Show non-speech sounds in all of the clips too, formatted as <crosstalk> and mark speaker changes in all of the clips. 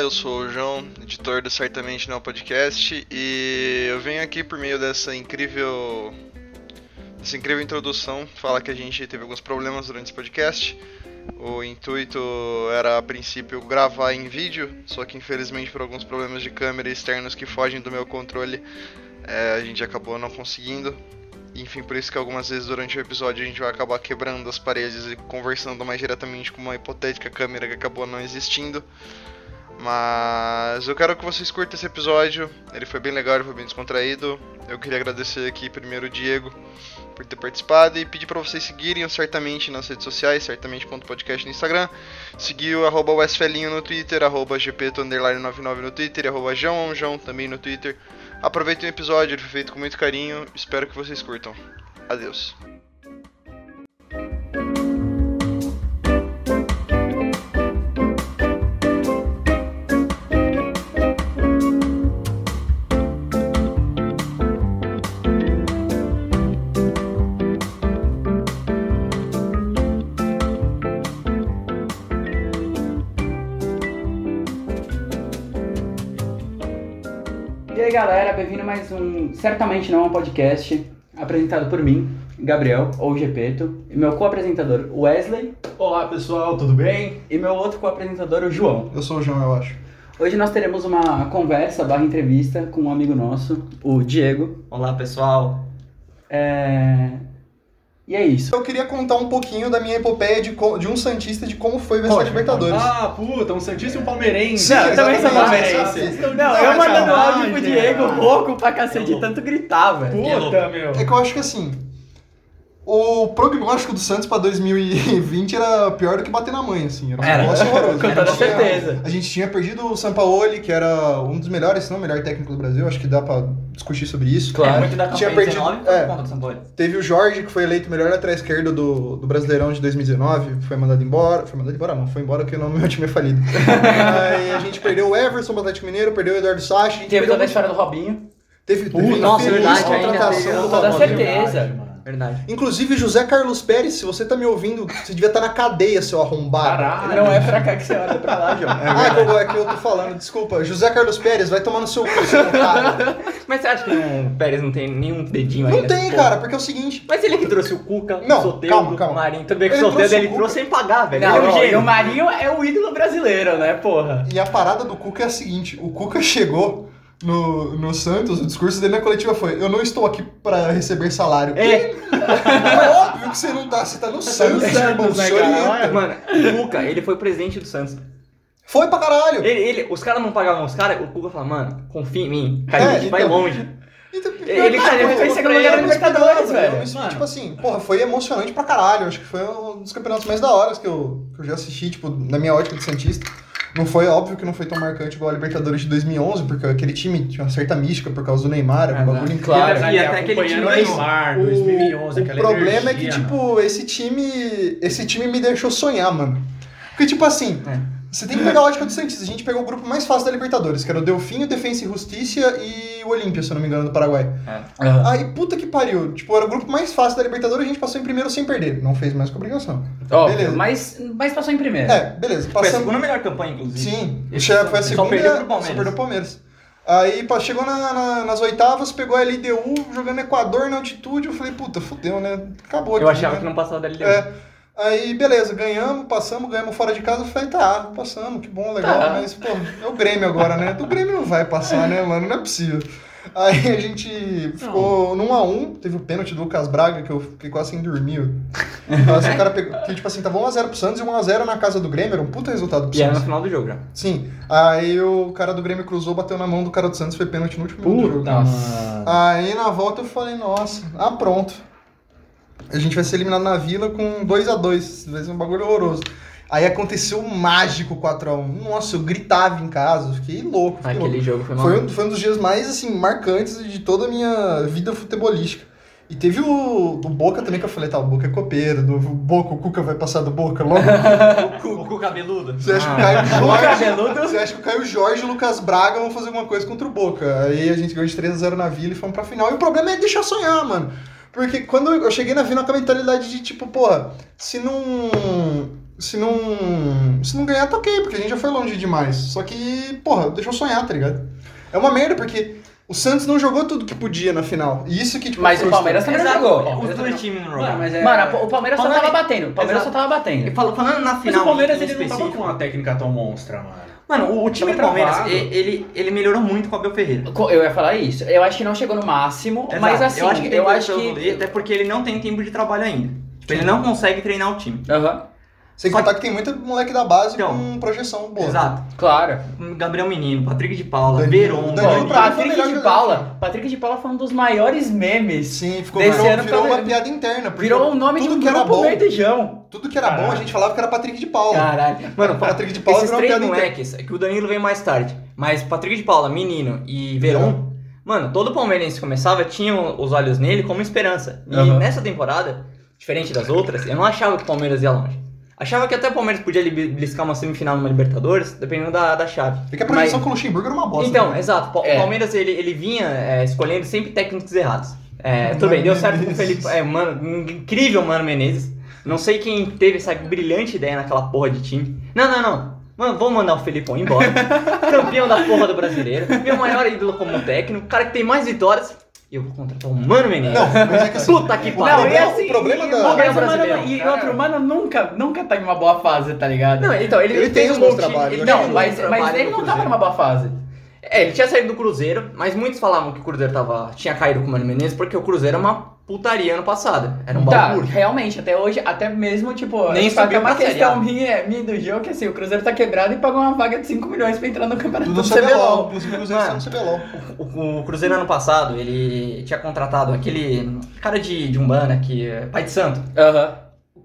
Speaker 1: eu sou o João, editor do Certamente Não Podcast, e eu venho aqui por meio dessa incrível essa incrível introdução, fala que a gente teve alguns problemas durante esse podcast. O intuito era a princípio gravar em vídeo, só que infelizmente por alguns problemas de câmera externos que fogem do meu controle, é, a gente acabou não conseguindo. Enfim, por isso que algumas vezes durante o episódio a gente vai acabar quebrando as paredes e conversando mais diretamente com uma hipotética câmera que acabou não existindo. Mas eu quero que vocês curtam esse episódio. Ele foi bem legal, ele foi bem descontraído. Eu queria agradecer aqui primeiro o Diego por ter participado e pedir para vocês seguirem o certamente nas redes sociais, certamente.podcast no Instagram. Seguir o arroba Westfelinho no Twitter, arroba gp99 no Twitter, arroba João, João também no Twitter. Aproveitem o episódio, ele foi feito com muito carinho. Espero que vocês curtam. Adeus.
Speaker 2: E aí galera, bem-vindo a mais um Certamente Não é um Podcast, apresentado por mim, Gabriel, ou Gepeto, e meu co-apresentador Wesley,
Speaker 3: Olá pessoal, tudo bem?
Speaker 2: e meu outro co-apresentador o João.
Speaker 1: Eu sou o João, eu acho.
Speaker 2: Hoje nós teremos uma conversa barra entrevista com um amigo nosso, o Diego.
Speaker 4: Olá pessoal,
Speaker 2: É... E é isso.
Speaker 5: Eu queria contar um pouquinho da minha epopeia de, co- de um Santista de como foi vencer a
Speaker 3: Pode,
Speaker 5: Libertadores.
Speaker 3: Ah, puta, um Santista e um Palmeirense.
Speaker 2: Não, eu também sou
Speaker 3: Exatamente.
Speaker 2: palmeirense.
Speaker 3: Vocês estão
Speaker 2: Não, eu
Speaker 3: de
Speaker 2: mandando
Speaker 3: sacanagem,
Speaker 2: áudio pro
Speaker 3: né?
Speaker 2: Diego rouco pra cacete, de tanto gritar, velho.
Speaker 3: Puta, meu.
Speaker 5: É que eu acho que assim. O prognóstico do Santos pra 2020 era pior do que bater na mãe, assim. Era um
Speaker 2: Era.
Speaker 5: negócio horroroso.
Speaker 2: Com
Speaker 5: A gente
Speaker 2: toda
Speaker 5: tinha-
Speaker 2: certeza.
Speaker 5: A gente tinha perdido o Sampaoli, que era um dos melhores, se não o melhor técnico do Brasil. Acho que dá pra discutir sobre isso.
Speaker 4: é muito da
Speaker 5: Tinha
Speaker 4: campanha
Speaker 5: perdido-
Speaker 4: 19
Speaker 2: tá
Speaker 4: foi
Speaker 5: é.
Speaker 4: por conta do São Paulo.
Speaker 5: Teve o Jorge, que foi eleito melhor lateral esquerdo do, do Brasileirão de 2019, foi mandado embora. Foi mandado embora, não, foi embora porque o nome do meu time é falido. Aí a gente perdeu o Everson do Atlético Mineiro, perdeu o Eduardo Sacha. a gente
Speaker 2: Teve
Speaker 5: perdeu
Speaker 2: toda a
Speaker 5: muito-
Speaker 2: história do Robinho.
Speaker 5: Teve,
Speaker 3: Puta,
Speaker 5: teve
Speaker 4: nossa,
Speaker 5: infeliz
Speaker 4: É verdade,
Speaker 2: é
Speaker 4: ainda
Speaker 5: contratação
Speaker 2: teve-
Speaker 5: do
Speaker 2: com toda
Speaker 5: Robinho.
Speaker 2: certeza.
Speaker 3: Verdade, mano.
Speaker 4: Verdade.
Speaker 5: Inclusive, José Carlos Pérez, se você tá me ouvindo, você devia estar na cadeia, seu arrombado.
Speaker 3: Caralho.
Speaker 2: Não é pra cá que você olha, é pra lá,
Speaker 5: <laughs>
Speaker 2: João.
Speaker 5: Ah, que eu- é que eu tô falando, desculpa. José Carlos Pérez, vai tomar no seu cu, seu cara.
Speaker 4: Mas você acha que não- o Pérez não tem nenhum dedinho
Speaker 5: Não
Speaker 4: ainda?
Speaker 5: tem,
Speaker 4: Pô.
Speaker 5: cara, porque é o seguinte.
Speaker 4: Mas ele que trouxe o Cuca,
Speaker 5: Não,
Speaker 4: o Soteldo,
Speaker 5: calma, calma.
Speaker 4: o Marinho. Tudo bem que o
Speaker 5: Ele
Speaker 4: Soteldo
Speaker 5: trouxe o
Speaker 4: ele
Speaker 5: Cuca.
Speaker 4: trouxe sem pagar, velho.
Speaker 2: Não,
Speaker 4: ele é um
Speaker 2: ó, e o
Speaker 4: gênio.
Speaker 2: Marinho é o ídolo brasileiro, né, porra?
Speaker 5: E a parada do Cuca é a seguinte: o Cuca <laughs> chegou no, no Santos, o discurso dele na coletiva foi: Eu não estou aqui pra receber salário. <laughs>
Speaker 4: É.
Speaker 5: É óbvio que você não tá, você tá no Santos,
Speaker 3: no
Speaker 5: irmão,
Speaker 3: Santos, né,
Speaker 5: se
Speaker 3: cara?
Speaker 5: orienta.
Speaker 3: Olha,
Speaker 4: Mano, o Cuca, ele foi presidente do Santos.
Speaker 5: Foi pra caralho.
Speaker 4: Ele, ele- os caras não pagavam os caras, o Cuca fala, mano, confia em mim, cara, a
Speaker 5: É,
Speaker 4: gente vai
Speaker 5: então.
Speaker 4: longe.
Speaker 5: Então,
Speaker 4: Ele, cara, ele foi em segundo
Speaker 5: Eu "É,
Speaker 4: lugar
Speaker 5: não
Speaker 4: na
Speaker 5: esperava,
Speaker 4: Libertadores,
Speaker 5: eu não
Speaker 4: velho.
Speaker 5: esperava. Tipo assim, porra, foi emocionante pra caralho. Acho que foi um dos campeonatos mais da hora que eu, que eu já assisti, tipo, na minha ótica de Santista. Não foi óbvio que não foi tão marcante igual a Libertadores de 2011, porque aquele time tinha uma certa mística por causa do Neymar, era um bagulho em claro.
Speaker 4: E até aquele time
Speaker 3: Acompanhando
Speaker 4: ganhou.
Speaker 3: o Neymar,
Speaker 5: O-
Speaker 3: 2011,
Speaker 5: o
Speaker 3: aquela
Speaker 5: problema é que,
Speaker 3: energia,
Speaker 5: tipo,
Speaker 3: mano.
Speaker 5: esse time. Esse time me deixou sonhar, mano. Porque, tipo assim,
Speaker 4: É.
Speaker 5: você tem que pegar a ótica do Santista. A gente pegou o grupo mais fácil da Libertadores, que era o Delfinho, Defensa e Justiça e o Olímpia, se eu não me engano, do Paraguai. Aí, puta que pariu. Tipo, era o grupo mais fácil da Libertadores, a gente passou em primeiro sem perder. Não fez mais que obrigação.
Speaker 2: Óbvio,
Speaker 5: beleza.
Speaker 2: Mas, mas passou em primeiro.
Speaker 5: É, beleza.
Speaker 4: Foi a
Speaker 5: Passamos.
Speaker 4: segunda melhor campanha, inclusive.
Speaker 5: Sim,
Speaker 4: Tipo, Esse
Speaker 5: che- foi a
Speaker 4: só
Speaker 5: segunda.
Speaker 4: perdeu pro Palmeiras.
Speaker 5: só perdeu o Palmeiras. Aí pá, chegou na- na- nas oitavas, pegou a LDU, jogando Equador na altitude. Eu falei, puta, fudeu, né? Acabou
Speaker 4: Eu
Speaker 5: aqui,
Speaker 4: achava
Speaker 5: né?
Speaker 4: que não passava da LDU.
Speaker 5: É. Aí, beleza, ganhamos, passamos, ganhamos fora de casa. Eu falei, tá, passamos, que bom, legal.
Speaker 2: Tá.
Speaker 5: Mas, pô, é o Grêmio agora, né? Do Grêmio não vai passar, né, mano? Não é possível. Aí a gente ficou num a um, teve o pênalti do Lucas Braga, que eu fiquei quase sem dormir. Quase o cara pegou, que, tipo assim, tava 1x0 pro Santos e 1x0 na casa do Grêmio, era um puta resultado pro
Speaker 4: E era no
Speaker 5: Santos.
Speaker 4: final do jogo, já.
Speaker 5: Sim, aí o cara do Grêmio cruzou, bateu na mão do cara do Santos, foi pênalti no último minuto do jogo.
Speaker 3: Nossa.
Speaker 5: Aí na volta eu falei, nossa, ah, pronto. A gente vai ser eliminado na vila com 2 a 2 vai ser um bagulho horroroso. Aí aconteceu um mágico 4x1. Nossa, eu gritava em casa, eu fiquei louco. Fiquei louco.
Speaker 4: Aquele jogo foi
Speaker 5: Foi,
Speaker 4: maluco.
Speaker 5: um, foi um dos dias mais assim, marcantes de toda a minha vida futebolística. E teve o, o Boca também, que eu falei, tá, o Boca é copeiro, do Boca, o Cuca vai passar do Boca logo. O Cuca.
Speaker 4: O Cuca cabeludo.
Speaker 5: Você acha que o Caio Jorge. Você acha que o Caio Jorge e o Lucas Braga vão fazer alguma coisa contra o Boca? Aí a gente ganhou de 3 a 0 na vila e fomos pra final. E o problema é deixar sonhar, mano. Porque quando eu cheguei na Vina com a mentalidade de tipo, porra, se não. Se não. Se não ganhar, tá ok, porque a gente já foi longe demais. Só que, porra, deixa eu sonhar, tá ligado? É uma merda, porque o Santos não jogou tudo que podia na final. E isso que, tipo,
Speaker 6: Mas o
Speaker 5: frustra.
Speaker 6: Palmeiras também não
Speaker 4: Exato.
Speaker 6: jogou.
Speaker 4: Os dois times não
Speaker 7: Mano,
Speaker 4: jogam.
Speaker 6: Mas é-
Speaker 2: é Mano, a- o Palmeiras só
Speaker 4: Palmeiras- É
Speaker 2: tava batendo.
Speaker 6: O Palmeiras só
Speaker 2: Exato.
Speaker 6: tava
Speaker 2: E
Speaker 6: batendo.
Speaker 2: fal- falando na
Speaker 7: Mas o
Speaker 2: final.
Speaker 7: Palmeiras
Speaker 2: em
Speaker 7: ele não tava
Speaker 2: específico-
Speaker 7: com uma técnica tão monstra, mano.
Speaker 4: Mano, o time do
Speaker 7: Tava
Speaker 4: Palmeiras,
Speaker 7: travado.
Speaker 4: e- ele, ele melhorou muito com o Abel Ferreira.
Speaker 2: Co- Eu ia falar isso. Eu acho que não chegou no máximo, mas
Speaker 4: Exato.
Speaker 2: assim,
Speaker 4: eu acho que, tem
Speaker 2: eu
Speaker 4: coisa
Speaker 2: acho
Speaker 4: pra
Speaker 2: que-
Speaker 4: evoluir, até porque ele não tem tempo de trabalho ainda. Tipo, ele não consegue treinar o time.
Speaker 2: Aham,
Speaker 5: Sem contar que tem muito moleque da base
Speaker 4: Então.
Speaker 5: com projeção boa.
Speaker 4: Exato.
Speaker 2: claro.
Speaker 4: Gabriel Menino, Patrick de Paula,
Speaker 5: Danilo-
Speaker 2: Bom,
Speaker 5: Danilo
Speaker 4: Verón,
Speaker 5: Danilo
Speaker 4: Danilo.
Speaker 5: Prata. foi o
Speaker 2: Patrick
Speaker 5: melhor
Speaker 2: de
Speaker 5: jogador.
Speaker 2: Paula. Patrick de Paula foi um dos maiores memes.
Speaker 5: Sim, ficou
Speaker 2: Desse
Speaker 5: virou,
Speaker 2: ano
Speaker 5: virou
Speaker 2: pra-
Speaker 5: uma piada interna. porque
Speaker 2: Virou o nome de
Speaker 5: tudo
Speaker 2: um
Speaker 5: que era
Speaker 2: grupo
Speaker 5: bom,
Speaker 2: verdejão.
Speaker 5: Tudo que era bom, a
Speaker 7: Caralho.
Speaker 5: gente falava que era Patrick de Paula.
Speaker 2: Caralho.
Speaker 4: Mano,
Speaker 5: Patrick de Paula
Speaker 4: esses
Speaker 5: virou uma
Speaker 4: três
Speaker 5: piada interna.
Speaker 4: moleques, que o Danilo veio mais tarde, mas Patrick de Paula, Menino e Verón, mano, todo palmeirense que começava tinha os olhos nele como esperança. E
Speaker 6: Aham.
Speaker 4: nessa temporada, diferente das outras, eu não achava que o Palmeiras ia longe. Achava que até o Palmeiras podia li- beliscar uma semifinal numa Libertadores, dependendo da, da chave.
Speaker 5: É que a projeção
Speaker 4: Mas-
Speaker 5: com o Luxemburgo era uma bosta.
Speaker 4: então,
Speaker 5: né?
Speaker 4: exato. Pa- O
Speaker 2: É.
Speaker 4: Palmeiras ele, ele vinha é, escolhendo sempre técnicos errados. É, tudo
Speaker 5: Mano
Speaker 4: bem, deu certo com o
Speaker 5: Menezes.
Speaker 4: Felipe. É, mano, incrível Mano Menezes. Não sei quem teve essa brilhante ideia naquela porra de time. Não, não, não. Mano, vou mandar o
Speaker 2: <laughs>
Speaker 4: Felipão embora. campeão da porra do brasileiro. Meu maior ídolo como técnico. O cara que tem mais vitórias. E eu vou contratar o Mano Menezes.
Speaker 5: Não, mas é que
Speaker 4: <laughs>
Speaker 5: assim,
Speaker 4: Puta que
Speaker 5: o
Speaker 4: pariu.
Speaker 5: problema-
Speaker 2: Não, e assim,
Speaker 5: o problema
Speaker 2: e
Speaker 5: da.
Speaker 2: o Palmeiras-
Speaker 4: Mas o mano-
Speaker 2: e
Speaker 6: cara-
Speaker 2: outro mano nunca, nunca tá em uma boa fase, tá ligado?
Speaker 4: É. Não, então, ele,
Speaker 5: Ele tem
Speaker 4: fez
Speaker 5: os
Speaker 4: um
Speaker 5: bons
Speaker 4: bom time,
Speaker 5: trabalhos,
Speaker 4: ele
Speaker 5: eu
Speaker 4: fez
Speaker 5: acho
Speaker 4: um
Speaker 2: não,
Speaker 4: bom
Speaker 2: mas,
Speaker 4: trabalho
Speaker 2: mas ele
Speaker 4: no
Speaker 2: não tava
Speaker 4: Cruzeiro.
Speaker 2: numa boa fase.
Speaker 4: É, ele tinha saído do Cruzeiro, mas muitos falavam que o Cruzeiro tava, tinha caído com o Mano Menezes porque o Cruzeiro é uma putaria ano passado. Era um
Speaker 2: tá,
Speaker 4: bagulho.
Speaker 2: realmente, até hoje, até mesmo, tipo,
Speaker 4: Nem
Speaker 2: tipo, até
Speaker 4: subiu
Speaker 2: uma
Speaker 4: pra Série
Speaker 2: questão
Speaker 4: A.
Speaker 2: minha, minha do jogo, que assim, o Cruzeiro tá quebrado e pagou uma vaga de 5 milhões pra entrar no campeonato
Speaker 5: Do
Speaker 2: do
Speaker 5: CBLOL.
Speaker 2: CBLOL.
Speaker 5: Inclusive, o Cruzeiro está
Speaker 4: É.
Speaker 5: no CBLOL.
Speaker 4: O, o Cruzeiro ano passado, ele tinha contratado aquele cara de, de Umbanda que é pai de santo.
Speaker 2: Aham.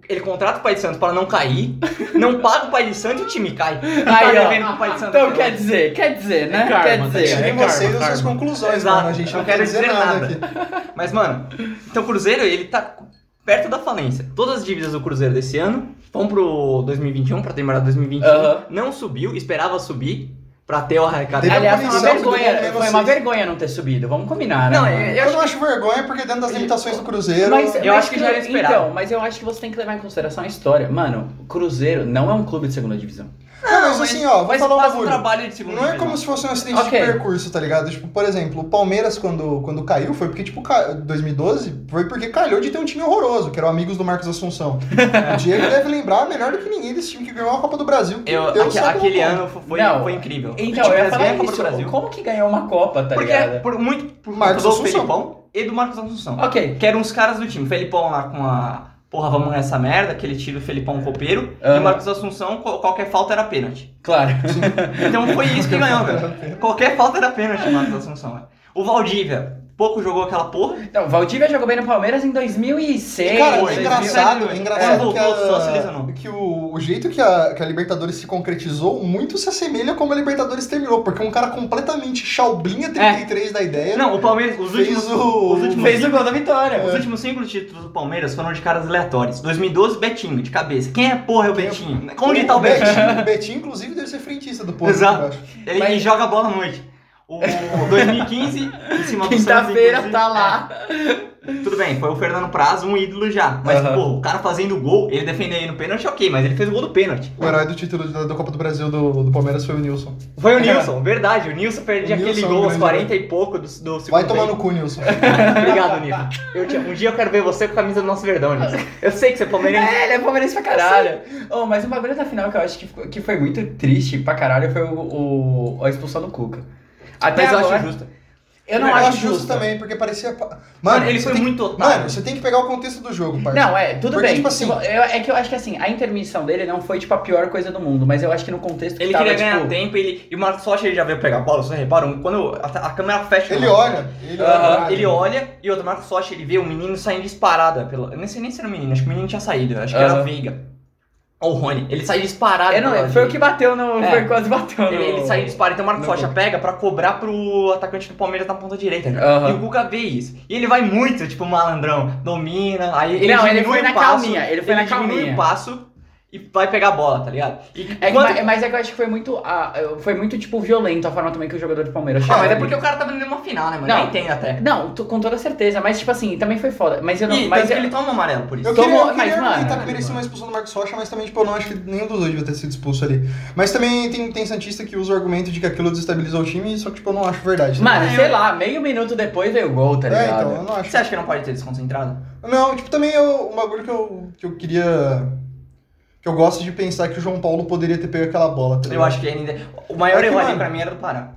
Speaker 4: Ele contrata o pai de santo para não cair, não paga o pai de santo e o time cai. Tá
Speaker 2: Aí, ó.
Speaker 4: devendo pro pai de santo.
Speaker 2: Então
Speaker 4: até
Speaker 2: quer
Speaker 4: hoje.
Speaker 2: dizer, quer dizer, né?
Speaker 7: karma,
Speaker 2: quer
Speaker 7: tá
Speaker 2: dizer.
Speaker 7: ligado?
Speaker 5: Tirem
Speaker 7: é karma,
Speaker 5: vocês das suas
Speaker 7: karma.
Speaker 5: conclusões,
Speaker 4: Exato.
Speaker 5: mano. A gente
Speaker 4: Não
Speaker 5: não
Speaker 4: quero
Speaker 5: quer dizer
Speaker 4: dizer
Speaker 5: nada
Speaker 4: nada.
Speaker 5: aqui.
Speaker 4: Mas, mano, então o Cruzeiro, ele tá perto da falência. Todas as dívidas do Cruzeiro desse ano vão pro 2021, pra temporada 2021.
Speaker 2: Aham.
Speaker 4: Não subiu, esperava subir pra ter o arrecadado.
Speaker 5: Teve
Speaker 2: Aliás, foi uma
Speaker 5: punição, tudo
Speaker 2: vergonha,
Speaker 5: bem,
Speaker 2: foi uma
Speaker 5: vocês.
Speaker 2: vergonha não ter subido, vamos combinar, né?
Speaker 4: Não, é,
Speaker 2: mano?
Speaker 4: eu, eu
Speaker 5: Eu,
Speaker 4: acho
Speaker 5: não acho vergonha, porque dentro das limitações do Cruzeiro.
Speaker 2: Mas,
Speaker 4: Eu
Speaker 2: mas
Speaker 4: acho que já era esperado.
Speaker 2: Então, mas eu acho que você tem que levar em consideração a história. Mano, o Cruzeiro não é um clube de segunda divisão.
Speaker 5: não, mas assim, ó, vou
Speaker 4: mas
Speaker 5: falar um
Speaker 4: faz um
Speaker 5: bagulho.
Speaker 4: trabalho de segundo né?
Speaker 5: Não é como se fosse um acidente
Speaker 2: Ok.
Speaker 5: de percurso, tá ligado? Tipo, por exemplo, o Palmeiras, quando, quando caiu, foi porque, tipo, ca- 2012, foi porque calhou de ter um time horroroso, que era o Amigos do Marcos
Speaker 4: <laughs>
Speaker 5: Assunção. o Diego deve lembrar melhor do que ninguém desse time que ganhou a Copa do Brasil. Que
Speaker 4: eu,
Speaker 5: deu
Speaker 4: aque-
Speaker 5: sabe
Speaker 4: aquele
Speaker 5: como.
Speaker 4: ano foi,
Speaker 2: Não.
Speaker 4: foi incrível.
Speaker 2: Então,
Speaker 4: O time
Speaker 2: eu ia
Speaker 4: brasileiro
Speaker 2: falar
Speaker 4: ganhou a Copa do
Speaker 2: isso.
Speaker 4: Brasil.
Speaker 2: Como que ganhou uma Copa, tá
Speaker 4: Porque é
Speaker 2: ligado?
Speaker 4: por muito por
Speaker 5: Marcos
Speaker 4: conta do
Speaker 5: Assunção.
Speaker 4: Felipão e do Marcos Assunção.
Speaker 2: Ok.
Speaker 4: Que eram os caras do time. Felipão lá com a. Porra, vamos nessa merda, aquele tiro Felipão copeiro. E
Speaker 2: Aham.
Speaker 4: o Marcos Assunção, qual- qualquer falta era pênalti.
Speaker 2: Claro. <laughs>
Speaker 4: Então foi isso que ganhou, velho. Qualquer falta era pênalti, Marcos Assunção. velho. O Valdívia, pouco jogou aquela porra.
Speaker 2: Então, Valdívia jogou bem no Palmeiras em 2006.
Speaker 5: Cara,
Speaker 4: Foi,
Speaker 5: é engraçado, é
Speaker 4: 2007,
Speaker 5: engraçado
Speaker 4: é,
Speaker 5: que,
Speaker 4: voltou, só se lesionou.
Speaker 5: a, que o, o jeito que a, que a Libertadores se concretizou muito se assemelha a como a Libertadores terminou, porque um cara completamente chaublinha 33 da ideia
Speaker 4: Não, o Palmeiras, os
Speaker 5: fez
Speaker 4: últimos.
Speaker 5: o...
Speaker 4: os últimos
Speaker 2: Fez o gol da vitória.
Speaker 4: Os últimos cinco títulos do Palmeiras foram de caras aleatórios. 2012, Betinho, de cabeça. Quem é porra é o
Speaker 5: Quem é-
Speaker 4: Betinho? Onde tá o Betinho? <laughs>
Speaker 5: Betinho, o Betinho, inclusive, deve ser frentista do povo.
Speaker 4: Exato.
Speaker 5: eu acho.
Speaker 4: Ele
Speaker 2: Mas-
Speaker 4: joga bola à noite. O
Speaker 2: <laughs>
Speaker 4: 2015, em cima do
Speaker 2: Quinta-feira
Speaker 4: Santos,
Speaker 2: tá lá.
Speaker 4: inclusive, Tudo bem, foi o Fernando Praz, um ídolo já. Mas,
Speaker 2: Aham.
Speaker 4: pô, o cara fazendo gol, ele defendendo no pênalti, ok, mas ele fez o gol do pênalti.
Speaker 5: O herói do título da, da Copa do Brasil do, do Palmeiras foi o Nilson.
Speaker 4: Foi o
Speaker 2: É.
Speaker 4: Nilson, verdade. O Nilson perde
Speaker 5: O
Speaker 4: aquele
Speaker 5: Nilson é um
Speaker 4: gol aos
Speaker 5: grande
Speaker 4: 40 e pouco do, do segundo
Speaker 5: Vai tomar
Speaker 4: tempo.
Speaker 5: no cu, Nilson.
Speaker 4: Obrigado, Nilson. Eu te- um dia eu quero ver você com a camisa do nosso Verdão, Nilson. Eu sei que você é palmeirense.
Speaker 2: É, ele é palmeirense pra caralho. Oh, mas uma bagulho da final que eu acho que, ficou- que foi muito triste pra caralho foi o, o- a expulsão do Cuca. Até
Speaker 4: mas eu
Speaker 2: agora,
Speaker 4: acho justo.
Speaker 2: eu não
Speaker 5: eu
Speaker 2: acho,
Speaker 5: justo
Speaker 2: justo.
Speaker 5: também, porque parecia. pa- Mano,
Speaker 4: Mano, ele
Speaker 5: você
Speaker 4: foi
Speaker 5: tem que-
Speaker 4: muito otário.
Speaker 5: Mano, você tem que pegar o contexto do jogo, parceiro.
Speaker 2: Não, é, tudo
Speaker 5: Porque,
Speaker 2: bem.
Speaker 5: tipo assim-
Speaker 2: Eu- é que eu acho que assim, a intermissão dele não foi tipo a pior coisa do mundo, mas eu acho que no contexto que
Speaker 4: Ele
Speaker 2: tava,
Speaker 4: queria ganhar
Speaker 2: tipo,
Speaker 4: tempo ele, e o Marcos Rocha ele já veio pegar a bola, vocês reparam? Quando a, a câmera fecha...
Speaker 5: Ele
Speaker 4: mano.
Speaker 5: olha. Ele
Speaker 4: Aham,
Speaker 5: olha.
Speaker 4: ele olha e outro Marcos Rocha ele vê o menino saindo disparada pela. Eu nem sei nem se era o menino, acho que o menino tinha saído, acho que era
Speaker 2: Aham.
Speaker 4: o Veiga. Ou o Rony. Ele sai disparado.
Speaker 2: É, não,
Speaker 4: pela
Speaker 2: foi o que
Speaker 4: direita.
Speaker 2: bateu no.
Speaker 4: né? É.
Speaker 2: Foi quase bateu no.
Speaker 4: Ele, ele sai disparado, então o Marcos
Speaker 2: No
Speaker 4: Rocha pega pra cobrar pro atacante do Palmeiras na ponta direita. né?
Speaker 2: Aham.
Speaker 4: E o Guga vê isso. E ele vai muito, tipo, malandrão, domina, aí ele
Speaker 2: Não, ele foi
Speaker 4: diminui o
Speaker 2: na
Speaker 4: passo,
Speaker 2: calminha, ele foi na
Speaker 4: diminui
Speaker 2: calminha.
Speaker 4: o passo e vai pegar a bola, tá ligado? E
Speaker 2: É que,
Speaker 4: quando-
Speaker 2: ma- Mas é que eu acho que foi muito. ah, foi muito, tipo, violento a forma também que o jogador do Palmeiras
Speaker 4: Ah,
Speaker 2: chegou
Speaker 4: mas é
Speaker 2: ali.
Speaker 4: porque o cara tava numa final, né, mano?
Speaker 2: Não.
Speaker 4: Eu entendo até.
Speaker 2: Não, tô- com toda certeza, mas tipo assim, também foi foda. Mas eu não.
Speaker 4: Ih,
Speaker 2: mas
Speaker 4: tanto
Speaker 2: eu-
Speaker 4: que ele toma um amarelo por isso.
Speaker 5: Eu
Speaker 2: Tomou-
Speaker 5: queria, eu
Speaker 2: mas,
Speaker 5: queria
Speaker 2: mano,
Speaker 5: argumentar que
Speaker 2: mano.
Speaker 5: merecia uma expulsão do Marcos Rocha, mas também, tipo, eu não acho que nenhum dos dois devia ter sido expulso ali. Mas também tem, tem Santista que usa o argumento de que aquilo desestabilizou o time, só que, tipo, eu não acho verdade.
Speaker 2: Mano,
Speaker 4: Ah,
Speaker 2: sei
Speaker 4: eu-
Speaker 2: lá, meio minuto depois veio o gol, tá
Speaker 5: é,
Speaker 2: ligado?
Speaker 5: então, eu não acho.
Speaker 4: Você acha que não pode ter desconcentrado?
Speaker 5: Não, tipo, também eu, um bagulho que eu, que eu queria. Que eu gosto de pensar que o João Paulo poderia ter pego aquela bola. tá
Speaker 4: Eu
Speaker 5: ligado?
Speaker 4: acho que ainda. O maior
Speaker 5: É que,
Speaker 4: erro ali
Speaker 5: mano,
Speaker 4: pra mim era do Pará.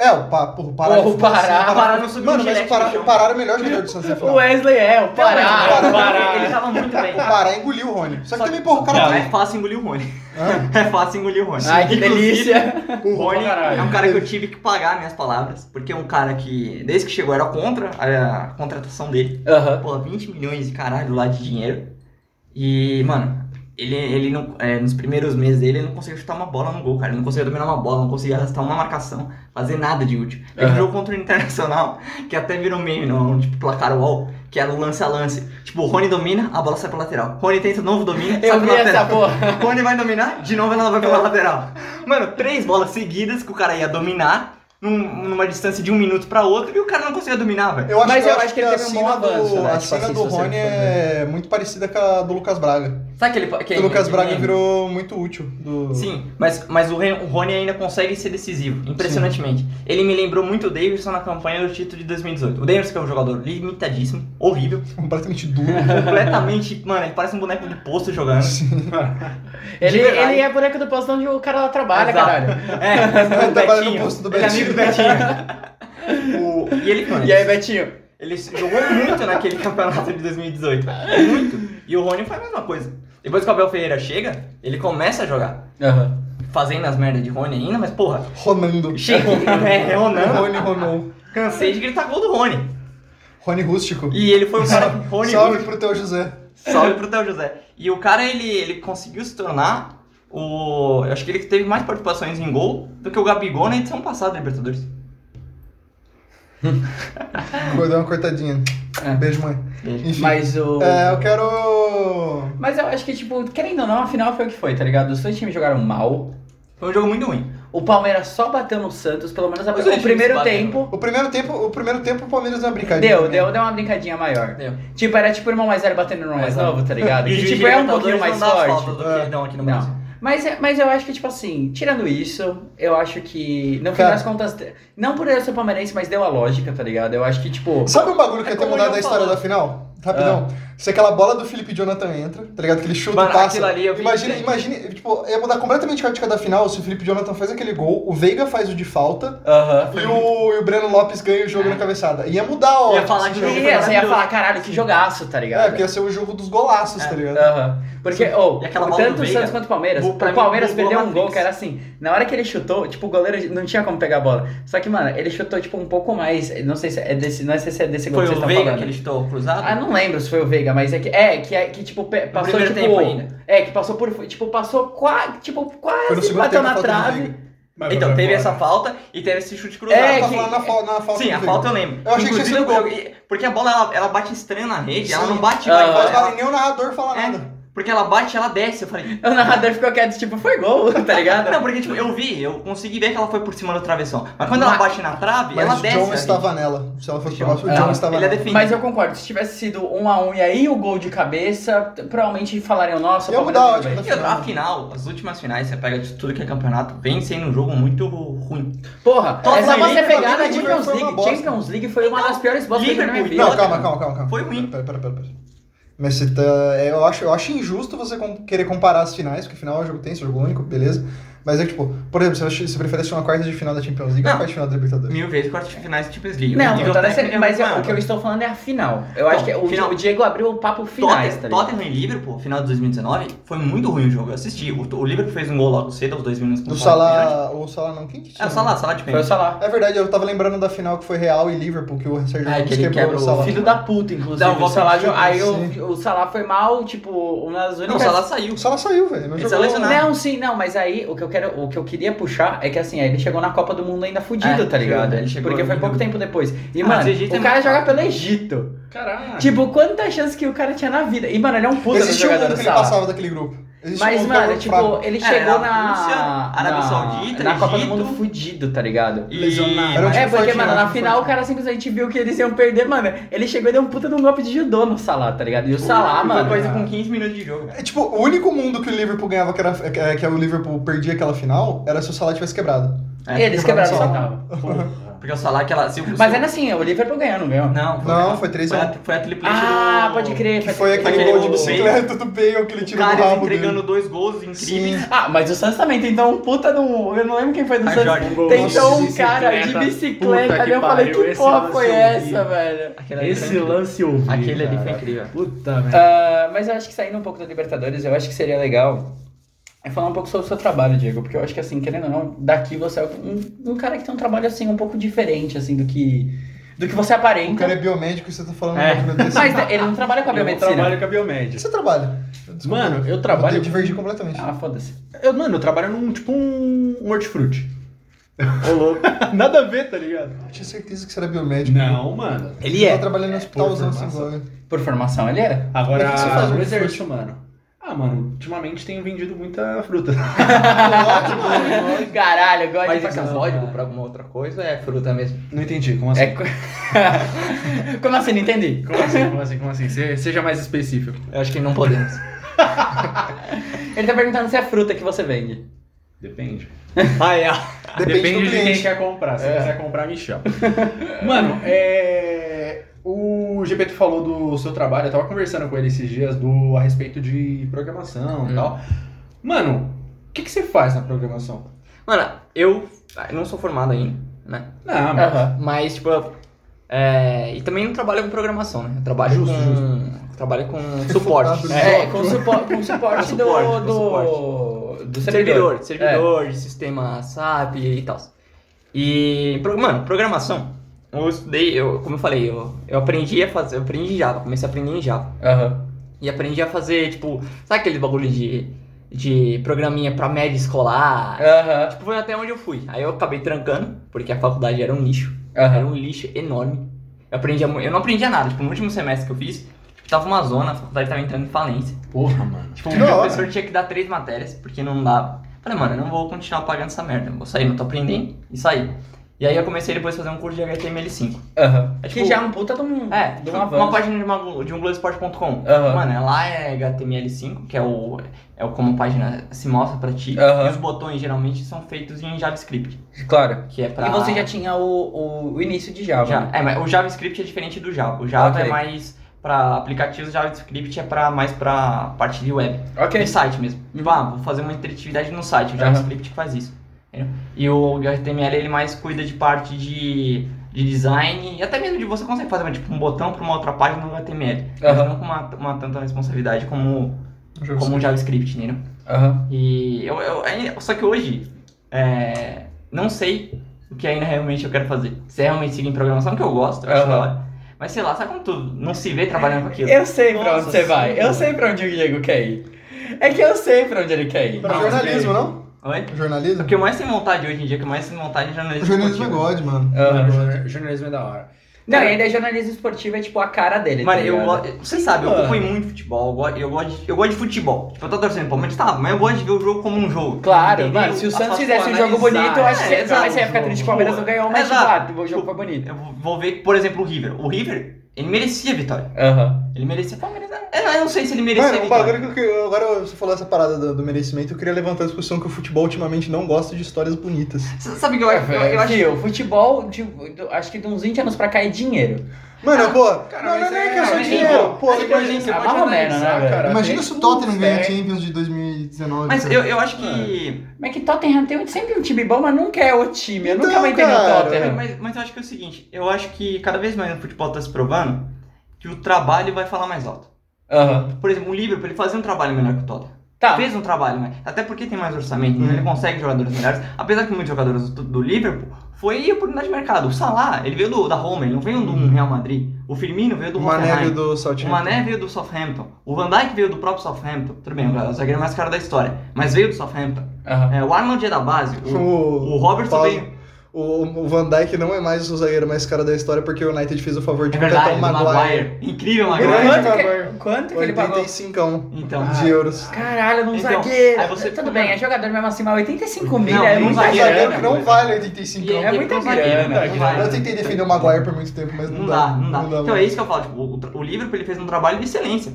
Speaker 5: É, o, pa, porra, o Pará.
Speaker 2: Porra, o
Speaker 5: ficou assim,
Speaker 2: Pará-
Speaker 4: o Pará não subiu
Speaker 5: Mano,
Speaker 4: um
Speaker 5: mas o
Speaker 4: gilete no
Speaker 5: Pará,
Speaker 4: chão.
Speaker 5: o Pará era o melhor jogador do Santos na
Speaker 2: O
Speaker 5: final.
Speaker 2: Wesley é, o Pará.
Speaker 4: Não,
Speaker 2: o
Speaker 4: mas
Speaker 2: Pará.
Speaker 4: Ele tava muito bem.
Speaker 5: O Pará engoliu o Rony. Só que também, porra, o cara
Speaker 4: Não,
Speaker 5: tá.
Speaker 4: é fácil engolir o Rony. <laughs>
Speaker 5: Hã?
Speaker 4: É fácil engolir o Rony.
Speaker 2: Ai, que
Speaker 4: Inclusive,
Speaker 2: delícia.
Speaker 4: O Rony
Speaker 2: Pra caralho.
Speaker 4: é um cara que eu tive que pagar minhas palavras, porque é um cara que, desde que chegou, era contra a, a contratação dele.
Speaker 2: Aham.
Speaker 4: Pô, 20 milhões de caralho lá de dinheiro. E, mano, ele, ele não, é, nos primeiros meses dele, ele não conseguiu chutar uma bola no gol, cara. Ele não conseguia dominar uma bola, não conseguia arrastar uma marcação, fazer nada de útil. Teve um jogo contra o Internacional, que até virou meme, não, tipo, placar wall, que era o lance a lance. Tipo, o Rony domina, a bola sai pra lateral. Rony tenta de novo, domina, sai
Speaker 2: Eu vi
Speaker 4: pra lateral.
Speaker 2: essa porra.
Speaker 4: <laughs> Rony vai dominar, de novo ela vai pela lateral. Mano, três bolas seguidas que o cara ia dominar num- numa distância de um minuto pra outro e o cara não conseguia dominar, velho.
Speaker 5: Eu acho,
Speaker 2: Mas
Speaker 5: eu
Speaker 2: eu
Speaker 5: acho
Speaker 2: acho que ele
Speaker 5: a
Speaker 2: teve um bom
Speaker 5: cena do,
Speaker 2: avanço, né?
Speaker 5: A
Speaker 2: Tipo
Speaker 5: cena
Speaker 2: assim,
Speaker 5: do
Speaker 2: se você
Speaker 5: Rony
Speaker 2: for
Speaker 5: é muito parecida com a do Lucas Braga.
Speaker 4: Sabe aquele. aquele
Speaker 5: o Lucas Braga
Speaker 4: meme?
Speaker 5: virou muito útil. Do...
Speaker 4: Sim, mas, mas o, Ren- o Rony ainda consegue ser decisivo, impressionantemente. Ele me lembrou muito o Davidson na campanha do título de 2018. O Davidson que é um jogador limitadíssimo, horrível,
Speaker 5: <laughs> Completamente duro. assim,
Speaker 4: completamente. mano, ele parece um boneco de posto jogando.
Speaker 2: Ele,
Speaker 4: verdade.
Speaker 2: ele é boneco do posto onde o cara lá trabalha,
Speaker 4: Exato.
Speaker 2: caralho.
Speaker 4: É,
Speaker 5: Ele trabalha no posto do
Speaker 4: Ele é amigo do Betinho. O- e ele, mano,
Speaker 2: E aí, Betinho?
Speaker 4: Ele jogou muito naquele <laughs> campeonato de 2018. Muito. E o Rony faz a mesma coisa. Depois que o Abel Ferreira chega, ele começa a jogar.
Speaker 2: Aham.
Speaker 4: Fazendo as merdas de Rony ainda, mas porra,
Speaker 5: Ronando.
Speaker 4: chega,
Speaker 5: <laughs>
Speaker 4: <laughs> é, é Ronan.
Speaker 5: Rony Ronou.
Speaker 4: Cansei de gritar gol do Rony.
Speaker 5: Rony Rústico.
Speaker 4: E ele foi o cara
Speaker 5: <laughs>
Speaker 4: que Rony.
Speaker 5: Salve pro teu José.
Speaker 4: Salve pro Theo José. E o cara, ele, ele conseguiu se tornar o. Eu acho que ele teve mais participações em gol do que o Gabigol na edição passada da Libertadores.
Speaker 5: Vou dar uma cortadinha. Beijo, mãe.
Speaker 4: Beijo.
Speaker 5: Enfim.
Speaker 2: É. Mas o.
Speaker 5: É, eu quero.
Speaker 2: Mas eu acho que, tipo, querendo ou não, a final foi o que foi, tá ligado? Os dois times jogaram mal.
Speaker 4: Foi um jogo muito ruim.
Speaker 2: O Palmeiras só bateu no Santos, pelo menos a...
Speaker 4: Os dois
Speaker 2: o
Speaker 4: times
Speaker 2: primeiro
Speaker 4: bateram.
Speaker 2: tempo.
Speaker 5: O primeiro tempo, o primeiro tempo o Palmeiras deu uma brincadeira.
Speaker 2: Deu, deu, deu uma brincadinha maior.
Speaker 4: Deu.
Speaker 2: Tipo, era tipo o irmão mais velho batendo no irmão mais
Speaker 4: Exato.
Speaker 2: novo, tá ligado?
Speaker 4: É, <laughs> E o
Speaker 2: Que
Speaker 4: juiz
Speaker 2: tipo, é um
Speaker 4: Libertadores
Speaker 2: pouquinho mais
Speaker 4: não dá as
Speaker 2: forte.
Speaker 4: faltas do que eles dão aqui no
Speaker 2: Não.
Speaker 4: Brasil.
Speaker 2: Mas, é- mas eu acho que, tipo assim, tirando isso, eu acho que, no fim
Speaker 5: Cara.
Speaker 2: das contas, te- não por eu ser palmeirense, mas deu a lógica, tá ligado? Eu acho que, tipo.
Speaker 5: Sabe um bagulho que ia ter
Speaker 4: como
Speaker 5: mudado
Speaker 4: eu
Speaker 5: a história
Speaker 4: falo.
Speaker 5: da final? Rapidão.
Speaker 2: Ah.
Speaker 5: Se aquela bola do Felipe Jonathan entra, tá ligado? Que ele chuta
Speaker 4: Mano,
Speaker 5: e passa.
Speaker 4: aquilo ali eu vi
Speaker 5: imagina,
Speaker 4: que-
Speaker 5: imagina, tipo, ia mudar completamente a ótica da final se o Felipe Jonathan faz aquele gol, o Veiga faz o de falta
Speaker 2: Aham.
Speaker 5: e o, e o Breno Lopes ganha o jogo na cabeçada. Ia mudar a ótica.
Speaker 4: Ia falar
Speaker 5: desse
Speaker 4: que-
Speaker 5: jogo.
Speaker 2: E aí você ia falar, caralho, que
Speaker 4: Sim.
Speaker 2: jogaço, tá ligado?
Speaker 5: É, porque ia ser o jogo dos golaços,
Speaker 4: É.
Speaker 5: tá ligado?
Speaker 2: Aham. Porque, ou,
Speaker 4: E aquela bola do
Speaker 2: tanto o
Speaker 4: Veiga,
Speaker 2: Santos quanto o Palmeiras,
Speaker 4: bu-
Speaker 2: o
Speaker 4: pra mim,
Speaker 2: Palmeiras
Speaker 4: bugou
Speaker 2: perdeu
Speaker 4: a
Speaker 2: um gol
Speaker 4: Matrix.
Speaker 2: que era assim, na hora que ele chutou, tipo, o goleiro não tinha como pegar a bola. Só que, mano, ele chutou, tipo, um pouco mais, não sei se é desse, não sei se é desse gol
Speaker 4: Foi
Speaker 2: que vocês estão
Speaker 4: o Veiga
Speaker 2: falando.
Speaker 4: que ele chutou cruzado?
Speaker 2: Ah, não lembro se foi o Veiga, mas é que, é, que, é, que tipo, pe- passou,
Speaker 4: primeiro
Speaker 2: tipo,
Speaker 4: tempo ainda.
Speaker 2: é, que passou por, tipo, passou quase, tipo,
Speaker 5: Foi no
Speaker 2: quase
Speaker 5: segundo
Speaker 2: bateu
Speaker 5: tempo
Speaker 2: na
Speaker 5: a falta do
Speaker 2: trave.
Speaker 5: Veiga.
Speaker 8: Mas
Speaker 4: Então,
Speaker 5: Tá
Speaker 8: vai
Speaker 4: teve
Speaker 8: embora.
Speaker 4: essa falta e teve esse chute cruzado.
Speaker 2: É,
Speaker 5: Eu tava
Speaker 2: que-
Speaker 5: Tá falando na, fal- na falta
Speaker 4: Sim,
Speaker 5: do
Speaker 4: a
Speaker 5: Veiga.
Speaker 4: falta eu lembro.
Speaker 5: Eu achei que tinha sido gol.
Speaker 4: eu- Porque a bola, ela, ela bate estranho na rede, ela
Speaker 5: Sim.
Speaker 4: não bate
Speaker 2: Ah,
Speaker 4: vai
Speaker 5: Mas,
Speaker 4: embora.
Speaker 5: cara,
Speaker 4: Ela-
Speaker 5: nem o narrador fala
Speaker 4: é,
Speaker 5: nada.
Speaker 4: porque ela bate, ela desce. Eu falei...
Speaker 2: O narrador ficou quieto, tipo, foi gol, <laughs> tá ligado?
Speaker 4: Não, porque tipo, eu vi, eu consegui ver que ela foi por cima do travessão. Mas quando ela
Speaker 2: Mas-
Speaker 4: bate na trave,
Speaker 5: Mas
Speaker 4: É, ela
Speaker 5: o
Speaker 4: desce.
Speaker 5: John
Speaker 4: ali.
Speaker 5: estava nela. Se ela fosse
Speaker 4: John-
Speaker 5: pra baixo, o
Speaker 2: Ah,
Speaker 5: John estava
Speaker 4: Ele é
Speaker 5: nela.
Speaker 4: defendido.
Speaker 2: Mas eu concordo, se tivesse sido um a um e aí o gol de cabeça, t- provavelmente falariam, nossa, o
Speaker 5: Ia
Speaker 2: Palmeiras
Speaker 5: mudar tipo, a
Speaker 2: ganhou bem.
Speaker 5: ótica
Speaker 4: E outra, a final, as últimas finais, você pega de tudo que é campeonato, vem sendo um jogo muito ruim.
Speaker 2: Porra,
Speaker 4: Top
Speaker 2: é só
Speaker 4: League,
Speaker 2: você pegar na
Speaker 5: Liverpool foi
Speaker 2: Champions
Speaker 5: uma
Speaker 2: League.
Speaker 5: bosta.
Speaker 2: Champions League foi uma das piores bostas que eu já vi na minha
Speaker 4: Então, Liverpool,
Speaker 2: vida.
Speaker 5: Não,
Speaker 4: outra,
Speaker 5: calma,
Speaker 4: mano.
Speaker 5: calma, calma, calma.
Speaker 4: Foi ruim.
Speaker 5: Pera, pera, pera, pera. Mas você tá, eu, acho, eu acho injusto você com- querer comparar as finais, porque final é jogo tenso, jogo único, beleza. Mas é que, tipo, por exemplo, você, acha- você prefere assistir uma quarta de final da Champions League ou
Speaker 4: Não.
Speaker 5: uma quarta de é final da Libertadores?
Speaker 4: Mil vezes quartas de finais de Champions League.
Speaker 2: Não,
Speaker 4: Nível
Speaker 2: toda
Speaker 4: técnico
Speaker 2: essa-
Speaker 4: é
Speaker 2: mas
Speaker 4: muito
Speaker 2: eu- o que eu
Speaker 4: maior.
Speaker 2: estou falando é a final. Eu acho que o,
Speaker 4: final.
Speaker 2: o Diego abriu o papo finais, tá
Speaker 4: Totten-
Speaker 2: ligado?
Speaker 4: Tottenham e Liverpool, final de 2019, foi muito ruim o jogo. Eu assisti. O, o Liverpool fez um gol logo cedo, aos dois minutos. com
Speaker 5: Do
Speaker 4: o Salah de pênalti.
Speaker 5: Salah, ou Salah não, quem que
Speaker 4: É,
Speaker 5: tinha?
Speaker 4: o Salah, Salah de
Speaker 2: Foi o
Speaker 4: pênalti.
Speaker 2: Salah.
Speaker 5: É verdade, eu tava lembrando da final que foi Real e Liverpool, que o Sérgio
Speaker 4: Ah,
Speaker 5: Ramos
Speaker 4: que ele
Speaker 5: quebrou
Speaker 4: quebra
Speaker 5: o
Speaker 4: o
Speaker 5: Salah.
Speaker 2: Filho da puta, inclusive.
Speaker 4: Não,
Speaker 2: o Salah,
Speaker 5: sim,
Speaker 2: jo- aí
Speaker 5: sim.
Speaker 2: o, o Salah foi mal, tipo, uma das
Speaker 4: Não, o
Speaker 2: únicas...
Speaker 4: Salah saiu.
Speaker 5: O Salah saiu, velho. não
Speaker 4: Ele
Speaker 5: jogou.
Speaker 4: saiu lesionado.
Speaker 2: Não, sim, não, mas aí o que eu quero, o que eu queria puxar é que assim, aí ele chegou na Copa do Mundo ainda fudido,
Speaker 4: É,
Speaker 2: tá ligado?
Speaker 4: ele chegou
Speaker 2: Porque foi
Speaker 4: ainda.
Speaker 2: pouco tempo depois. E,
Speaker 4: Ah, mas
Speaker 2: mano,
Speaker 4: o Egito é
Speaker 2: o cara
Speaker 4: muito
Speaker 2: joga
Speaker 4: fraco.
Speaker 2: pelo Egito.
Speaker 8: Caralho.
Speaker 2: Tipo, quanta chance que o cara tinha na vida. E, mano, ele é um puta do
Speaker 5: Existia um
Speaker 2: jogador
Speaker 5: mundo
Speaker 2: do
Speaker 5: que ele
Speaker 2: Salah.
Speaker 5: passava daquele grupo. Existe
Speaker 2: Mas,
Speaker 5: um
Speaker 2: mano,
Speaker 5: calor
Speaker 2: tipo,
Speaker 5: fraco.
Speaker 2: ele
Speaker 9: É,
Speaker 2: chegou
Speaker 9: na
Speaker 2: na.
Speaker 9: Rússia, Arábia
Speaker 2: na-
Speaker 9: Saudita,
Speaker 2: Na Copa do
Speaker 9: Egito.
Speaker 2: Mundo fudido, tá ligado?
Speaker 9: E-
Speaker 5: Era um time
Speaker 2: é, porque,
Speaker 5: forte,
Speaker 2: mano,
Speaker 5: né?
Speaker 2: na
Speaker 5: Um time
Speaker 2: final o
Speaker 5: forte.
Speaker 2: cara simplesmente viu que eles iam perder, mano. Ele chegou e deu um puta de um golpe de judô no Salah, tá ligado? E o Salah,
Speaker 4: Foi
Speaker 2: mano.
Speaker 4: coisa com 15 minutos de jogo.
Speaker 5: É tipo, o único mundo que o Liverpool ganhava, que, era, que, que o Liverpool perdia aquela final, era se o Salah tivesse quebrado.
Speaker 9: É,
Speaker 2: eles quebraram o Salah.
Speaker 9: Porque o Salah, aquela. Se, o-
Speaker 2: Mas
Speaker 4: é
Speaker 9: se,
Speaker 2: ainda assim, o Liverpool ganhou, não ganhou?
Speaker 9: Não,
Speaker 5: Não, é- foi 3
Speaker 9: Foi
Speaker 5: a um.
Speaker 9: a, foi a triplete
Speaker 2: Ah,
Speaker 9: do-
Speaker 2: pode crer.
Speaker 5: Que foi aquele
Speaker 9: Aquele
Speaker 5: gol de
Speaker 9: gol do
Speaker 5: bicicleta do Bale que ele
Speaker 9: O
Speaker 5: tirou do
Speaker 9: Caras
Speaker 5: rabo
Speaker 9: entregando
Speaker 5: dele.
Speaker 9: dois gols
Speaker 4: <laughs>
Speaker 9: incríveis.
Speaker 2: Ah, mas o Santos também tentou um puta de um. Eu não lembro quem foi do
Speaker 9: Ai,
Speaker 2: Santos.
Speaker 9: Jorge.
Speaker 2: Tentou
Speaker 5: Nossa,
Speaker 2: um cara de
Speaker 10: bicicleta.
Speaker 2: bicicleta
Speaker 10: Puta
Speaker 2: ali.
Speaker 10: que
Speaker 2: Eu falei,
Speaker 10: pariu,
Speaker 2: que
Speaker 10: esse
Speaker 2: porra
Speaker 10: lance
Speaker 2: foi
Speaker 10: eu vi.
Speaker 2: esse, velho?
Speaker 9: Aquele ali
Speaker 10: Esse
Speaker 9: foi-
Speaker 10: lance eu vi.
Speaker 9: Aquele ali foi
Speaker 10: cara.
Speaker 9: incrível.
Speaker 10: Puta merda.
Speaker 2: Ah, mas eu acho que saindo um pouco da Libertadores, eu acho que seria legal é falar um pouco sobre o seu trabalho, Diego, porque eu acho que assim, querendo ou não, daqui você é um, um cara que tem um trabalho assim um pouco diferente assim do que do que você
Speaker 5: O cara é
Speaker 2: aparenta.
Speaker 5: biomédico e você tá falando
Speaker 9: É.
Speaker 5: um bagulho desse.
Speaker 2: Mas ele não trabalha
Speaker 4: é um
Speaker 2: com a
Speaker 10: Eu
Speaker 2: biomedicina.
Speaker 10: trabalho com a
Speaker 5: O que
Speaker 10: biomédia.
Speaker 5: você trabalha? Desculpa.
Speaker 10: Mano, eu
Speaker 5: Eu
Speaker 10: trabalho.
Speaker 5: divergi completamente.
Speaker 2: Ah, foda-se.
Speaker 10: Eu, mano, eu trabalho num tipo um um hortifruti. Ô louco. <laughs> Nada a ver, tá ligado?
Speaker 5: Eu tinha certeza que você era biomédico.
Speaker 10: Não, mano.
Speaker 4: Ele
Speaker 5: Eu tava
Speaker 4: é.
Speaker 5: trabalhando assim, no hospital
Speaker 10: Por
Speaker 5: usando
Speaker 10: formação.
Speaker 5: cigóia.
Speaker 2: Por formação ele era?
Speaker 10: Agora,
Speaker 5: Mas o que você faz no
Speaker 10: o
Speaker 5: hortifruti?
Speaker 10: exército, um mano. Ah, mano, ultimamente tenho vendido muita
Speaker 2: <laughs>
Speaker 10: fruta.
Speaker 2: Caralho, eu gosto
Speaker 4: Ah, tipo, Mas
Speaker 2: de pra
Speaker 4: isso é
Speaker 2: caralho.
Speaker 4: código pra alguma outra coisa ou é fruta mesmo?
Speaker 10: Não entendi, como assim?
Speaker 2: É co- <laughs> Como assim, não entendi?
Speaker 10: Como assim, como assim, como assim? Se- Seja mais específico.
Speaker 4: Eu acho que
Speaker 9: <laughs>
Speaker 4: não podemos.
Speaker 2: Ele tá perguntando se é fruta que você vende.
Speaker 10: Depende.
Speaker 4: Ai, ó.
Speaker 5: Depende,
Speaker 10: Depende
Speaker 5: do
Speaker 10: de quem
Speaker 5: cliente.
Speaker 10: quer comprar. Se
Speaker 2: É.
Speaker 10: quiser comprar, me chama. <laughs> Mano, é... o GPT falou do seu trabalho. Eu tava conversando com ele esses dias do... a respeito de programação
Speaker 2: Hum.
Speaker 10: e tal. Mano, o que, que você faz na programação?
Speaker 4: Mano, eu ah, eu não sou formado ainda, né?
Speaker 10: Não, Ah, mano.
Speaker 4: Mas, tipo, eu- é, e também não trabalho com programação, né? Eu trabalho
Speaker 5: Justo,
Speaker 4: com.
Speaker 5: <laughs>
Speaker 4: Trabalho com suporte.
Speaker 5: Focado
Speaker 4: É,
Speaker 2: É, com, supo- com suporte,
Speaker 4: <laughs> Com suporte,
Speaker 2: do,
Speaker 4: com
Speaker 2: do, do servidor.
Speaker 4: servidor, servidor, de sistema SAP e tal. E, pro- mano, programação. Eu estudei, eu, como eu falei, eu, eu aprendi a fazer, eu aprendi em Java, comecei a aprender em Java.
Speaker 2: Aham.
Speaker 4: E aprendi a fazer, tipo, sabe aquele bagulho de, de programinha pra média
Speaker 2: É.
Speaker 4: escolar?
Speaker 2: Aham.
Speaker 4: Tipo, foi até onde eu fui. Aí eu acabei trancando, porque a faculdade era um lixo. Era
Speaker 2: Aham.
Speaker 4: um lixo enorme. Eu aprendia, mu- eu não aprendia nada. Tipo, no último semestre que eu fiz, tipo, tava uma zona, a faculdade tava entrando em falência.
Speaker 10: Porra, mano.
Speaker 4: Tipo,
Speaker 5: Que
Speaker 4: um
Speaker 5: da hora.
Speaker 4: professor tinha que dar três matérias, porque não dava. Falei, mano, eu não vou continuar pagando essa merda. eu Vou sair, não tô aprendendo. E saí. E aí eu comecei depois a fazer um curso de HTML5.
Speaker 2: Aham.
Speaker 4: É tipo-
Speaker 2: que já é um puta de um,
Speaker 4: É,
Speaker 2: de
Speaker 4: tipo,
Speaker 2: um
Speaker 4: uma
Speaker 2: avanço.
Speaker 4: página de, uma, de um blogspot.com.
Speaker 2: Aham.
Speaker 4: Mano, lá é HTML5, que é o é o como a página se mostra pra ti.
Speaker 2: Aham.
Speaker 4: E os botões geralmente são feitos em JavaScript,
Speaker 2: Claro.
Speaker 4: que é pra...
Speaker 2: E você já tinha o, o, o início de Java.
Speaker 4: Já.
Speaker 2: né?
Speaker 4: É, mas o JavaScript é diferente do Java. O Java
Speaker 2: Ok.
Speaker 4: é mais pra aplicativos, o JavaScript é pra, mais pra parte de web,
Speaker 2: Ok.
Speaker 4: de site mesmo. Tipo, ah, vou fazer uma interatividade no site, o JavaScript que faz isso. entendeu? E o HTML ele mais cuida de parte de, de design e até mesmo de você consegue fazer tipo, um botão pra uma outra página no HTML. Mas
Speaker 2: Aham.
Speaker 4: não com uma, uma tanta responsabilidade como,
Speaker 5: Jogo
Speaker 4: como o JavaScript, entendeu?
Speaker 2: Aham.
Speaker 4: E eu, eu ainda- só que hoje é, não sei o que ainda realmente eu quero fazer. Se é realmente seguir em programação que eu gosto, eu acho
Speaker 2: Aham.
Speaker 4: da hora. Mas sei lá, sabe quando tu não se vê trabalhando com aquilo?
Speaker 2: Eu sei pra onde
Speaker 4: Nossa
Speaker 2: você vai. Eu
Speaker 4: senhora.
Speaker 2: sei pra onde o Diego quer ir. É que eu sei pra onde ele quer ir.
Speaker 5: Pra
Speaker 4: Não,
Speaker 5: jornalismo, não?
Speaker 4: Oi? O
Speaker 5: Jornalismo?
Speaker 4: que eu mais tenho vontade hoje em dia, o que eu mais tenho vontade é jornalismo.
Speaker 5: Jornalismo é
Speaker 4: esportivo.
Speaker 5: God, mano.
Speaker 10: Mano,
Speaker 2: Aham.
Speaker 10: jorna- jornalismo é da hora.
Speaker 2: Não, e ainda jornalismo esportivo é tipo a cara dele.
Speaker 4: Mano,
Speaker 2: tá
Speaker 4: eu
Speaker 2: ligado?
Speaker 4: gosto. Você sabe, eu
Speaker 10: Mano.
Speaker 4: acompanho muito futebol. Eu gosto, eu, gosto de, eu gosto de futebol. Tipo, eu tô torcendo pro Palmeiras, tá, mas eu gosto de ver o jogo como um jogo.
Speaker 2: Claro,
Speaker 4: Entendeu?
Speaker 2: mano, se o
Speaker 4: As
Speaker 2: Santos
Speaker 4: pessoas
Speaker 2: fizesse um jogo
Speaker 10: analisar,
Speaker 2: bonito, eu acho que
Speaker 4: é,
Speaker 2: você- mas
Speaker 4: exato,
Speaker 2: você ia ficar triste que o Palmeiras não ganhou, mas
Speaker 4: Exato.
Speaker 2: exato. Ah, tipo, o jogo foi bonito.
Speaker 4: Eu vou- vou ver, por exemplo, o River. O River, ele merecia a vitória.
Speaker 2: Aham.
Speaker 4: Ele merecia. o Palmeiras. não- Eu eu não sei se ele é merecia
Speaker 5: Mano,
Speaker 4: a
Speaker 5: um
Speaker 4: vitória.
Speaker 5: bagulho que eu, agora você falou essa parada do, do merecimento, eu queria levantar a discussão que o futebol ultimamente não gosta de histórias bonitas.
Speaker 4: S- Sabe o que eu, eu, eu, acho?
Speaker 2: Fio, futebol, de- do- acho que de uns 20 anos pra cá é dinheiro.
Speaker 5: Mano, pô,
Speaker 10: cara,
Speaker 5: não, não,
Speaker 10: mas
Speaker 5: não é
Speaker 10: é-
Speaker 5: questão
Speaker 4: mas
Speaker 5: de
Speaker 4: tem-
Speaker 5: dinheiro. Pô,
Speaker 4: mas tem coisa
Speaker 5: imagina,
Speaker 4: que você
Speaker 2: Ah,
Speaker 4: pode
Speaker 2: mais ou menos,
Speaker 4: analisar,
Speaker 2: né, velho?
Speaker 10: cara.
Speaker 5: imagina
Speaker 10: tem
Speaker 5: se o Tottenham
Speaker 10: tudo,
Speaker 5: ganha a
Speaker 10: né?
Speaker 5: Champions de 2019.
Speaker 4: Mas
Speaker 5: sabe?
Speaker 4: eu, eu acho que.
Speaker 2: Mas que Tottenham tem sempre um time bom, mas nunca é o time. Eu nunca
Speaker 5: Então,
Speaker 2: vou entender o
Speaker 5: cara.
Speaker 2: Tottenham.
Speaker 4: Mas, mas eu acho que é o seguinte, eu acho que cada vez mais o futebol tá se provando que o trabalho vai falar mais alto.
Speaker 2: Aham.
Speaker 4: Por exemplo, o Liverpool ele fazia um trabalho melhor que o Tottenham.
Speaker 2: Tá.
Speaker 4: Fez um trabalho, mas até porque tem mais orçamento, então
Speaker 5: Hum.
Speaker 4: ele consegue jogadores melhores. Apesar que muitos jogadores do, do Liverpool foi oportunidade de mercado. O Salah, ele veio do, da Roma, ele não veio do Real Madrid. Uhum. O Firmino veio do
Speaker 5: Uma neve
Speaker 4: Hoffenheim.
Speaker 5: do
Speaker 4: O
Speaker 5: Southampton.
Speaker 4: Mané veio do Southampton. O Van Dijk veio do próprio Southampton. Tudo bem, o zagueiro é mais caro da história. Mas veio do Southampton.
Speaker 2: Aham.
Speaker 4: É, o Arnold é da base. O,
Speaker 5: O-
Speaker 4: o Robertson
Speaker 5: Paulo-
Speaker 4: veio.
Speaker 5: O, o, o Van Dijk não é mais o zagueiro mais cara da história porque o United fez o favor de
Speaker 4: É verdade,
Speaker 5: contratar
Speaker 4: do
Speaker 5: o Maguire.
Speaker 4: Maguire. Incrível Maguire.
Speaker 5: Grande Ah,
Speaker 2: Quanto
Speaker 5: Maguire.
Speaker 2: que, quanto que ele pagou?
Speaker 5: 85
Speaker 4: Então,
Speaker 5: de euros.
Speaker 2: Caralho, num
Speaker 4: Então,
Speaker 2: zagueiro.
Speaker 4: aí você-
Speaker 2: Tudo bem, é jogador mesmo assim, mas 85 mil
Speaker 4: Não,
Speaker 2: é
Speaker 4: não
Speaker 2: muito
Speaker 5: Um
Speaker 4: vai,
Speaker 2: dinheiro.
Speaker 5: zagueiro que não
Speaker 10: coisa.
Speaker 5: vale 85
Speaker 4: né, e-
Speaker 2: É
Speaker 4: e
Speaker 2: muita
Speaker 4: pro zagueiro,
Speaker 2: grana,
Speaker 4: né? Não vai.
Speaker 5: Eu tentei defender o Maguire por muito tempo, mas não,
Speaker 4: Não dá, não dá.
Speaker 5: mano.
Speaker 4: Então é isso que eu falo, tipo, o, tra- o Liverpool ele fez um trabalho de excelência,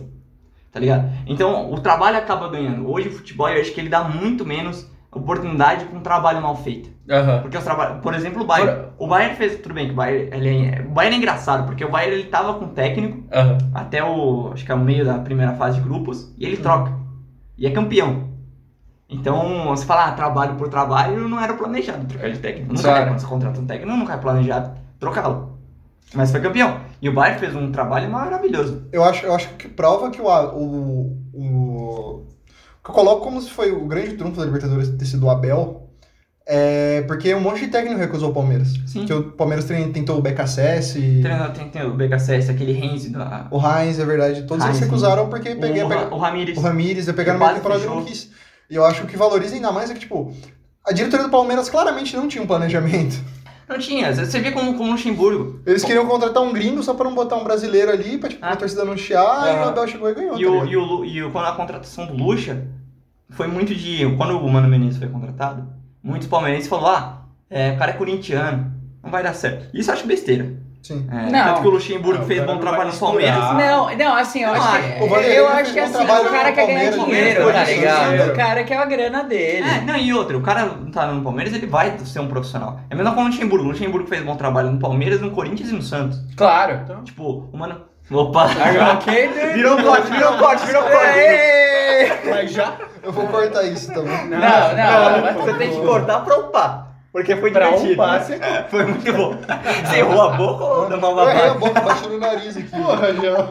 Speaker 4: tá ligado? Então o trabalho acaba ganhando. Hoje o futebol eu acho que ele dá muito menos oportunidade para um trabalho mal feito.
Speaker 2: Aham.
Speaker 4: Porque os trabalhos, por exemplo, o Bayern, o Bayern fez, tudo bem que o Bayern, ele é, o Bayern é engraçado, porque o Bayern ele tava com o técnico
Speaker 2: Aham.
Speaker 4: até o, acho que é o meio da primeira fase de grupos, e ele
Speaker 5: Uhum.
Speaker 4: troca. E é campeão. Então, você fala, ah, trabalho por trabalho, não era planejado trocar de técnico. Nunca
Speaker 2: Claro.
Speaker 4: é, quando você contrata um técnico, nunca é planejado trocá-lo. Mas foi campeão. E o Bayern fez um trabalho maravilhoso.
Speaker 5: Eu acho, eu acho que prova que o, A- o, o. que eu coloco como se foi o grande trunfo da Libertadores ter sido o Abel. É porque um monte de técnico recusou o Palmeiras.
Speaker 4: Sim.
Speaker 5: Porque o Palmeiras tre- tentou o BKSS, e
Speaker 4: Treinador tem, tem o BKSS, aquele Renzi, da,
Speaker 5: o Heinz, é verdade. Todos
Speaker 4: Heinz,
Speaker 5: eles recusaram porque
Speaker 4: o,
Speaker 5: peguei,
Speaker 4: Ra- o Ramires.
Speaker 5: o Ramires, ia pegar
Speaker 4: Que
Speaker 5: na minha
Speaker 4: quase
Speaker 5: temporada e
Speaker 4: fechou.
Speaker 5: não quis. E eu acho que valoriza ainda mais é que, tipo, a diretoria do Palmeiras claramente não tinha um planejamento.
Speaker 4: Não tinha, você vê como com o Luxemburgo.
Speaker 5: Eles queriam contratar um gringo só pra não botar um brasileiro ali, pra tipo,
Speaker 4: Ah.
Speaker 5: a torcida não chiar, e
Speaker 2: Aham.
Speaker 5: o Abel chegou e ganhou.
Speaker 4: E,
Speaker 5: tá
Speaker 4: o,
Speaker 5: ligado?
Speaker 4: e, o, Lu- e o- quando a contratação do Lucha foi muito de. Quando o Mano Menezes foi contratado, muitos palmeirenses falaram: ah, é, o cara é corintiano, não vai dar certo. Isso eu acho besteira.
Speaker 5: Sim.
Speaker 4: É,
Speaker 2: Não.
Speaker 4: Tanto que o Luxemburgo
Speaker 10: Ah, o
Speaker 4: fez
Speaker 10: cara
Speaker 4: bom
Speaker 10: não
Speaker 4: trabalho
Speaker 10: vai
Speaker 4: no Palmeiras.
Speaker 10: misturar.
Speaker 2: Não, não, assim, eu
Speaker 4: Eu
Speaker 2: acho
Speaker 4: acho.
Speaker 5: O
Speaker 2: que.
Speaker 5: Vanderlei
Speaker 2: Eu
Speaker 5: fez
Speaker 2: acho que
Speaker 5: um
Speaker 2: assim, o
Speaker 5: trabalho
Speaker 2: cara
Speaker 5: no
Speaker 2: quer ganhar
Speaker 5: Palmeiras,
Speaker 2: dinheiro,
Speaker 4: né?
Speaker 2: tá
Speaker 4: Foi
Speaker 2: ligado?
Speaker 10: dinheiro.
Speaker 2: O cara quer a grana dele.
Speaker 4: É, não, e outra, o cara não tá no Palmeiras, ele vai ser um profissional. É mesmo com o Luxemburgo. O Luxemburgo fez bom trabalho no Palmeiras, no Corinthians e no Santos.
Speaker 2: Claro.
Speaker 10: Então,
Speaker 4: Tipo, o Mano. Opa! É,
Speaker 2: Ok, dude.
Speaker 4: Virou corte, virou corte, virou corte!
Speaker 2: Ei!
Speaker 10: Mas já.
Speaker 5: Eu vou cortar isso tá
Speaker 4: <laughs>
Speaker 5: também.
Speaker 2: Não, não, vai
Speaker 4: tá
Speaker 11: Você tem que cortar pra upar. Porque foi
Speaker 10: Pra
Speaker 11: divertido.
Speaker 10: um passe.
Speaker 4: Foi muito bom. Você errou a boca ou deu uma
Speaker 5: Eu errei a
Speaker 4: babada?
Speaker 5: boca, bati no nariz aqui.
Speaker 10: Porra, já.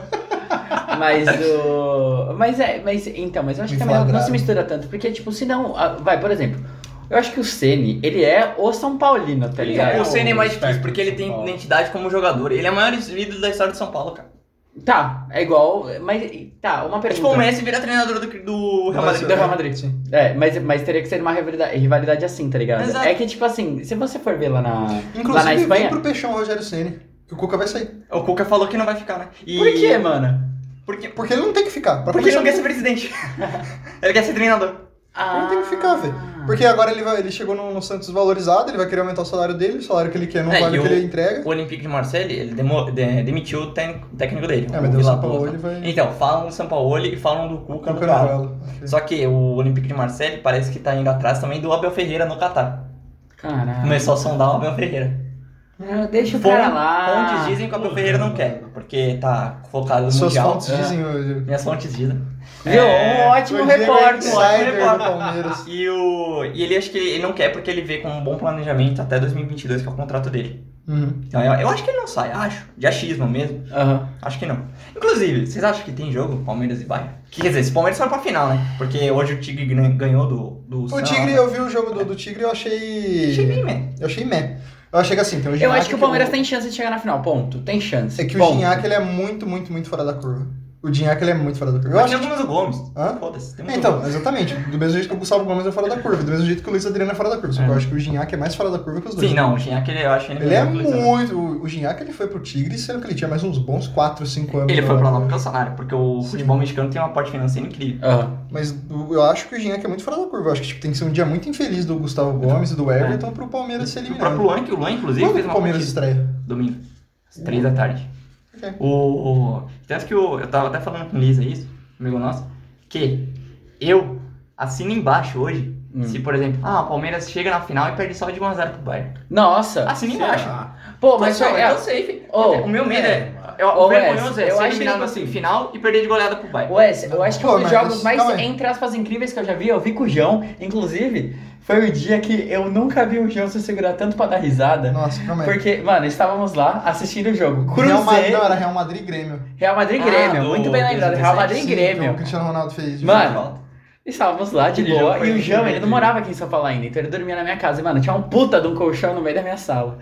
Speaker 2: Mas o. Mas é, mas então, mas eu acho
Speaker 5: Me
Speaker 2: que também não- não
Speaker 5: flagraram.
Speaker 2: se mistura tanto, porque, tipo, se não. ah, Vai, por exemplo, eu acho que o Ceni, ele é o São Paulino, tá
Speaker 10: Ele
Speaker 2: ligado?
Speaker 4: O Senna é mais
Speaker 10: Tá,
Speaker 4: difícil porque ele
Speaker 10: São
Speaker 4: tem
Speaker 10: Paulo.
Speaker 4: identidade como jogador. Ele é o maior ídolo da história de São Paulo, cara.
Speaker 2: Tá, é igual. Mas tá, uma
Speaker 4: É tipo o
Speaker 2: pergunta.
Speaker 4: Messi virar treinador do, do Real
Speaker 5: Mas-
Speaker 4: Madrid.
Speaker 2: Do Real Madrid. É, mas, mas teria que ser uma rivalidade, rivalidade assim, tá ligado?
Speaker 4: Exato.
Speaker 2: É que, tipo assim, se você for ver lá na. lá na
Speaker 5: Inclusive,
Speaker 2: Espanha.
Speaker 5: vem pro Peixão Rogério Ceni, que o Cuca vai sair.
Speaker 4: O Cuca falou que não vai ficar, né? E-
Speaker 2: Por quê, mano?
Speaker 4: Porque, porque,
Speaker 5: Porque ele não tem que ficar. Pra
Speaker 4: ele não quer
Speaker 5: começar,
Speaker 4: ser presidente. <laughs> ele quer ser treinador.
Speaker 5: Ele tem que ficar, velho.
Speaker 4: Ah.
Speaker 2: Ah,
Speaker 5: Porque agora ele, vai, ele chegou no, no Santos valorizado, ele vai querer aumentar o salário dele, o salário que ele quer não
Speaker 4: É,
Speaker 5: vale
Speaker 4: e
Speaker 5: o que
Speaker 4: o-
Speaker 5: ele entrega.
Speaker 4: O Olympique de Marseille, ele demo- de- demitiu o tec- técnico dele.
Speaker 5: É,
Speaker 4: o
Speaker 5: mas daí o
Speaker 4: Villa
Speaker 5: São Paulo
Speaker 4: Boa.
Speaker 5: ele vai...
Speaker 4: Então, falam do Sampaoli e falam do
Speaker 5: o
Speaker 4: Cuca no
Speaker 5: Cuca não
Speaker 4: Catar.
Speaker 5: vela.
Speaker 4: Só que o Olympique de Marseille parece que tá indo atrás também do Abel Ferreira no Catar.
Speaker 2: Caralho.
Speaker 4: Começou a sondar o Abel Ferreira.
Speaker 2: Não, deixa o cara
Speaker 4: Fontes-
Speaker 2: lá.
Speaker 4: Fontes dizem que o Abel Ferreira não quer, porque tá focado no
Speaker 5: Suas
Speaker 4: Mundial.
Speaker 5: fontes dizem hoje.
Speaker 4: Minhas fontes dizem.
Speaker 2: Viu? Um ótimo
Speaker 5: O Diego
Speaker 2: repórter.
Speaker 5: Insider do
Speaker 4: repórter.
Speaker 5: Palmeiras.
Speaker 4: E, o, e ele acho que ele não quer porque ele vê com um bom planejamento até 2022, que é o contrato dele.
Speaker 5: Uhum.
Speaker 4: Então eu, eu acho que ele não sai, acho. De achismo mesmo,
Speaker 2: Aham.
Speaker 4: acho que não. Inclusive, vocês acham que tem jogo Palmeiras e Bayern? Quer dizer, se o Palmeiras vai pra final, né? Porque hoje o Tigre gna- ganhou do... do
Speaker 5: O Tigre, eu vi o jogo do, do Tigre e eu achei...
Speaker 4: Tigre, man.
Speaker 5: Eu achei meh. Eu achei que assim, tem o
Speaker 2: Eu
Speaker 5: Gignac
Speaker 2: acho que o Palmeiras
Speaker 5: é
Speaker 2: tem chance de chegar na final, ponto. Tem chance.
Speaker 5: É que o
Speaker 2: ponto.
Speaker 5: Gignac, ele é muito, muito, muito fora da curva. O Gignac, ele é muito fora da curva. Eu
Speaker 4: Mas
Speaker 5: acho
Speaker 4: temos o Gomes.
Speaker 5: Hã?
Speaker 4: Foda-se, temos
Speaker 5: É,
Speaker 4: o
Speaker 5: Então,
Speaker 4: Gomes.
Speaker 5: exatamente. Do mesmo jeito que o Gustavo Gomes é fora da curva, do mesmo jeito que o Luiz Adriano é fora da curva. Só que eu acho que o Gignac é mais fora da curva que os dois.
Speaker 4: Sim, não, o Gignac, ele- eu acho que ele...
Speaker 5: Ele é
Speaker 4: melhor que o Luizão.
Speaker 5: muito. O Gignac ele foi pro Tigre, sendo que ele tinha mais uns bons 4, 5 anos.
Speaker 4: Ele
Speaker 5: eu
Speaker 4: foi pra
Speaker 5: acho.
Speaker 4: lá porque é o salário, porque o futebol mexicano tem uma parte financeira incrível.
Speaker 2: Aham.
Speaker 5: Mas o- eu acho que o Gignac é muito fora da curva. Eu acho que tipo, tem que ser um dia muito infeliz do Gustavo Gomes e do Everton pro Palmeiras ser
Speaker 4: O
Speaker 5: eliminado.
Speaker 4: próprio Luan, que o Luan, inclusive,
Speaker 5: Quando
Speaker 4: fez
Speaker 5: que o
Speaker 4: uma
Speaker 5: Palmeiras
Speaker 4: partida.
Speaker 5: estreia?
Speaker 4: Domingo. Às três da tarde.
Speaker 5: Ok.
Speaker 4: O, o- Tanto que eu, eu tava até falando com o Lisa isso, amigo nosso, que eu assino embaixo hoje.
Speaker 2: Hum.
Speaker 4: Se, por exemplo, ah, o Palmeiras chega na final e perde só de 1x0
Speaker 5: <laughs>
Speaker 4: pro Bayern.
Speaker 2: Nossa.
Speaker 4: Assina embaixo.
Speaker 5: ah.
Speaker 2: Pô,
Speaker 4: Mas
Speaker 2: mas
Speaker 4: só,
Speaker 2: é,
Speaker 4: eu tô safe.
Speaker 2: Ô,
Speaker 4: então. o meu medo é.
Speaker 10: mano.
Speaker 4: Eu,
Speaker 2: Ô,
Speaker 4: o vergonhoso
Speaker 2: Wes,
Speaker 4: é
Speaker 2: eu
Speaker 4: ser
Speaker 2: acho que,
Speaker 4: eliminado
Speaker 2: tipo
Speaker 4: assim,
Speaker 2: assim,
Speaker 4: final e perder de goleada pro Bayern.
Speaker 2: Wes, eu acho que
Speaker 5: Pô,
Speaker 2: um dos
Speaker 5: mas-
Speaker 2: jogos mais,
Speaker 5: calma aí.
Speaker 2: entre aspas, incríveis que eu já vi, eu vi com o João, inclusive, foi o dia que eu nunca vi o João se segurar tanto pra dar risada.
Speaker 5: Nossa, calma aí.
Speaker 2: Porque, mano, estávamos lá assistindo o jogo.
Speaker 5: Real Madrid, não,
Speaker 2: Cruzeiro,
Speaker 5: era Real Madrid e Grêmio.
Speaker 2: Real Madrid e
Speaker 4: Ah,
Speaker 2: Grêmio.
Speaker 4: do-
Speaker 2: muito bem lembrado. Real Madrid e
Speaker 5: Sim, então, o
Speaker 2: Grêmio.
Speaker 5: Cristiano Ronaldo fez.
Speaker 2: Mano,
Speaker 4: Falta.
Speaker 2: Estávamos lá de
Speaker 1: Aquele
Speaker 2: boa.
Speaker 1: jogo foi
Speaker 2: E o Jão, ele
Speaker 1: incrível. né,
Speaker 2: não morava aqui em São Paulo ainda, então ele dormia na minha casa. E, mano, tinha um puta de um colchão no meio da minha sala.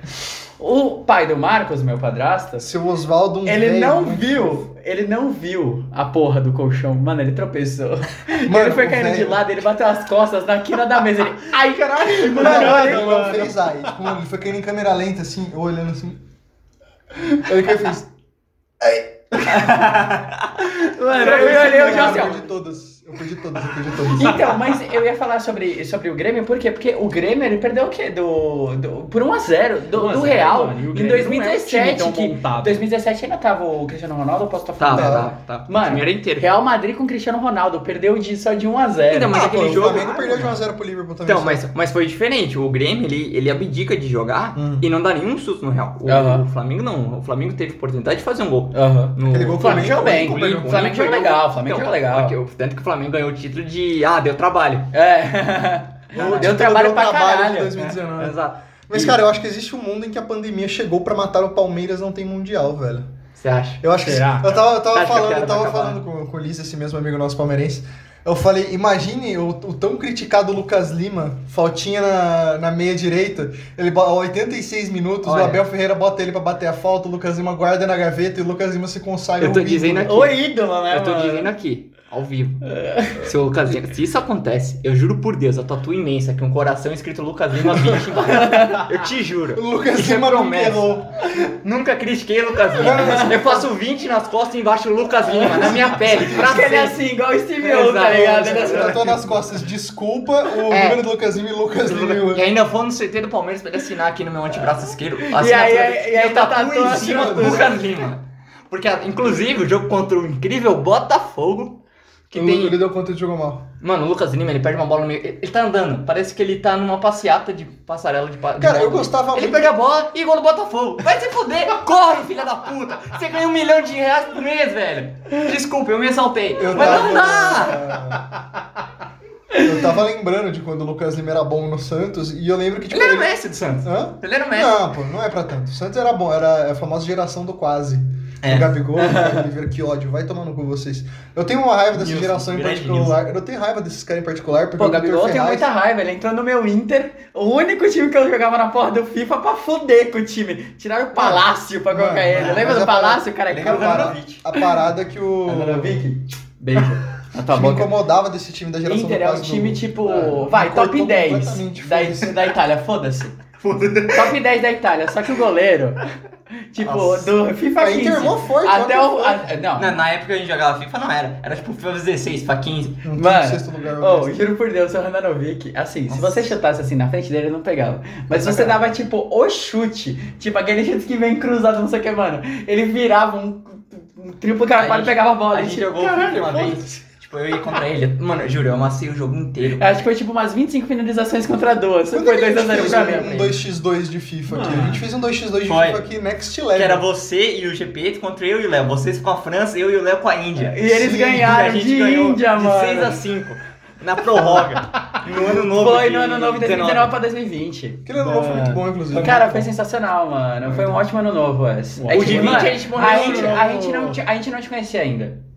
Speaker 2: O pai do Marcos, meu padrasto,
Speaker 5: Seu Oswaldo um
Speaker 2: ele
Speaker 5: velho
Speaker 2: não
Speaker 10: né?
Speaker 5: muito-
Speaker 2: viu. Ele não viu a porra do colchão. Mano, ele tropeçou. <laughs>
Speaker 5: Mano,
Speaker 2: ele foi
Speaker 5: o
Speaker 2: caindo de
Speaker 5: velho-
Speaker 2: lado, ele bateu as costas na quina da mesa. Ele. Ai,
Speaker 10: <laughs>
Speaker 2: caralho,
Speaker 5: Não, não, ele
Speaker 2: mano.
Speaker 5: não fez aí. Tipo, mano, ele foi caindo em câmera lenta, assim, eu olhando assim. Ele que fez.
Speaker 2: Mano, <laughs> eu olhei o Jão assim,
Speaker 5: Eu
Speaker 2: ó.
Speaker 5: perdi todas. Eu perdi todas, eu perdi todas.
Speaker 2: Então, mas eu ia falar sobre, sobre o Grêmio, por quê? Porque o Grêmio ele perdeu o quê? Do, do- por 1x0 do,
Speaker 10: 1
Speaker 2: Então,
Speaker 10: a
Speaker 2: do
Speaker 10: 0,
Speaker 2: Real
Speaker 10: mano, e o
Speaker 2: em
Speaker 10: Grêmio não é um time
Speaker 2: 2017.
Speaker 10: tão
Speaker 2: que,
Speaker 10: montado.
Speaker 2: 2017 ainda tava o Cristiano Ronaldo, eu posso estar
Speaker 4: Tá,
Speaker 2: falando?
Speaker 5: Não.
Speaker 4: tá, tá.
Speaker 2: Mano,
Speaker 4: O time era inteiro.
Speaker 2: Real Madrid com Cristiano Ronaldo, perdeu de, só de 1x0.
Speaker 4: Então, mas
Speaker 5: Ah,
Speaker 4: aquele
Speaker 5: pô,
Speaker 4: jogo-
Speaker 5: O Flamengo perdeu de 1x0 pro Liverpool também.
Speaker 4: Então,
Speaker 5: só.
Speaker 4: mas, mas foi diferente. O Grêmio, ele, ele abdica de jogar
Speaker 5: Hum.
Speaker 4: e não dá nenhum susto no Real. O,
Speaker 2: Aham.
Speaker 4: o Flamengo não. O Flamengo teve oportunidade de fazer um gol.
Speaker 2: Aham.
Speaker 4: No...
Speaker 5: Aquele gol
Speaker 2: O Flamengo jogou bem,
Speaker 5: Flamengo perdeu.
Speaker 2: o Flamengo jogou legal, o Flamengo jogou legal.
Speaker 4: ok, Então, o- tanto que o Flamengo ganhou o título de. Ah, deu trabalho.
Speaker 2: É. <laughs>
Speaker 5: título
Speaker 2: Deu trabalho
Speaker 5: Tipo, deu
Speaker 2: pra
Speaker 5: um trabalho de
Speaker 2: caralho.
Speaker 5: 2019.
Speaker 4: Exato.
Speaker 5: Mas,
Speaker 4: E-
Speaker 5: cara, eu acho que existe um mundo em que a pandemia chegou pra matar o Palmeiras não tem mundial, velho.
Speaker 4: Você acha?
Speaker 5: Eu acho que.
Speaker 10: Será?
Speaker 5: Eu tava, eu
Speaker 4: Você
Speaker 5: tava
Speaker 4: acha que a
Speaker 5: falando,
Speaker 4: piada
Speaker 5: eu tava
Speaker 4: vai acabar?
Speaker 5: falando com, com o Ulisses, esse mesmo amigo nosso palmeirense. Eu falei, imagine o, o tão criticado Lucas Lima, faltinha na, na meia direita, ele bo- a 86 minutos,
Speaker 4: Olha.
Speaker 5: o Abel Ferreira bota ele pra bater a falta, o Lucas Lima guarda na gaveta e o Lucas Lima se consagra
Speaker 4: Eu tô
Speaker 5: um ídolo.
Speaker 4: dizendo aqui.
Speaker 2: O ídolo, né,
Speaker 4: eu tô
Speaker 2: mano?
Speaker 4: dizendo aqui, ao vivo. Se o Lucas Lima- se isso acontece, eu juro por Deus, a tatu imensa, que um coração escrito Lucas Lima 20 embaixo. Eu te
Speaker 5: O
Speaker 4: juro.
Speaker 5: Lucas
Speaker 4: Isso é
Speaker 5: Lima não
Speaker 4: promessa.
Speaker 5: errou.
Speaker 4: Nunca critiquei o Lucas Lima. Eu faço 20 nas costas e embaixo o Lucas Lima, na minha pele. Pra
Speaker 2: Porque ele é
Speaker 4: sempre.
Speaker 2: assim, igual o Steve O, tá
Speaker 4: Exato.
Speaker 2: ligado? Ele é assim,
Speaker 5: Você tatuou nas costas, desculpa, o
Speaker 4: É.
Speaker 5: número do Lucas Lima e Lucas
Speaker 2: assim,
Speaker 5: Lima.
Speaker 4: E ainda vou no CT do Palmeiras pra ele assinar aqui no meu antebraço esquerdo.
Speaker 2: E aí, e aí
Speaker 4: eu
Speaker 2: tá
Speaker 4: tatuo
Speaker 2: tatuando
Speaker 4: em cima do
Speaker 2: tudo.
Speaker 4: Lucas Lima. Porque, inclusive, o jogo contra o incrível Botafogo, que
Speaker 5: O Lu-
Speaker 4: tem...
Speaker 5: Ele deu conta de jogo mal.
Speaker 4: Mano, o Lucas Lima, ele perde uma bola no meio... Ele tá andando, parece que ele tá numa passeata de passarela de... pa- de
Speaker 5: Cara, eu
Speaker 4: bola.
Speaker 5: gostava
Speaker 4: Ele
Speaker 5: muito.
Speaker 4: perde a bola e gol do Botafogo. Vai
Speaker 5: <laughs>
Speaker 4: se fuder, corre, filha da puta. Você ganha um milhão de reais por mês, velho. Desculpa, eu me exaltei.
Speaker 5: Eu
Speaker 4: Mas
Speaker 5: tava,
Speaker 4: não dá.
Speaker 5: Eu tava lembrando de quando o Lucas Lima era bom no Santos e eu lembro que tipo.
Speaker 4: Ele era o
Speaker 5: ele-
Speaker 4: Messi do Santos.
Speaker 5: Hã?
Speaker 4: Ele era o Messi.
Speaker 5: Não, pô, não é pra tanto. O Santos era bom, era a famosa geração do quase.
Speaker 2: É.
Speaker 5: O Gabigol, o
Speaker 2: <laughs>
Speaker 5: Thiago Oliveira, que ódio, vai tomando com vocês. Eu tenho uma raiva dessa
Speaker 4: Nilson,
Speaker 5: geração em
Speaker 4: grande
Speaker 5: particular. Eu tenho raiva desses caras em particular, porque
Speaker 2: Pô, o
Speaker 5: o Vitor
Speaker 2: Gabigol tem
Speaker 5: Ferraz-
Speaker 2: muita raiva, ele entrou no meu Inter, o único time que eu jogava na porra do FIFA pra foder com o time. Tiraram o Palácio pra
Speaker 5: Mano,
Speaker 2: colocar ele.
Speaker 5: mano,
Speaker 2: Lembra
Speaker 5: mas
Speaker 2: do
Speaker 5: a parada-
Speaker 2: Palácio, o cara?
Speaker 5: é a parada, a parada que o.
Speaker 4: <laughs>
Speaker 2: Beijo. Na tua
Speaker 5: que me
Speaker 2: boca.
Speaker 5: incomodava desse time da geração
Speaker 2: Tá Inter
Speaker 5: do
Speaker 2: é
Speaker 5: quase.
Speaker 2: um time
Speaker 5: do-
Speaker 2: tipo.
Speaker 5: Ah,
Speaker 2: vai,
Speaker 5: me
Speaker 2: top
Speaker 5: cortou
Speaker 2: 10
Speaker 5: completamente,
Speaker 2: da,
Speaker 5: foda-se.
Speaker 2: da Itália, foda-se. top 10 da Itália, só que o
Speaker 5: <laughs>
Speaker 2: goleiro. Tipo, do FIFA
Speaker 5: A
Speaker 2: 15.
Speaker 5: Inter é mó forte,
Speaker 2: até
Speaker 5: olha
Speaker 2: o.
Speaker 5: que
Speaker 2: a- não,
Speaker 9: Na, na época que a gente jogava FIFA, não era. Era tipo FIFA 16, FIFA 15.
Speaker 5: Não tinha
Speaker 2: Mano,
Speaker 5: sexto lugar,
Speaker 2: Oh,
Speaker 5: honesto.
Speaker 2: juro por Deus, o Randanovic, assim, se você chutasse assim na frente dele, ele não pegava. Mas se você dava tipo o chute, tipo aquele chute que vem cruzado, não sei o que, mano, ele virava um, um triplo carpado e
Speaker 9: gente-
Speaker 2: pegava a bola.
Speaker 9: A
Speaker 2: e,
Speaker 9: gente
Speaker 2: tipo,
Speaker 9: jogou
Speaker 2: caralho,
Speaker 9: FIFA uma
Speaker 2: foda-se.
Speaker 9: vez. Tipo, eu ia contra ele. Mano, eu juro, eu amassei o jogo inteiro.
Speaker 2: Acho que foi tipo umas 25 finalizações contra duas.
Speaker 5: Quando
Speaker 2: foi
Speaker 5: a gente
Speaker 2: 2x0
Speaker 5: fez
Speaker 2: pra
Speaker 5: um-
Speaker 2: mim. né?
Speaker 5: Um 2x2 de FIFA aqui. A gente fez um 2x2 de
Speaker 9: Foi.
Speaker 5: FIFA aqui next
Speaker 9: Que
Speaker 5: level.
Speaker 9: era você e o GP contra eu e o Léo. Vocês com a França, eu e o Léo com a Índia.
Speaker 2: E eles
Speaker 5: Sim,
Speaker 2: ganharam de Índia,
Speaker 9: de
Speaker 2: mano.
Speaker 9: 6 a 5 na prorroga. no ano novo.
Speaker 2: Foi
Speaker 9: de
Speaker 2: no ano novo de 2019 pra 2020.
Speaker 5: Aquele ano novo foi muito bom, inclusive.
Speaker 2: Cara, foi sensacional, mano. Foi um ótimo ano novo esse.
Speaker 10: O
Speaker 2: É que,
Speaker 9: de
Speaker 2: mano,
Speaker 9: 20 a gente morreu
Speaker 2: A
Speaker 9: no
Speaker 2: gente,
Speaker 4: né?
Speaker 2: a
Speaker 10: ano novo.
Speaker 2: gente não te, a gente não te conhecia ainda.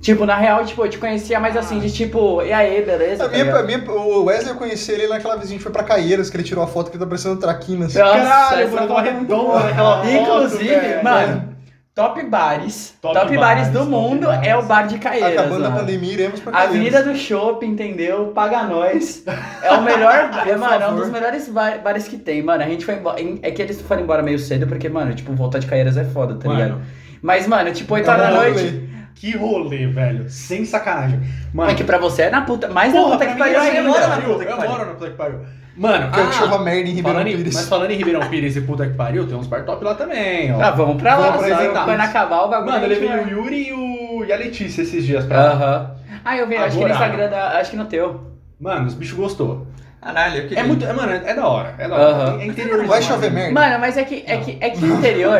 Speaker 2: Tipo, na real, tipo, eu te conhecia mais assim, de tipo, e aí, beleza?
Speaker 5: A minha,
Speaker 2: Tá
Speaker 5: a minha- o Wesley eu conheci ele naquela vez que a gente foi pra Caieiras, que ele tirou a foto que tá parecendo traquinas.
Speaker 2: Nossa,
Speaker 10: Caralho,
Speaker 2: essa
Speaker 10: eu
Speaker 2: foto
Speaker 10: tava
Speaker 2: é muito
Speaker 10: redondo
Speaker 2: boa.
Speaker 10: naquela foto,
Speaker 2: Inclusive,
Speaker 10: velho.
Speaker 2: mano, top bares. Top,
Speaker 10: Top
Speaker 2: bares,
Speaker 10: bares,
Speaker 2: do
Speaker 10: top
Speaker 2: mundo
Speaker 10: bares.
Speaker 2: é o bar de Caeiras.
Speaker 5: Acabando a
Speaker 2: mano.
Speaker 5: pandemia, iremos pra Caieiras.
Speaker 2: Avenida do Shopping, entendeu? Paga nós. É o
Speaker 10: <laughs>
Speaker 2: melhor, é, mano, é um
Speaker 5: favor.
Speaker 2: dos melhores ba- bares que tem, mano. A gente foi embora. É que eles foram embora meio cedo, porque, mano, tipo, voltar de Caieiras é foda, tá
Speaker 10: Mano.
Speaker 2: ligado? Mas, mano, tipo, 8
Speaker 5: É um
Speaker 2: horas da
Speaker 5: rolê.
Speaker 2: noite.
Speaker 10: Que rolê, velho. Sem sacanagem. Mano,
Speaker 2: É que pra você é na puta. Mais
Speaker 10: porra,
Speaker 2: na puta
Speaker 10: pra
Speaker 2: que
Speaker 10: mim
Speaker 2: pariu assim, né?
Speaker 10: é
Speaker 2: ainda.
Speaker 10: ainda.
Speaker 9: na puta que
Speaker 10: Eu
Speaker 9: pariu.
Speaker 10: moro na puta que pariu. Mano,
Speaker 5: Que é o que
Speaker 10: ah,
Speaker 5: chama merda em Ribeirão
Speaker 10: falando em-
Speaker 5: Pires.
Speaker 10: mas falando em Ribeirão Pires e puta que pariu, tem uns bar top lá também, ó.
Speaker 2: Ah, vamos pra lá,
Speaker 10: Vamos apresentar.
Speaker 2: quando acabar o bagulho.
Speaker 10: Mano,
Speaker 2: a
Speaker 10: eu
Speaker 2: gente
Speaker 10: levei o
Speaker 2: vai.
Speaker 10: Yuri e, o... e a Letícia esses dias pra lá.
Speaker 2: Aham. Ah, eu vi, acho que no
Speaker 10: Agora.
Speaker 2: Instagram da. Acho que no teu.
Speaker 10: Mano, os bichos gostou.
Speaker 9: Caralho, eu queria.
Speaker 10: É muito. É, mano, é da hora. É da hora.
Speaker 2: Aham.
Speaker 10: É interior.
Speaker 5: Vai chover merda.
Speaker 2: Mano, mas é que é que, é que interior.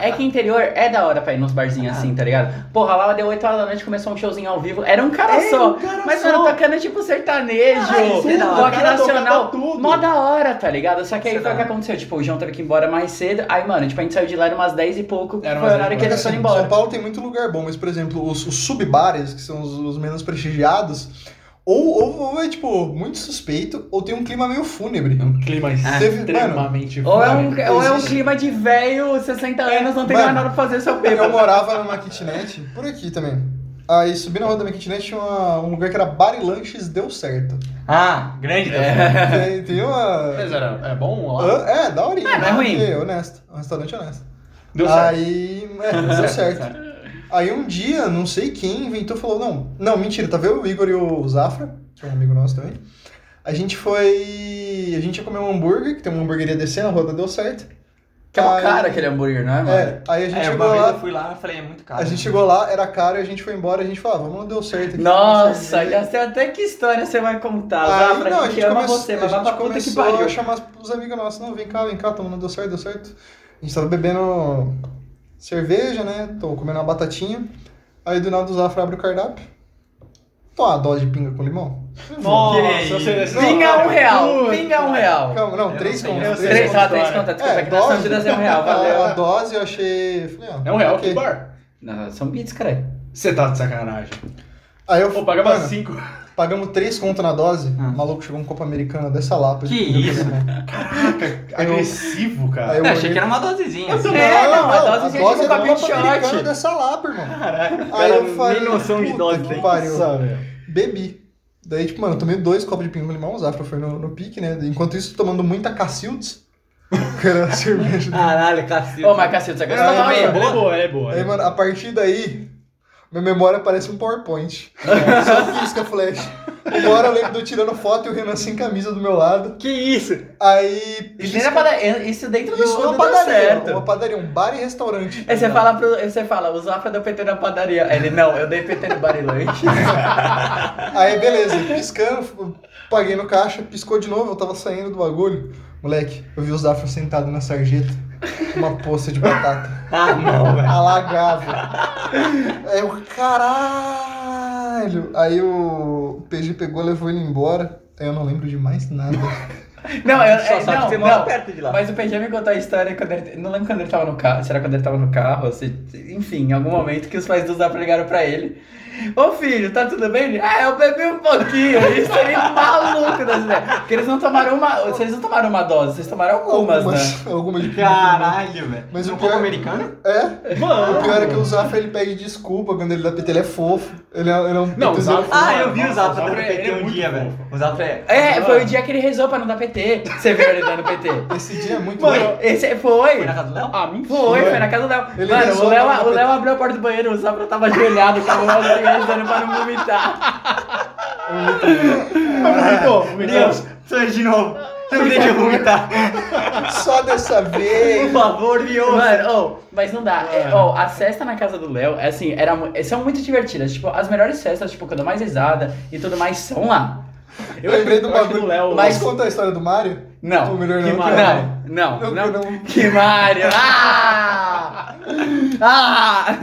Speaker 2: é que interior é da hora pra ir nos barzinhos assim, tá ligado? Porra, lá deu 8 horas da noite, começou um showzinho ao vivo. Era um
Speaker 10: É,
Speaker 2: cara só. Mas, mano, tocando tipo sertanejo,
Speaker 9: É, Ah, isso é da hora.
Speaker 2: rock
Speaker 10: O cara
Speaker 2: nacional,
Speaker 10: tocava tudo.
Speaker 2: mó da hora, tá ligado? Só que aí
Speaker 9: Isso é
Speaker 2: foi o
Speaker 9: da
Speaker 2: que
Speaker 9: hora.
Speaker 2: aconteceu, tipo, o João teve que ir embora mais cedo, aí, mano, tipo, a gente saiu de lá era umas 10 e pouco,
Speaker 10: Era
Speaker 2: foi
Speaker 10: umas
Speaker 2: o horário
Speaker 10: 10
Speaker 2: que
Speaker 5: Porque,
Speaker 2: eles
Speaker 5: assim,
Speaker 2: foram
Speaker 5: São
Speaker 2: embora.
Speaker 5: Paulo tem muito lugar bom, mas, por exemplo, os, os sub-bares, que são os, os menos prestigiados, Ou, ou, ou é, tipo, muito suspeito, ou tem um clima meio fúnebre.
Speaker 10: É um clima
Speaker 5: Teve-
Speaker 10: extremamente
Speaker 2: Ou é um,
Speaker 10: fúnebre.
Speaker 2: ou é um clima de velho, 60 anos, não tem
Speaker 5: Mano,
Speaker 2: mais nada pra fazer, seu
Speaker 5: Eu
Speaker 2: bêbado.
Speaker 5: morava numa kitnet, por aqui também. Aí subi na rua da minha kitnet tinha uma- um lugar que era bar e lanches deu
Speaker 2: <laughs>
Speaker 5: certo.
Speaker 9: Ah, grande Deus.
Speaker 5: Tem, tem uma.
Speaker 10: Mas era, é bom lá?
Speaker 5: Hã? É, daorinha.
Speaker 2: Ah, não é ruim.
Speaker 5: porque honesto. Um restaurante honesto.
Speaker 10: Deu certo.
Speaker 5: Aí. É, deu certo. Aí um dia, não sei quem inventou, falou: não, não, mentira, tá vendo o Igor e o Zafra, que é um amigo nosso também. A gente foi. A gente ia comer um hambúrguer, que tem uma hambúrgueria descendo, a roda deu certo.
Speaker 2: Que é uma
Speaker 5: Aí-
Speaker 2: cara aquele hambúrguer, não é, mano?
Speaker 5: É, aí a gente
Speaker 9: É, uma
Speaker 5: chegou
Speaker 9: vez
Speaker 5: lá.
Speaker 9: eu fui lá e falei, é muito caro.
Speaker 5: A gente chegou lá, era caro e a gente foi embora. A gente falou, ah, vamos, não deu certo. aqui, vamos
Speaker 2: Nossa,
Speaker 5: sair.
Speaker 2: já sei até que história você vai contar.
Speaker 5: Aí,
Speaker 2: Aí, pra
Speaker 5: não, a
Speaker 2: gente,
Speaker 5: gente
Speaker 2: ama
Speaker 5: começou,
Speaker 2: você, mas
Speaker 5: a
Speaker 2: vai
Speaker 5: gente
Speaker 2: pra puta que
Speaker 5: começou a
Speaker 2: pariu.
Speaker 5: chamar os amigos nossos, não, vem cá, vem cá, tamo, não deu certo, deu certo. A gente tava bebendo cerveja, né, tô comendo uma batatinha, aí do nada o Zafra abre o cardápio, toma uma dose de pinga com limão.
Speaker 10: Nossa,
Speaker 9: Que
Speaker 10: eu sei dessa
Speaker 5: isso?
Speaker 2: Pinga
Speaker 10: história.
Speaker 2: um real,
Speaker 10: tá Puta.
Speaker 2: pinga um real.
Speaker 5: Calma, não,
Speaker 9: Eu
Speaker 5: três
Speaker 9: não sei,
Speaker 5: contas.
Speaker 10: eu sei.
Speaker 2: Três,
Speaker 10: Essa
Speaker 2: ah, três
Speaker 10: história.
Speaker 2: contas, desculpa,
Speaker 5: É, ah,
Speaker 2: é, que nós
Speaker 5: dose.
Speaker 2: estamos de nós é um real, valeu.
Speaker 5: <laughs> A dose eu achei, falei, ó,
Speaker 10: É um real,
Speaker 5: ok.
Speaker 10: que bar.
Speaker 2: Não, são bits, cara.
Speaker 10: Você tá de sacanagem.
Speaker 5: Aí eu,
Speaker 10: Pô, pagava
Speaker 5: mano,
Speaker 10: cinco.
Speaker 5: pagamos três contas na dose,
Speaker 9: Ah.
Speaker 5: o maluco chegou um copo americano dessa
Speaker 9: Que
Speaker 5: lapa. de pinga com
Speaker 9: isso?
Speaker 5: <laughs> limão.
Speaker 10: <laughs> Agressivo, cara.
Speaker 5: Aí eu
Speaker 9: Eu achei
Speaker 5: olhei-
Speaker 9: que era uma dosezinha. assim.
Speaker 2: tô- É, não, a dose tá você tinha
Speaker 5: era
Speaker 2: com
Speaker 5: uma
Speaker 2: caprichote.
Speaker 5: americana dessa lapa, irmão.
Speaker 9: Caraca, o
Speaker 5: Aí
Speaker 9: cara
Speaker 5: eu falei,
Speaker 9: nem noção de
Speaker 5: puta
Speaker 9: dose
Speaker 5: que
Speaker 9: tem.
Speaker 5: pariu.
Speaker 10: velho.
Speaker 5: Bebi. Daí, tipo, mano, eu tomei dois copos de pinga com limão, o Zafra foi no, no pique, né? Enquanto isso, tomando muita Cacildes, <laughs> que era a cerveja.
Speaker 9: Caralho, cacete.
Speaker 2: Ô, mas cacete, você tá
Speaker 5: É,
Speaker 2: gosta
Speaker 9: Ah,
Speaker 5: mano.
Speaker 2: de
Speaker 10: Ela é boa, ela é boa.
Speaker 5: Aí, mano, a partir daí, minha memória parece
Speaker 2: <laughs>
Speaker 5: um PowerPoint. Só pisca flash. Uma hora eu lembro de eu tirando foto e o Renan sem camisa do meu lado.
Speaker 9: Que isso?
Speaker 5: Aí.
Speaker 2: Isso, dentro da padaria- é isso dentro do
Speaker 5: Isso
Speaker 2: do-
Speaker 5: uma
Speaker 2: do
Speaker 5: padaria,
Speaker 2: certo.
Speaker 5: uma padaria, um bar e restaurante.
Speaker 2: Aí você fala, pro, aí você fala, é o Zafra deu PT na padaria. Aí ele, não, eu dei PT no barilante.
Speaker 5: Aí, beleza, piscando, f- paguei no caixa, piscou de novo, eu tava saindo do bagulho. Moleque, eu vi o Zafra sentado na sarjeta, uma poça de
Speaker 10: <laughs>
Speaker 5: batata,
Speaker 9: Ah, não,
Speaker 5: <laughs>
Speaker 9: velho.
Speaker 5: alagava. Aí eu, caralho! Aí o PG pegou, levou ele embora, aí eu não lembro de mais nada.
Speaker 2: <laughs> Não, eu,
Speaker 9: Só
Speaker 2: é,
Speaker 9: sabe que
Speaker 2: não,
Speaker 9: você mora
Speaker 2: não.
Speaker 9: perto de
Speaker 4: Tá.
Speaker 9: lá.
Speaker 2: Mas o PG me contou a história quando ele. Não lembro quando ele tava no carro. Será quando ele tava no carro? ou se- enfim, em algum momento que os pais do Zap ligaram pra ele. Ô filho, tá tudo bem? Ele, Ah, eu bebi um pouquinho. Eles seriam malucos das ideias. Porque eles não tomaram uma. Se eles não tomaram uma dose, vocês tomaram algumas, né?
Speaker 5: <laughs> Algumas, algumas de
Speaker 9: Caralho, velho.
Speaker 5: Mas
Speaker 9: um
Speaker 5: o
Speaker 9: pouco
Speaker 5: pior-
Speaker 9: americano?
Speaker 5: É,
Speaker 10: Mano.
Speaker 5: o pior é que o Zafra ele pede desculpa quando ele dá PT, ele é fofo. Ele é, ele é um
Speaker 10: Não, o
Speaker 5: PTzão.
Speaker 10: Zafra-
Speaker 9: Ah, eu vi o
Speaker 10: Nossa, o
Speaker 9: Zafra dando
Speaker 10: Zafra, ele
Speaker 9: PT
Speaker 10: é
Speaker 9: um
Speaker 10: muito
Speaker 9: dia,
Speaker 10: bom.
Speaker 9: velho. O Zafra é...
Speaker 2: É, foi o dia que ele rezou pra não dar PT. Você viu ele dando PT?
Speaker 5: Esse dia é muito
Speaker 2: Foi, esse foi.
Speaker 9: Foi na casa do Léo?
Speaker 10: Ah, mentira.
Speaker 2: Foi, foi na casa do Léo.
Speaker 5: Ele
Speaker 2: Mano,
Speaker 5: rezou
Speaker 2: o
Speaker 5: pra não
Speaker 2: Léo, o
Speaker 5: vomitar.
Speaker 2: Léo abriu a porta do banheiro, o Zafra tava ajoelhado com a mão assim, rezando pra não vomitar.
Speaker 10: Vomitou, vomitou.
Speaker 9: Deus, sai de novo. Não me deixa vomitar.
Speaker 5: Só dessa vez.
Speaker 9: Por favor, me ouça.
Speaker 2: Mano, oh, mas não dá. É, oh, a festa na casa do Léo, é assim, era, mu- são muito divertidas. Tipo, as melhores festas, tipo, quando mais risada e tudo mais, são lá.
Speaker 5: Eu lembrei do
Speaker 10: eu acho que é
Speaker 5: bagulho.
Speaker 10: do Léo-
Speaker 5: Mas conta a história do Mário?
Speaker 2: Não.
Speaker 5: Ou melhor,
Speaker 2: que
Speaker 5: não. que
Speaker 2: Mário?
Speaker 5: não.
Speaker 2: Não, não,
Speaker 5: Não,
Speaker 2: não.
Speaker 5: que não.
Speaker 2: Que Mário! Ah! Ah!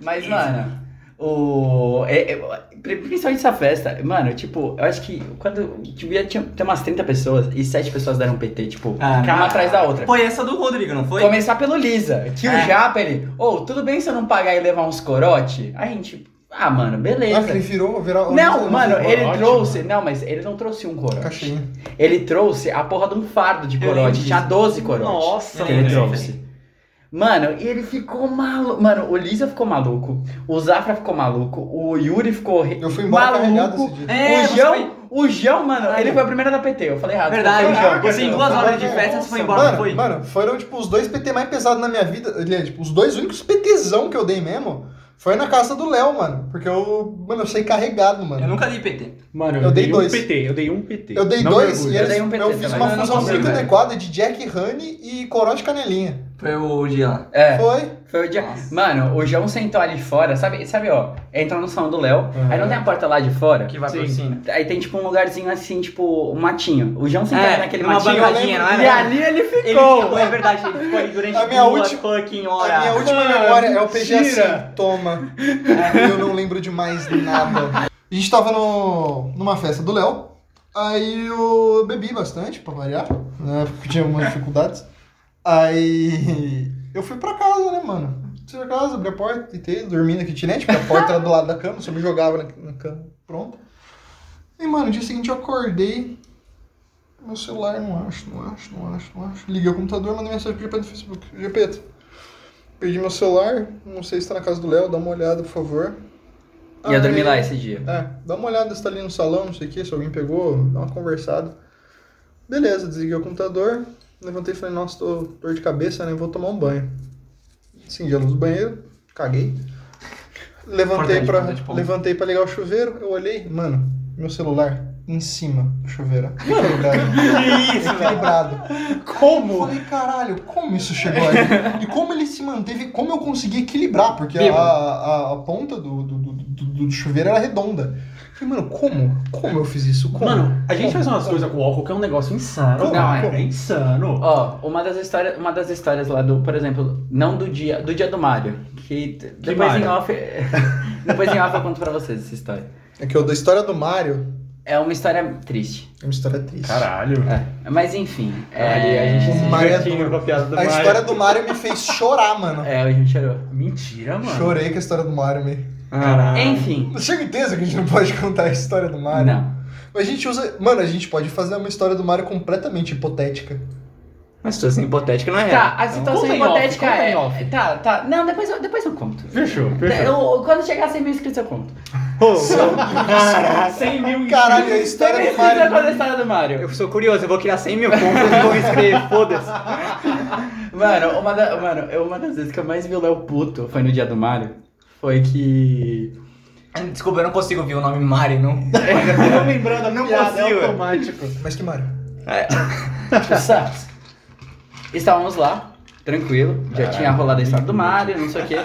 Speaker 2: Mas, mano, o. é- é- pri- principalmente essa festa, mano, tipo, eu acho que quando. Devia tinha, ter umas 30 pessoas e 7 pessoas deram PT, tipo,
Speaker 9: Ah,
Speaker 2: uma atrás da outra.
Speaker 9: Foi essa do Rodrigo, não foi?
Speaker 2: Começar pelo Lisa, que o
Speaker 9: É.
Speaker 2: Japa, ele. Ô, tudo bem se eu não pagar e levar uns corote? Aí a gente. Ah, mano,
Speaker 5: Ah, que
Speaker 2: beleza.
Speaker 5: ele virou, virou.
Speaker 2: Não, mano,
Speaker 5: virou
Speaker 2: ele
Speaker 10: corote,
Speaker 2: trouxe. Não, mas ele não trouxe um corote.
Speaker 5: Caixinha.
Speaker 2: Ele trouxe a porra de um fardo de
Speaker 9: Eu lembro
Speaker 2: corote.
Speaker 9: disso.
Speaker 2: Tinha 12 corotes.
Speaker 9: Nossa,
Speaker 2: que ele
Speaker 9: mano.
Speaker 2: trouxe. Mano, e ele ficou maluco. Mano, o Lisa ficou maluco. O Zafra ficou maluco. O Yuri ficou re-
Speaker 5: Eu fui embora carregado esse
Speaker 2: maluco.
Speaker 5: dia.
Speaker 9: É,
Speaker 2: o
Speaker 9: você
Speaker 2: Jão,
Speaker 9: foi-
Speaker 2: o Jão, mano, ele foi a primeira da PT. Eu falei errado.
Speaker 9: Verdade,
Speaker 2: Foi o Jão.
Speaker 9: Jão. Você em duas horas de festa, você foi embora, não
Speaker 5: Mano,
Speaker 9: foi?
Speaker 5: mano, foram tipo os dois PT mais pesados na minha vida. Aliás, tipo, os dois únicos PTzão que eu dei mesmo foi na casa do Léo, mano. Porque eu, mano, eu saí carregado, mano.
Speaker 9: Eu nunca dei PT.
Speaker 10: Mano, eu,
Speaker 5: Eu dei
Speaker 10: dei,
Speaker 5: dois.
Speaker 10: um PT, eu dei um PT.
Speaker 5: Eu dei
Speaker 10: Não
Speaker 5: dois
Speaker 10: mergulho.
Speaker 5: e
Speaker 2: Eu
Speaker 5: eles,
Speaker 2: dei um
Speaker 5: eu,
Speaker 2: PT
Speaker 5: fiz
Speaker 2: também.
Speaker 5: uma
Speaker 9: Eu não
Speaker 5: fusão
Speaker 9: consigo,
Speaker 5: muito
Speaker 9: velho.
Speaker 5: adequada de Jack Honey e Corote Canelinha.
Speaker 9: Foi o dia lá.
Speaker 2: É.
Speaker 5: Foi.
Speaker 2: Foi o dia.
Speaker 9: Nossa.
Speaker 2: Mano, o João sentou ali fora, sabe, sabe ó, entra no salão do Léo, aí não tem a porta lá de fora?
Speaker 9: Que vai
Speaker 10: Sim.
Speaker 9: pro cine.
Speaker 2: Aí tem tipo um lugarzinho assim, tipo, um matinho. O João sentou
Speaker 9: É,
Speaker 2: ali naquele
Speaker 9: numa
Speaker 2: matinho.
Speaker 9: bancadinha, não era?
Speaker 2: E ali ele
Speaker 9: Ele
Speaker 2: ficou.
Speaker 9: ficou, é verdade, ele ficou ali durante
Speaker 5: A minha
Speaker 9: duas
Speaker 5: última-
Speaker 9: fucking
Speaker 5: A minha
Speaker 9: horas.
Speaker 5: última
Speaker 10: Mano,
Speaker 5: memória é o PG assim,
Speaker 10: mentira.
Speaker 5: toma. Eu não lembro de mais nada. A gente tava no, numa festa do Léo, aí eu bebi bastante, pra variar, né? Porque tinha algumas dificuldades. Aí eu fui pra casa, né, mano? Fui pra casa, abri a porta, né? Tipo, deitei, dormi na kitnet, porque a porta era do lado da cama, só me jogava na, na cama, pronto. E, mano, no dia seguinte eu acordei. Meu celular, não acho, não acho, não acho, não acho. Liguei o computador, mandei mensagem pro GP do Facebook. GP, perdi meu celular, não sei se tá na casa do Léo, dá uma olhada, por favor.
Speaker 4: Ia dormir
Speaker 5: Aí-
Speaker 4: lá esse dia.
Speaker 5: é, dá uma olhada se tá ali no salão, não sei o que, se alguém pegou, dá uma conversada. Beleza, desliguei o computador, levantei e falei, nossa, tô dor de cabeça, né? Vou tomar um banho. Acendi a luz do banheiro, caguei. Levantei
Speaker 9: Importante,
Speaker 5: pra,
Speaker 9: importante ponto.
Speaker 5: levantei pra ligar o chuveiro, eu olhei, mano, meu celular em cima do chuveiro.
Speaker 9: <laughs>
Speaker 5: Equilibrado. equilibrado. assim, Como? Falei, caralho, como isso chegou aí? E como ele se manteve, como eu consegui equilibrar, porque a, a, a ponta do, do, do, do- do chuveiro era redonda. Falei, mano, como? Como eu fiz isso? Como?
Speaker 10: Mano, a gente
Speaker 5: Como?
Speaker 10: faz umas coisas com o álcool que é um negócio insano.
Speaker 5: Como?
Speaker 10: cara.
Speaker 5: Como?
Speaker 10: É insano.
Speaker 2: Ó, uma das histórias, uma das histórias lá do, por exemplo, não do dia, do dia do Mario, que t- depois em
Speaker 10: Mario?
Speaker 2: off, <laughs> depois em off eu conto pra vocês essa história.
Speaker 5: É que o da história do Mario
Speaker 2: É uma história triste.
Speaker 5: é uma história triste.
Speaker 10: Caralho.
Speaker 2: Mas enfim,
Speaker 4: Ali a
Speaker 2: é,
Speaker 4: gente se
Speaker 5: O Mario é
Speaker 4: divertindo com a piada do
Speaker 5: a
Speaker 4: Mario.
Speaker 5: história do Mario me fez chorar, mano.
Speaker 2: é, a gente chorou.
Speaker 10: Mentira, mano.
Speaker 5: Chorei com a história do Mario, me.
Speaker 2: Enfim,
Speaker 5: Certeza que a gente não pode contar a história do Mario.
Speaker 2: não.
Speaker 5: Mas a gente usa. Mano, a gente pode fazer uma história do Mario completamente hipotética.
Speaker 4: Uma situação hipotética não é real.
Speaker 2: Tá, a situação
Speaker 4: conta em off,
Speaker 2: hipotética
Speaker 4: conta em
Speaker 2: é,
Speaker 4: off.
Speaker 2: tá, tá. Não, depois eu, depois eu conto.
Speaker 10: Fechou,
Speaker 9: É,
Speaker 10: fechou.
Speaker 2: Eu, quando chegar a 100 mil inscritos eu conto.
Speaker 4: Caraca, 100 mil
Speaker 5: Caralho, a
Speaker 2: Cem mil
Speaker 5: história do
Speaker 2: inscritos eu conto
Speaker 5: Mario.
Speaker 2: a história do Mario.
Speaker 4: Eu sou curioso, eu vou criar 100 mil contas e vou escrever, foda-se.
Speaker 2: <laughs> Mano, uma, da- mano, eu- uma das vezes que eu mais vi o Léo puto foi no dia do Mario. Foi que.
Speaker 9: <laughs>
Speaker 4: Desculpa, eu não consigo ouvir o nome Mario, <laughs> não.
Speaker 10: tô lembrando a
Speaker 4: Não
Speaker 10: piada, é
Speaker 4: consigo.
Speaker 10: automático.
Speaker 5: Mas que Mario?
Speaker 2: tipo,
Speaker 4: <laughs>
Speaker 2: Sabe? Estávamos lá, tranquilo, já tinha rolado a história do Mario, não sei o quê.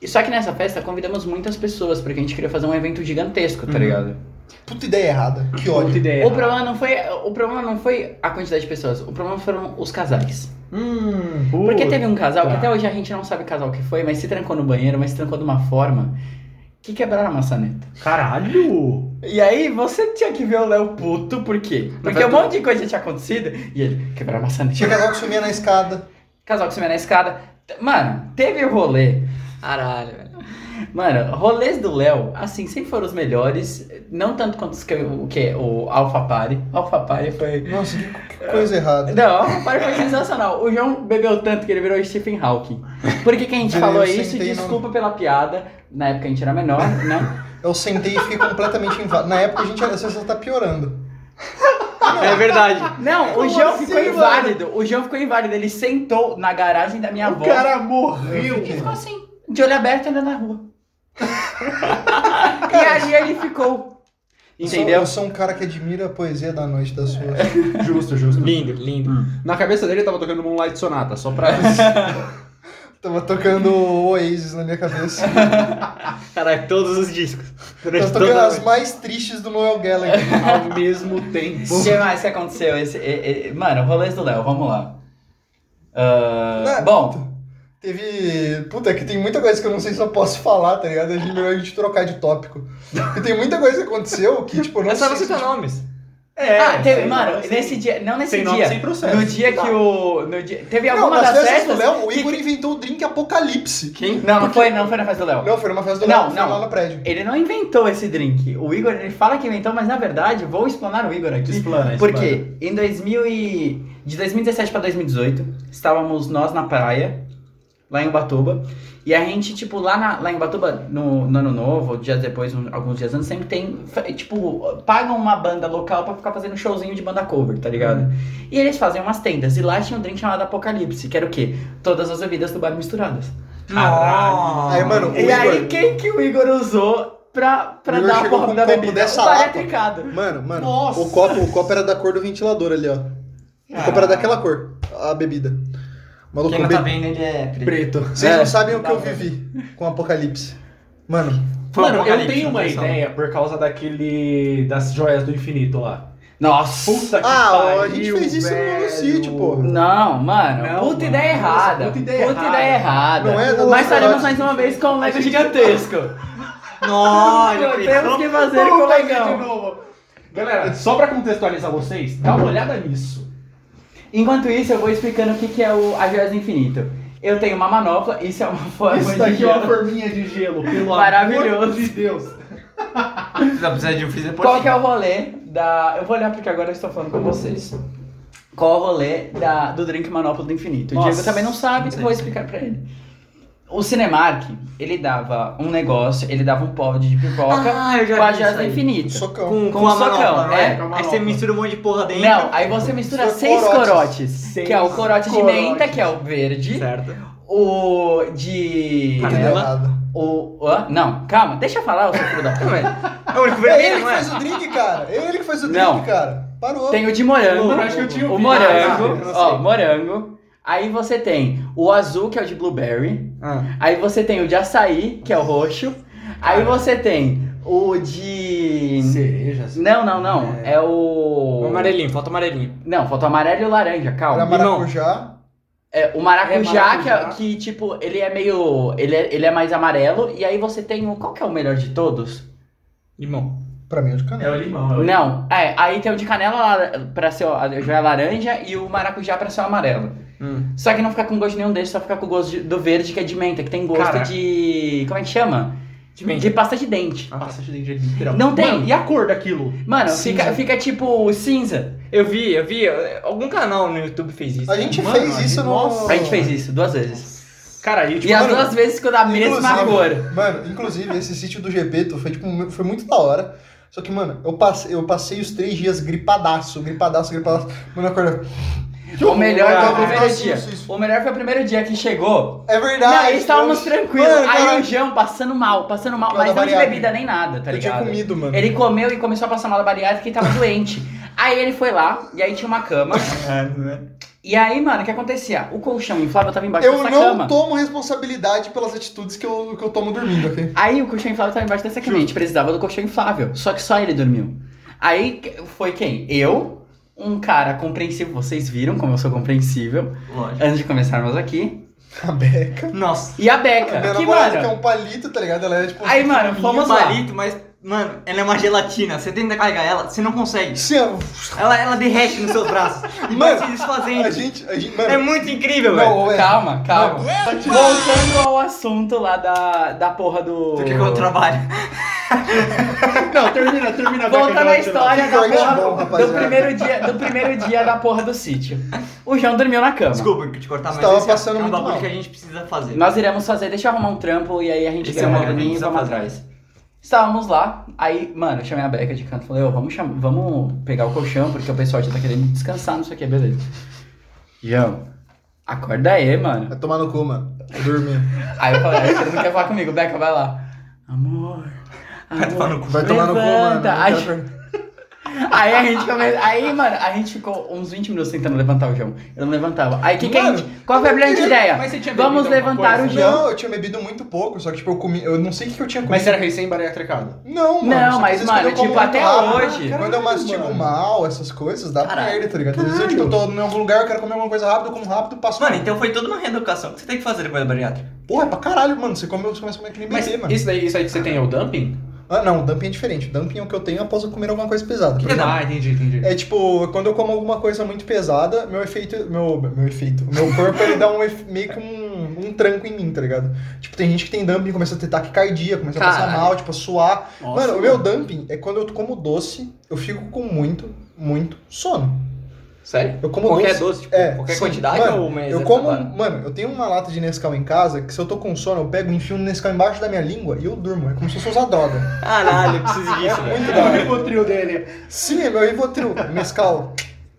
Speaker 2: E Só que nessa festa convidamos muitas pessoas, porque a gente queria fazer um evento gigantesco,
Speaker 4: Uhum.
Speaker 2: tá ligado?
Speaker 5: Puta ideia errada. Que ódio.
Speaker 10: Puta ideia.
Speaker 2: O problema, não foi, o problema não foi a quantidade de pessoas, o problema foram os casais.
Speaker 10: Hum,
Speaker 2: Porque teve um casal, que
Speaker 10: Tá.
Speaker 2: até hoje a gente não sabe o casal que foi, mas se trancou no banheiro, mas se trancou de uma forma que quebraram a maçaneta.
Speaker 10: um- Caralho!
Speaker 2: E aí você tinha que ver o Léo puto, por quê? Porque um monte de coisa tinha acontecido e ele quebrou a maçaneta.
Speaker 5: Tinha casal que sumia na escada.
Speaker 2: Casal que se vê na escada. T- Mano, teve o rolê.
Speaker 4: Caralho, velho.
Speaker 2: Mano, rolês do Léo, assim, sempre foram os melhores. Não tanto quanto os que, o que o Alpha Party. Alpha Party foi.
Speaker 5: Nossa, que, que coisa errada.
Speaker 2: Não, Alpha Party foi sensacional. O João bebeu tanto que ele virou Stephen Hawking. Por que, que a gente
Speaker 5: Eu
Speaker 2: falou
Speaker 5: sentei
Speaker 2: isso?
Speaker 5: no-
Speaker 2: Desculpa pela piada. Na época a gente era menor, né?
Speaker 5: Eu sentei e fiquei completamente invadido. Na época a gente era, a sensação tá piorando.
Speaker 4: É verdade.
Speaker 2: <laughs> Não, o João ficou inválido. O João ficou inválido. Ele sentou na garagem da minha avó.
Speaker 5: Eu
Speaker 10: morreu!
Speaker 5: fiquei-
Speaker 2: Ficou assim, de olho aberto olhando na <laughs> rua. e ali ele ficou.
Speaker 5: eu sou-
Speaker 2: Entendeu?
Speaker 5: Eu sou um cara que admira a poesia da noite das ruas.
Speaker 10: Justo, justo.
Speaker 4: Lindo, lindo.
Speaker 5: Hum.
Speaker 10: Na cabeça dele tava tocando Moonlight Sonata, só pra.
Speaker 5: <laughs> Tava tocando Oasis na
Speaker 2: <laughs>
Speaker 5: minha cabeça.
Speaker 4: Caralho, todos os discos.
Speaker 5: Tava
Speaker 4: Durante
Speaker 5: tocando
Speaker 4: toda a
Speaker 5: as
Speaker 4: noite.
Speaker 5: mais tristes do Noel Gallagher.
Speaker 10: ao mesmo tempo.
Speaker 2: O que mais que aconteceu? Esse, e- e- mano, rolês do Léo, vamos lá. Ah,
Speaker 5: Não é
Speaker 2: bom,
Speaker 5: Teve. Puta, é que tem muita coisa que eu não sei se eu posso falar, tá ligado? É melhor a gente trocar de tópico. Porque tem muita coisa que aconteceu que, tipo, eu não
Speaker 4: É só
Speaker 5: sei.
Speaker 4: você
Speaker 5: se-
Speaker 4: ter nomes.
Speaker 10: É,
Speaker 2: ah, teve,
Speaker 10: sem
Speaker 2: mano,
Speaker 10: nome, sem-
Speaker 2: nesse dia, não nesse
Speaker 10: sem nome,
Speaker 2: dia,
Speaker 10: sem processo.
Speaker 2: no dia que o, no dia, teve
Speaker 5: É. Não,
Speaker 2: alguma
Speaker 5: nas
Speaker 2: das festas,
Speaker 5: festas, do Léo, o
Speaker 2: que-
Speaker 5: Igor inventou o drink Apocalipse.
Speaker 4: Quem?
Speaker 2: não, não foi, não foi na festa do Léo,
Speaker 5: Não, foi numa festa do
Speaker 2: Não,
Speaker 5: Léo, foi
Speaker 2: não.
Speaker 5: lá no prédio.
Speaker 2: ele não inventou esse drink, o Igor, ele fala que inventou, mas na verdade, vou explanar o Igor aqui,
Speaker 10: Explana, explana.
Speaker 2: Porque em 2000 e... de 2017 pra 2018, estávamos nós na praia, lá em Ubatuba, e a gente, tipo, lá, na- lá em Ubatuba, no, no ano novo, dias depois, um- alguns dias antes, sempre tem, fe- tipo, pagam uma banda local pra ficar fazendo showzinho de banda cover, tá ligado?
Speaker 5: Uhum.
Speaker 2: E eles fazem umas tendas, e lá tinha um drink chamado Apocalipse, que era o quê? Todas as bebidas do bar misturadas.
Speaker 4: Caralho.
Speaker 5: Aí, mano, o
Speaker 2: e aí,
Speaker 5: Igor.
Speaker 2: quem que o Igor usou pra, pra
Speaker 5: O Igor
Speaker 2: dar a
Speaker 5: chegou com
Speaker 2: porra
Speaker 5: um
Speaker 2: da
Speaker 5: copo
Speaker 2: bebida?
Speaker 5: dessa
Speaker 2: o bar é
Speaker 5: lata.
Speaker 2: trincado.
Speaker 5: Mano, mano, o copo, o copo era da cor do ventilador ali, ó. O copo era daquela cor, a bebida. O Maluco,
Speaker 9: Quem não
Speaker 5: be-
Speaker 9: tá vendo, ele é preto.
Speaker 10: Preto.
Speaker 5: vocês
Speaker 2: É.
Speaker 5: não sabem o que eu vivi com o Apocalipse. Mano,
Speaker 9: Foi um
Speaker 10: Mano, eu
Speaker 9: apocalipse,
Speaker 10: tenho uma
Speaker 9: atenção.
Speaker 10: ideia por causa daquele. das joias do infinito lá.
Speaker 2: Nossa!
Speaker 10: Puta que
Speaker 5: Ah,
Speaker 10: pariu.
Speaker 5: a gente fez isso no
Speaker 10: velho.
Speaker 5: sítio, porra.
Speaker 2: Não, mano,
Speaker 10: Não,
Speaker 2: puta
Speaker 10: mano.
Speaker 2: ideia errada.
Speaker 10: Puta ideia errada.
Speaker 2: errada.
Speaker 5: Não é
Speaker 2: Mas
Speaker 5: da nossa
Speaker 2: faremos
Speaker 5: parte.
Speaker 2: mais uma vez com um lego gigantesco.
Speaker 4: Nossa,
Speaker 2: Temos que fazer com o
Speaker 10: Vamos fazer de
Speaker 2: legão.
Speaker 10: um novo. Galera, só pra contextualizar vocês, dá uma olhada nisso.
Speaker 2: Enquanto isso, eu vou explicando o que, que é o a Joias do Infinito. Eu tenho uma manopla, isso é uma <laughs> forma
Speaker 10: Isso
Speaker 2: de
Speaker 10: daqui é uma
Speaker 2: gelo.
Speaker 10: forminha de gelo, pelo amor
Speaker 2: Maravilhoso.
Speaker 10: de Deus.
Speaker 9: Precisa precisar de um freezer por
Speaker 2: <laughs> Qual que é o rolê da. Eu vou olhar porque agora eu estou falando com vocês. Qual o rolê da... do Drink Manopla do Infinito? O
Speaker 9: Nossa,
Speaker 2: Diego também não sabe,
Speaker 9: não sei.
Speaker 2: vou explicar pra ele. O Cinemark, ele dava um negócio, ele dava um pod de pipoca
Speaker 9: Ah, eu já
Speaker 2: com é a
Speaker 9: vi
Speaker 2: jazz
Speaker 9: isso
Speaker 2: do
Speaker 9: aí.
Speaker 2: infinito.
Speaker 5: Socão.
Speaker 9: Com, com,
Speaker 2: Com
Speaker 9: a
Speaker 2: Um socão,
Speaker 9: manopla, não
Speaker 2: é,
Speaker 9: é?
Speaker 2: com
Speaker 9: Aí você mistura um monte de porra dentro.
Speaker 2: Não, aí você mistura
Speaker 5: São
Speaker 2: seis
Speaker 5: corotes.
Speaker 2: corotes, que é o corote de
Speaker 10: corotes.
Speaker 2: menta, que é o verde,
Speaker 9: Certo.
Speaker 2: o de...
Speaker 5: Entendeu
Speaker 9: Canela.
Speaker 5: errado.
Speaker 2: O... hã? Não, calma, deixa eu falar, o seu filho da puta.
Speaker 9: É o único
Speaker 5: É
Speaker 9: vermelho,
Speaker 5: ele que
Speaker 9: não é?
Speaker 5: fez o drink, cara. É ele que fez o drink,
Speaker 2: Não.
Speaker 5: cara. Parou.
Speaker 2: Tem o de morango.
Speaker 10: Eu acho que eu tinha
Speaker 2: o
Speaker 10: ouvido.
Speaker 2: morango,
Speaker 9: Ah, eu não
Speaker 2: ó,
Speaker 9: sei.
Speaker 2: morango. Aí você tem o azul, que é o de blueberry.
Speaker 9: Ah.
Speaker 2: Aí você tem o de açaí, que é o roxo. Aí você tem o de.
Speaker 10: Cereja, assim.
Speaker 2: Não, não, não. É, o.
Speaker 4: O amarelinho, falta o amarelinho.
Speaker 2: Não, falta o amarelo e o laranja,
Speaker 5: Era
Speaker 2: calma.
Speaker 5: maracujá.
Speaker 2: É, o maracujá,
Speaker 10: É,
Speaker 2: que é-
Speaker 10: maracujá.
Speaker 2: Que, tipo, ele é meio. Ele é, ele é mais amarelo. E aí você tem o. Qual que é o melhor de todos?
Speaker 4: Limão.
Speaker 5: Pra mim é de canela.
Speaker 3: É o limão. é o
Speaker 2: Não, é. Aí tem o de canela lar- pra ser. o- Já é laranja e o maracujá pra ser o amarelo.
Speaker 4: Hum.
Speaker 2: Só que não fica com gosto de nenhum deles, só fica com gosto de- do verde, que é de menta, que tem gosto
Speaker 4: Cara.
Speaker 2: de. Como é que chama?
Speaker 4: De menta.
Speaker 2: De pasta de dente.
Speaker 10: Passa de dente literal.
Speaker 2: Não tem.
Speaker 10: Mano, e a cor daquilo?
Speaker 2: Mano,
Speaker 5: Cinza.
Speaker 2: fica, fica tipo cinza.
Speaker 4: Eu vi, eu vi. eu- Algum canal no YouTube fez isso.
Speaker 5: A
Speaker 9: né?
Speaker 5: gente
Speaker 4: Mano,
Speaker 5: fez isso no.
Speaker 2: A gente fez isso duas vezes.
Speaker 10: Cara, aí, tipo,
Speaker 2: e as
Speaker 10: mano,
Speaker 2: duas vezes ficou da mesma cor.
Speaker 5: Mano, inclusive, esse sítio do Gepeto foi, tipo, foi muito da hora. Só que, mano, eu passei, eu passei os três dias gripadaço, gripadaço, gripadaço. Mano, acorda. um
Speaker 2: O melhor
Speaker 5: horror,
Speaker 2: foi o
Speaker 5: cara.
Speaker 2: primeiro
Speaker 5: Nossa,
Speaker 2: dia.
Speaker 5: isso, isso.
Speaker 2: O melhor foi o primeiro dia que chegou.
Speaker 5: É verdade.
Speaker 2: não, eles estávamos
Speaker 5: eu-
Speaker 2: tranquilos.
Speaker 5: Mano,
Speaker 2: Aí tá
Speaker 5: cara,
Speaker 2: o João passando mal, passando mal,
Speaker 5: Não,
Speaker 2: mas
Speaker 5: da
Speaker 2: não de
Speaker 5: bariátrica.
Speaker 2: bebida nem nada, tá
Speaker 5: Eu tinha
Speaker 2: ligado?
Speaker 5: comido, mano.
Speaker 2: Ele comeu e começou a passar mal da bariátrica e tava doente. Aí ele foi lá, e aí tinha uma cama. E aí, mano, o que acontecia? O colchão inflável tava embaixo
Speaker 5: Eu
Speaker 2: dessa
Speaker 5: não
Speaker 2: cama.
Speaker 5: tomo responsabilidade pelas atitudes que eu, que eu tomo dormindo, ok?
Speaker 2: Aí o colchão inflável tava embaixo dessa cama. A gente precisava do colchão inflável. Só que só ele dormiu. Aí que- foi quem? Eu, um cara compreensível. Vocês viram como eu sou compreensível.
Speaker 9: Lógico.
Speaker 2: Antes de começarmos aqui.
Speaker 5: <laughs> A beca.
Speaker 9: Nossa.
Speaker 2: E a
Speaker 5: A
Speaker 2: Beca.
Speaker 5: minha
Speaker 2: que,
Speaker 5: namorada que é
Speaker 2: mano.
Speaker 5: um palito, tá ligado? Ela é tipo.
Speaker 2: Aí, mano,
Speaker 9: Vamos
Speaker 2: fomos
Speaker 9: um
Speaker 2: lá.
Speaker 9: palito, mas, mano, ela é uma gelatina. Você tenta carregar ela, você não consegue.
Speaker 5: assim, ó,
Speaker 9: Ela, ela derrete nos seus
Speaker 5: <laughs>
Speaker 9: braços. E vai
Speaker 5: Mano,
Speaker 9: se desfazendo.
Speaker 5: a gente. A gente
Speaker 9: É
Speaker 5: mano,
Speaker 9: muito incrível, velho.
Speaker 5: não, é.
Speaker 2: Calma, calma. Voltando ao assunto lá da, da porra do.
Speaker 9: Porque eu trabalho.
Speaker 10: <laughs> Não, termina, termina. vai, que
Speaker 2: Volta
Speaker 10: eu
Speaker 2: na
Speaker 10: vou
Speaker 2: história
Speaker 5: Que
Speaker 2: da
Speaker 5: corte
Speaker 2: porra,
Speaker 5: bom,
Speaker 2: do,
Speaker 5: rapaziada.
Speaker 2: primeiro dia, do primeiro dia da porra do sítio. O João dormiu na cama.
Speaker 9: <laughs> Desculpa te cortar, mas
Speaker 5: Você tava
Speaker 9: esse é-
Speaker 5: passando
Speaker 9: é um
Speaker 5: muito
Speaker 9: bagulho
Speaker 5: mal.
Speaker 9: que a gente precisa fazer.
Speaker 2: Nós iremos fazer, deixa eu arrumar um trampo e aí a gente
Speaker 9: Esse é
Speaker 2: grava
Speaker 9: uma coisa que a
Speaker 2: e
Speaker 9: gente
Speaker 2: vamos
Speaker 9: precisa
Speaker 2: atrás. Estávamos lá, aí, mano, eu chamei a Beca de canto, falei, ô, vamos, chamar, vamos pegar o colchão, porque o pessoal já tá querendo descansar, não sei o que, beleza. João, acorda aí, mano.
Speaker 5: Vai tomar no cu, mano. Eu dormi.
Speaker 2: Aí eu falei, "Ah, você não quer falar comigo, Beca, vai lá. Amor, amor,
Speaker 5: Vai tomar no cu, mano.
Speaker 2: levanta.
Speaker 5: Eu
Speaker 2: Aí-
Speaker 5: quero acordar.
Speaker 2: Aí a gente come... Aí, mano, a gente ficou uns 20 minutos tentando levantar o João. Eu não levantava. Aí que, que a
Speaker 5: Mano,
Speaker 2: gente. Qual foi a brilhante ideia?
Speaker 10: Mas você tinha bebido
Speaker 2: Vamos
Speaker 10: alguma
Speaker 2: levantar o
Speaker 10: coisa?
Speaker 2: João.
Speaker 5: Não, eu tinha bebido muito pouco, só que tipo, eu comi. Eu não sei o que, que eu tinha comido.
Speaker 10: Mas você era recém-bariátrica.
Speaker 5: Não, mano.
Speaker 2: Não,
Speaker 5: só
Speaker 2: mas,
Speaker 5: que às vezes quando
Speaker 2: mano,
Speaker 5: eu
Speaker 2: tipo,
Speaker 5: como muito
Speaker 2: até
Speaker 5: rápido,
Speaker 2: hoje-
Speaker 5: Quando eu mastigo
Speaker 10: Caralho,
Speaker 5: mal, essas coisas, dá merda, tá ligado? Às vezes eu, tipo, tô em algum lugar, eu quero comer alguma coisa rápida, eu como rápido, eu passo.
Speaker 9: Mano, então foi toda uma reeducação que você tem que fazer depois da bariátrica.
Speaker 5: Porra, é pra caralho, mano. Você come, você começa a comer que nem
Speaker 10: Mas
Speaker 5: bebê, mano.
Speaker 10: isso, daí, isso aí que você tem é o dumping?
Speaker 5: Ah, não, o dumping é diferente. O dumping é o que eu tenho após eu comer alguma coisa pesada. Por exemplo,
Speaker 10: Ah, entendi, entendi.
Speaker 5: É tipo, quando eu como alguma coisa muito pesada, meu efeito. Meu, meu efeito. o Meu corpo ele dá um efe- meio que um, um tranco em mim, tá ligado? Tipo, tem gente que tem dumping, começa a ter taquicardia, começa a passar
Speaker 4: Caralho.
Speaker 5: mal, tipo, a suar.
Speaker 10: Nossa,
Speaker 5: mano, o meu dumping é quando eu como doce, eu fico com muito, muito sono.
Speaker 10: Sério?
Speaker 5: Eu como
Speaker 4: Qualquer
Speaker 5: doce.
Speaker 4: doce, tipo,
Speaker 5: É,
Speaker 4: qualquer
Speaker 5: sim.
Speaker 4: quantidade
Speaker 5: Mano,
Speaker 4: ou uma
Speaker 5: Eu
Speaker 4: exata
Speaker 5: como. um
Speaker 4: vara?
Speaker 5: Mano, eu tenho uma lata de Nescau em casa que se eu tô com sono, eu pego e enfio um Nescau embaixo da minha língua e eu durmo. É como se eu fosse usar droga.
Speaker 10: Ah,
Speaker 9: Caralho, eu preciso disso, velho.
Speaker 5: Muito da hora.
Speaker 10: O trio dele.
Speaker 5: Sim, é meu Rivotril, Nescau.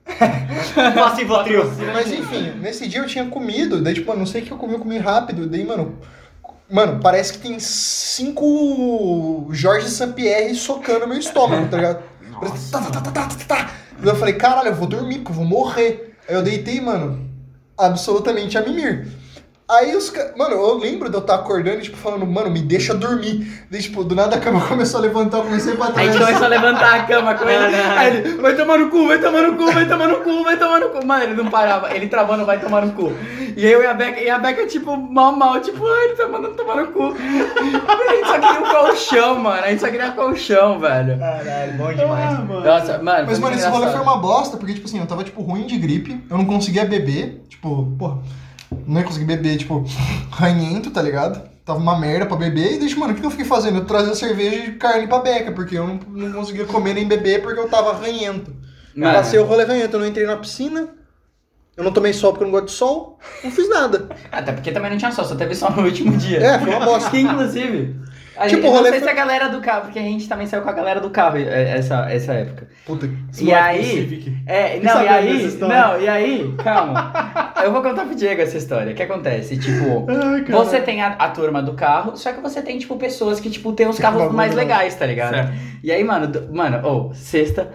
Speaker 9: <laughs> Passa em Votril.
Speaker 5: Mas enfim, nesse dia eu tinha comido, daí tipo, mano, não sei o que eu comi, eu comi rápido, daí, mano. Mano, parece que tem cinco Jorge Sampierre socando meu estômago, tá ligado? Parece- Tá, tá, tá, tá, tá, tá, tá. Daí eu falei, caralho, eu vou dormir, porque eu vou morrer. Aí eu deitei, mano, absolutamente a mimir. Aí os ca- Mano, eu lembro de eu estar acordando e, tipo, falando, mano, me deixa dormir. Daí, tipo, do nada a cama <laughs> começou a levantar, eu comecei a bater.
Speaker 2: A gente
Speaker 5: nessa-
Speaker 2: começou a levantar a cama
Speaker 9: <laughs>
Speaker 2: com ele. Aí ele, vai tomar no cu, vai tomar no cu, vai tomar no cu, vai tomar no cu. Mano, ele não parava, ele travando, vai tomar no cu. E eu e a Beca, e a Beca, tipo, mal, mal, tipo, ah, ele tá mandando tomar no cu. A gente só queria um colchão, mano. A gente só queria colchão, velho.
Speaker 9: Caralho,
Speaker 2: Ah,
Speaker 9: bom demais.
Speaker 2: Nossa, mano. foi
Speaker 5: Mas, mano,
Speaker 2: muito
Speaker 5: esse rolê
Speaker 2: engraçado.
Speaker 5: foi uma bosta, porque, tipo assim, eu tava, tipo, ruim de gripe, eu não conseguia beber, tipo, porra, não ia conseguir beber, tipo, <laughs> ranhento, tá ligado? tava uma merda pra beber, e deixa, mano, o que que eu fiquei fazendo? Eu trazia cerveja e carne pra beca, porque eu não, não conseguia comer nem beber porque eu tava ranhento. Eu
Speaker 12: Mano.
Speaker 5: passei o rolê ranhento, eu não entrei na piscina, eu não tomei sol porque eu não gosto de sol, não fiz nada. <laughs>
Speaker 12: Até porque também não tinha sol, só teve sol no último dia.
Speaker 5: É, foi
Speaker 2: <laughs>
Speaker 5: uma bosta.
Speaker 2: Que inclusive. A
Speaker 5: Tipo,
Speaker 2: gente,
Speaker 5: o
Speaker 2: não
Speaker 5: rolê
Speaker 2: sei
Speaker 5: foi-
Speaker 2: se a galera do carro, porque a gente também saiu com a galera do carro é, essa, essa época.
Speaker 5: Puta,
Speaker 10: Esse
Speaker 2: E
Speaker 10: moleque
Speaker 2: aí-
Speaker 10: do Civic.
Speaker 2: É,
Speaker 5: Fiquei
Speaker 2: não, e
Speaker 5: sabendo
Speaker 2: aí.
Speaker 5: dessa história.
Speaker 2: Não, e aí, calma. Eu vou contar pro Diego essa história. O que acontece?
Speaker 5: <laughs>
Speaker 2: Tipo,
Speaker 10: Ai, cara.
Speaker 2: você tem a, a turma do carro, só que você tem, tipo, pessoas que, tipo, tem os carros
Speaker 5: É um bagulho
Speaker 2: mais
Speaker 5: não.
Speaker 2: legais, tá ligado?
Speaker 10: Certo.
Speaker 2: E aí, mano, do- mano, ou, sexta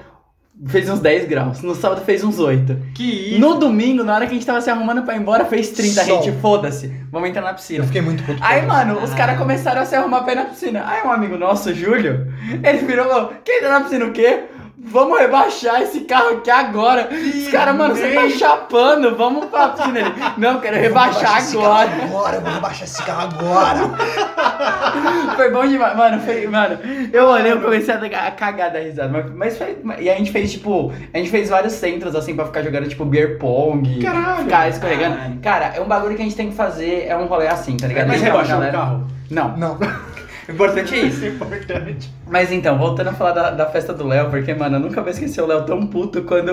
Speaker 2: fez uns 10 graus, no sábado fez uns 8.
Speaker 4: Que
Speaker 2: No domingo, na hora que a gente tava se arrumando pra ir embora, fez 30.
Speaker 5: Sol.
Speaker 2: A gente, foda-se, vamos entrar na piscina.
Speaker 5: eu fiquei muito puto.
Speaker 2: Aí, mano, os caras começaram a se arrumar pra ir na piscina. Aí um amigo nosso, o Júlio, ele virou e falou, quem tá na piscina o quê? Vamos rebaixar esse carro aqui agora. os caras, mano, você tá chapando, vamos pra piscina. Ele, não, quero rebaixar agora.
Speaker 5: Agora, eu vou rebaixar esse carro agora.
Speaker 2: Foi bom demais, mano, foi, mano. Eu olhei, eu comecei a dar- a cagar da risada. Mas, mas foi. mas- E a gente fez, tipo, a gente fez vários centros assim pra ficar jogando, tipo, beer pong.
Speaker 10: Caralho.
Speaker 2: Ficar escorregando.
Speaker 4: Caralho.
Speaker 2: Cara, é um bagulho que a gente tem que fazer, é um rolê assim, tá ligado?
Speaker 10: Mas
Speaker 2: Então,
Speaker 10: rebaixou o
Speaker 2: galera-
Speaker 10: um carro.
Speaker 2: Não.
Speaker 5: Não,
Speaker 2: O importante é isso.
Speaker 10: Importante.
Speaker 2: Mas então, voltando a falar da, da festa do Léo, porque, mano, eu nunca vou esquecer o Léo tão puto quando.